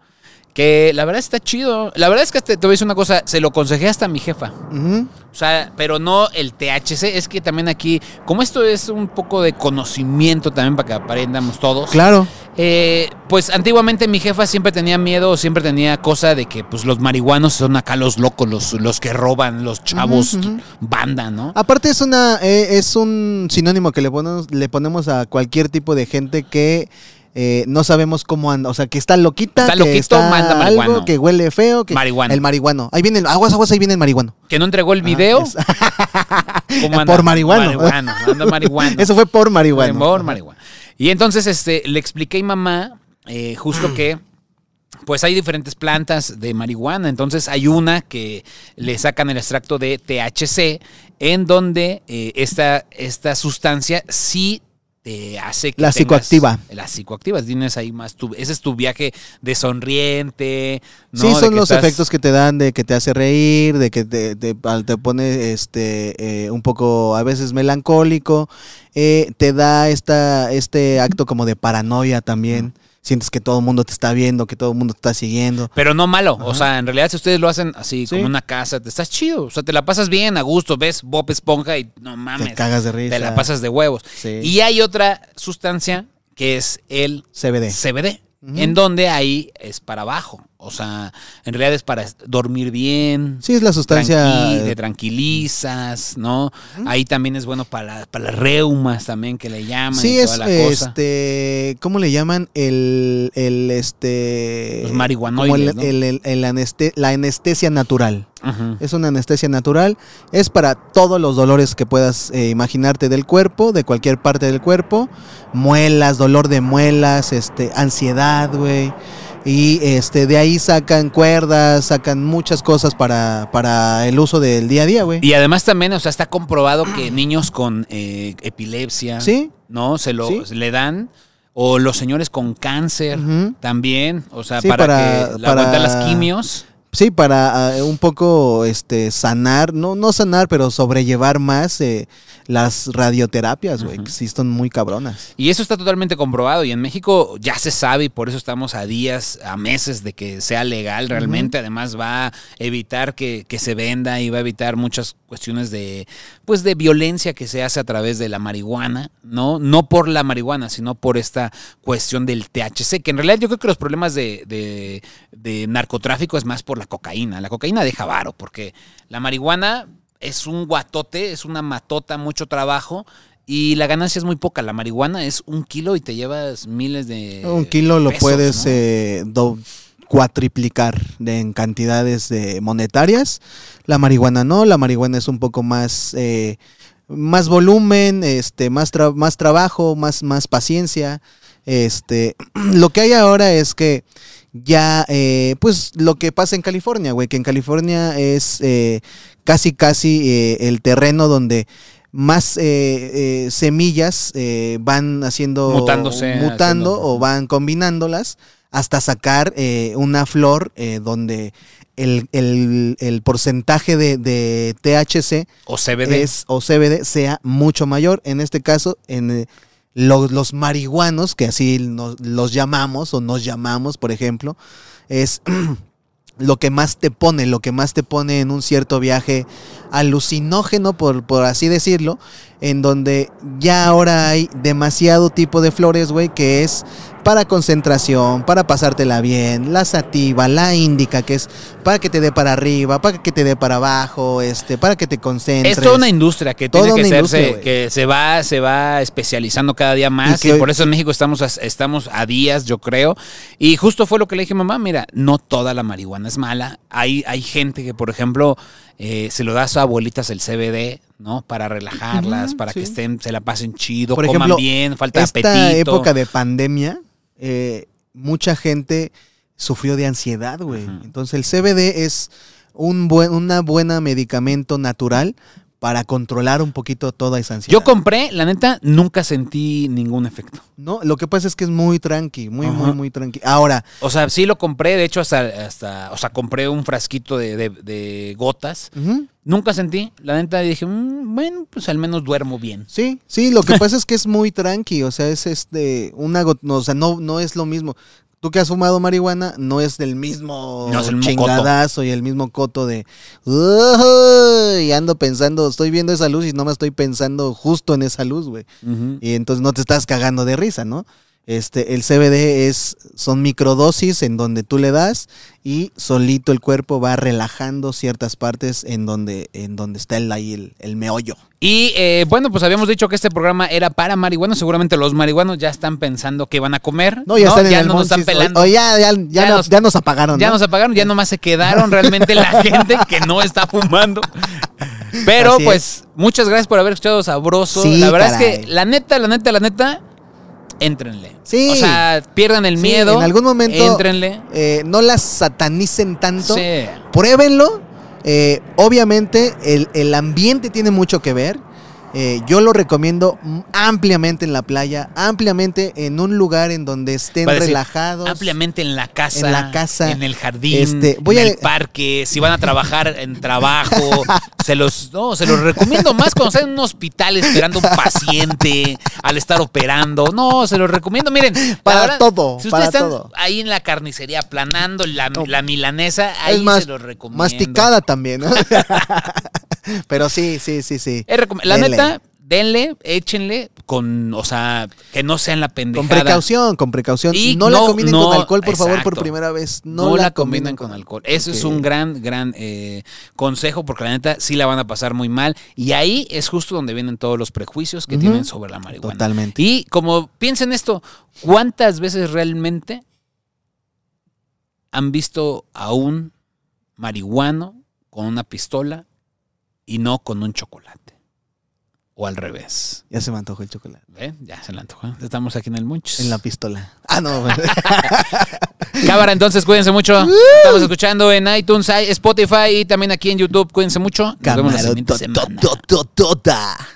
Speaker 2: Que la verdad está chido. La verdad es que te, te voy a decir una cosa. Se lo aconsejé hasta a mi jefa.
Speaker 1: Ujú.
Speaker 2: O sea, pero no el THC. Es que también aquí, como esto es un poco de conocimiento también para que aprendamos todos.
Speaker 1: Claro.
Speaker 2: eh, pues antiguamente mi jefa siempre tenía miedo, siempre tenía cosa de que pues los marihuanos son acá los locos, los, los que roban, los chavos,
Speaker 1: Ujú, Ah, ujú.
Speaker 2: banda, ¿no?
Speaker 1: Aparte es una eh, es un sinónimo que le ponemos le ponemos a cualquier tipo de gente que eh, no sabemos cómo anda, o sea, que está loquita,
Speaker 2: Está
Speaker 1: que
Speaker 2: loquito, manda
Speaker 1: algo,
Speaker 2: marihuano.
Speaker 1: que huele feo, que
Speaker 2: Marihuano.
Speaker 1: el marihuano. Ahí viene el aguas, aguas, ahí viene el marihuano.
Speaker 2: Que no entregó el video.
Speaker 1: ah, es-
Speaker 2: ¿Cómo
Speaker 1: Por marihuano.
Speaker 2: Marihuano, anda
Speaker 1: <laughs>
Speaker 2: marihuano.
Speaker 1: Eso fue por marihuana.
Speaker 2: Por marihuana. Y entonces este, le expliqué a mi mamá eh, justo que pues hay diferentes plantas de marihuana. Entonces hay una que le sacan el extracto de THC en donde eh, esta, esta sustancia sí te hace que
Speaker 1: La
Speaker 2: tengas-
Speaker 1: psicoactiva.
Speaker 2: La psicoactiva. Tienes ahí más tu... Ese es tu viaje de sonriente. ¿no?
Speaker 1: Sí,
Speaker 2: De
Speaker 1: son
Speaker 2: que
Speaker 1: los
Speaker 2: estás-
Speaker 1: efectos que te dan de que te hace reír, de que te, te- al- te pone este, eh, un poco a veces melancólico, eh, te da esta, este acto como de paranoia también, sientes que todo el mundo te está viendo, que todo el mundo te está siguiendo.
Speaker 2: Pero no malo. O
Speaker 1: Ajá.
Speaker 2: sea, en realidad, si ustedes lo hacen así,
Speaker 1: Sí.
Speaker 2: como una casa, te estás chido. O sea, te la pasas bien, a gusto. Ves Bob Esponja y no mames.
Speaker 1: Te cagas de risa.
Speaker 2: te la pasas de huevos.
Speaker 1: Sí.
Speaker 2: Y hay otra sustancia que es el
Speaker 1: CBD.
Speaker 2: CBD.
Speaker 1: Ujú.
Speaker 2: en donde ahí es para abajo. O sea, en realidad es para est- dormir bien.
Speaker 1: Sí, es la
Speaker 2: tranqui-
Speaker 1: sustancia. eh,
Speaker 2: te tranquilizas, ¿no? Ahí también es bueno para, la- para las reumas también que le llaman y
Speaker 1: Sí,
Speaker 2: toda
Speaker 1: es
Speaker 2: la cosa.
Speaker 1: este. ¿Cómo le llaman? El. el este.
Speaker 2: Los
Speaker 1: como
Speaker 2: marihuanoides,
Speaker 1: el,
Speaker 2: ¿no?
Speaker 1: el- el- el aneste- la anestesia natural.
Speaker 2: Ujú.
Speaker 1: Es una anestesia natural. Es para todos los dolores que puedas eh, imaginarte del cuerpo, de cualquier parte del cuerpo. Muelas, dolor de muelas, este, ansiedad, güey. Y este, de ahí sacan cuerdas, sacan muchas cosas para, para el uso del día a día, güey.
Speaker 2: Y además también, o sea, está comprobado que niños con eh, epilepsia,
Speaker 1: ¿Sí?
Speaker 2: ¿no? Se lo
Speaker 1: Sí.
Speaker 2: se le dan. O los señores con cáncer
Speaker 1: Ujú.
Speaker 2: también. O sea,
Speaker 1: Sí,
Speaker 2: para,
Speaker 1: para-
Speaker 2: que la-
Speaker 1: para-
Speaker 2: aguantar las quimios.
Speaker 1: Sí, para ah, un poco este sanar, no, no sanar, pero sobrellevar más eh, las radioterapias, güey,
Speaker 2: Ujú.
Speaker 1: que sí son muy cabronas.
Speaker 2: Y eso está totalmente comprobado. Y en México ya se sabe y por eso estamos a días, a meses de que sea legal realmente. Además va a evitar que, que se venda y va a evitar muchas cuestiones de, pues, de violencia que se hace a través de la marihuana, ¿no? No por la marihuana, sino por esta cuestión del THC, que en realidad yo creo que los problemas de, de- de narcotráfico es más por la cocaína. La cocaína deja varo, porque la marihuana es un guatote, es una matota, mucho trabajo. Y la ganancia es muy poca. La marihuana es un kilo y te llevas miles de.
Speaker 1: un kilo lo
Speaker 2: Eh, pesos,
Speaker 1: puedes
Speaker 2: ¿no?
Speaker 1: eh, do- cuatriplicar de- en cantidades de monetarias. La marihuana no, la marihuana es un poco más, eh, más volumen, este, más, tra- más trabajo, más, más paciencia. Este, <clears throat> lo que hay ahora es que ya, eh, pues lo que pasa en California, güey, que en California es eh, casi, casi eh, el terreno donde más eh, eh, semillas eh, van haciendo,
Speaker 2: Mutándose,
Speaker 1: mutando
Speaker 2: haciendo-
Speaker 1: o van combinándolas hasta sacar eh, una flor eh, donde el, el- el porcentaje de, de THC
Speaker 2: O CBD.
Speaker 1: es, o CBD sea mucho mayor. En este caso, en eh, lo- los marihuanos, que así nos- los llamamos o nos llamamos, por ejemplo, es <clears throat> lo que más te pone, lo que más te pone en un cierto viaje alucinógeno, por, por así decirlo, en donde ya ahora hay demasiado tipo de flores, güey, que es para concentración, para pasártela bien, la sativa, la índica, que es para que te dé para arriba, para que te dé para abajo, este, para que te concentres.
Speaker 2: Es toda una industria que
Speaker 1: Toda
Speaker 2: tiene que
Speaker 1: una industria,
Speaker 2: serse,
Speaker 1: güey.
Speaker 2: que se va, se va especializando cada día más.
Speaker 1: Y
Speaker 2: Y,
Speaker 1: que-
Speaker 2: por eso en México estamos a, estamos a días, yo creo. Y justo fue lo que le dije, mamá, mira, no toda la marihuana es mala. Hay, hay gente que, por ejemplo, eh, se lo da a sus abuelitas el CBD, ¿no? Para relajarlas,
Speaker 1: Ujú,
Speaker 2: para
Speaker 1: sí.
Speaker 2: que estén, se la pasen chido,
Speaker 1: Por
Speaker 2: coman
Speaker 1: ejemplo,
Speaker 2: bien, falta de
Speaker 1: Esta
Speaker 2: apetito.
Speaker 1: época de pandemia, eh, mucha gente sufrió de ansiedad, güey.
Speaker 2: Ujú.
Speaker 1: Entonces el CBD es un buen, una buena medicamento natural para controlar un poquito toda esa ansiedad.
Speaker 2: Yo compré, la neta, nunca sentí ningún efecto.
Speaker 1: no, lo que pasa es que es muy tranqui, muy, muy,
Speaker 2: Ajá.
Speaker 1: muy tranqui. Ahora,
Speaker 2: O sea, sí lo compré, de hecho, hasta, hasta o sea, compré un frasquito de- de- de gotas.
Speaker 1: ujú,
Speaker 2: Nunca sentí, la neta dije, "Mm, bueno, pues al menos duermo bien.
Speaker 1: sí, sí, lo que
Speaker 2: <laughs>
Speaker 1: pasa es que es muy tranqui, o sea, es este, una got- no, o sea, no, no es lo mismo. Tú que has fumado marihuana, no es del mismo
Speaker 2: No es el mismo
Speaker 1: chingadazo y el mismo coto de "Ujú", y ando pensando, estoy viendo esa luz y no me estoy pensando justo en esa luz, güey. Y entonces no te estás cagando de risa, ¿no? Este, el CBD es, son microdosis en donde tú le das y solito el cuerpo va relajando ciertas partes en donde, en donde está el, ahí el, el meollo.
Speaker 2: Y eh, bueno, pues habíamos dicho que este programa era para marihuanos. Seguramente los marihuanos ya están pensando qué van a comer.
Speaker 1: No, ya están en el
Speaker 2: no nos están
Speaker 1: Monchis, o-
Speaker 2: pelando.
Speaker 1: o ya, ya, ya
Speaker 2: Ya
Speaker 1: nos,
Speaker 2: nos-
Speaker 1: ya nos apagaron.
Speaker 2: Ya
Speaker 1: ¿no?
Speaker 2: nos apagaron, ya nomás se quedaron
Speaker 1: <laughs>
Speaker 2: realmente la gente que no está fumando. Pero
Speaker 1: Así es.
Speaker 2: pues, muchas gracias por haber escuchado Sabroso.
Speaker 1: Sí,
Speaker 2: la verdad
Speaker 1: caray.
Speaker 2: es que, la neta, la neta, la neta, éntrenle.
Speaker 1: Sí.
Speaker 2: O sea, pierdan el
Speaker 1: Sí,
Speaker 2: miedo.
Speaker 1: en algún momento-
Speaker 2: Éntrenle.
Speaker 1: Eh, no las satanicen tanto.
Speaker 2: Sí.
Speaker 1: pruébenlo. Eh, obviamente el, el ambiente tiene mucho que ver. Eh, yo lo recomiendo m- ampliamente en la playa, ampliamente en un lugar en donde estén
Speaker 2: Va a decir,
Speaker 1: relajados.
Speaker 2: ampliamente en la casa,
Speaker 1: En la casa.
Speaker 2: en el jardín,
Speaker 1: Este, voy
Speaker 2: en
Speaker 1: a-
Speaker 2: el parque, si van a trabajar en trabajo,
Speaker 1: <laughs>
Speaker 2: se los no, se los recomiendo más cuando están en un hospital esperando un paciente, al estar operando, no, se los recomiendo, miren, la
Speaker 1: Para todo,
Speaker 2: si ustedes
Speaker 1: para
Speaker 2: están
Speaker 1: todo.
Speaker 2: ahí en la carnicería aplanando la, la milanesa, ahí
Speaker 1: Es más,
Speaker 2: se los recomiendo.
Speaker 1: masticada también. ¿no? <laughs> Pero sí, sí, sí, sí.
Speaker 2: Es recom- la
Speaker 1: Denle.
Speaker 2: neta, denle, échenle, con, o sea, que no sean la
Speaker 1: Con
Speaker 2: pendejada.
Speaker 1: precaución, con precaución.
Speaker 2: Y
Speaker 1: no, la
Speaker 2: no,
Speaker 1: combinen
Speaker 2: no,
Speaker 1: con alcohol, por favor, por
Speaker 2: exacto.
Speaker 1: primera vez.
Speaker 2: No, la combinan con alcohol. Eso es
Speaker 1: Ok.
Speaker 2: un gran, gran eh, consejo porque la neta sí la van a pasar muy mal. Y ahí es justo donde vienen todos los prejuicios que
Speaker 1: Ujú.
Speaker 2: tienen sobre la marihuana.
Speaker 1: Totalmente.
Speaker 2: Y como piensen esto, ¿cuántas veces realmente han visto a un marihuano con una pistola y no con un chocolate? O al revés.
Speaker 1: Ya se me antojó el chocolate.
Speaker 2: ¿Ve? Ya se la antojó. Estamos aquí en el Munch.
Speaker 1: En la pistola. Ah, no. <laughs> bueno.
Speaker 2: Cámara, entonces cuídense mucho. Estamos escuchando en iTunes, Spotify y también aquí en YouTube. Cuídense mucho. Nos vemos la
Speaker 1: Camarón
Speaker 2: siguiente semana.
Speaker 1: totototota.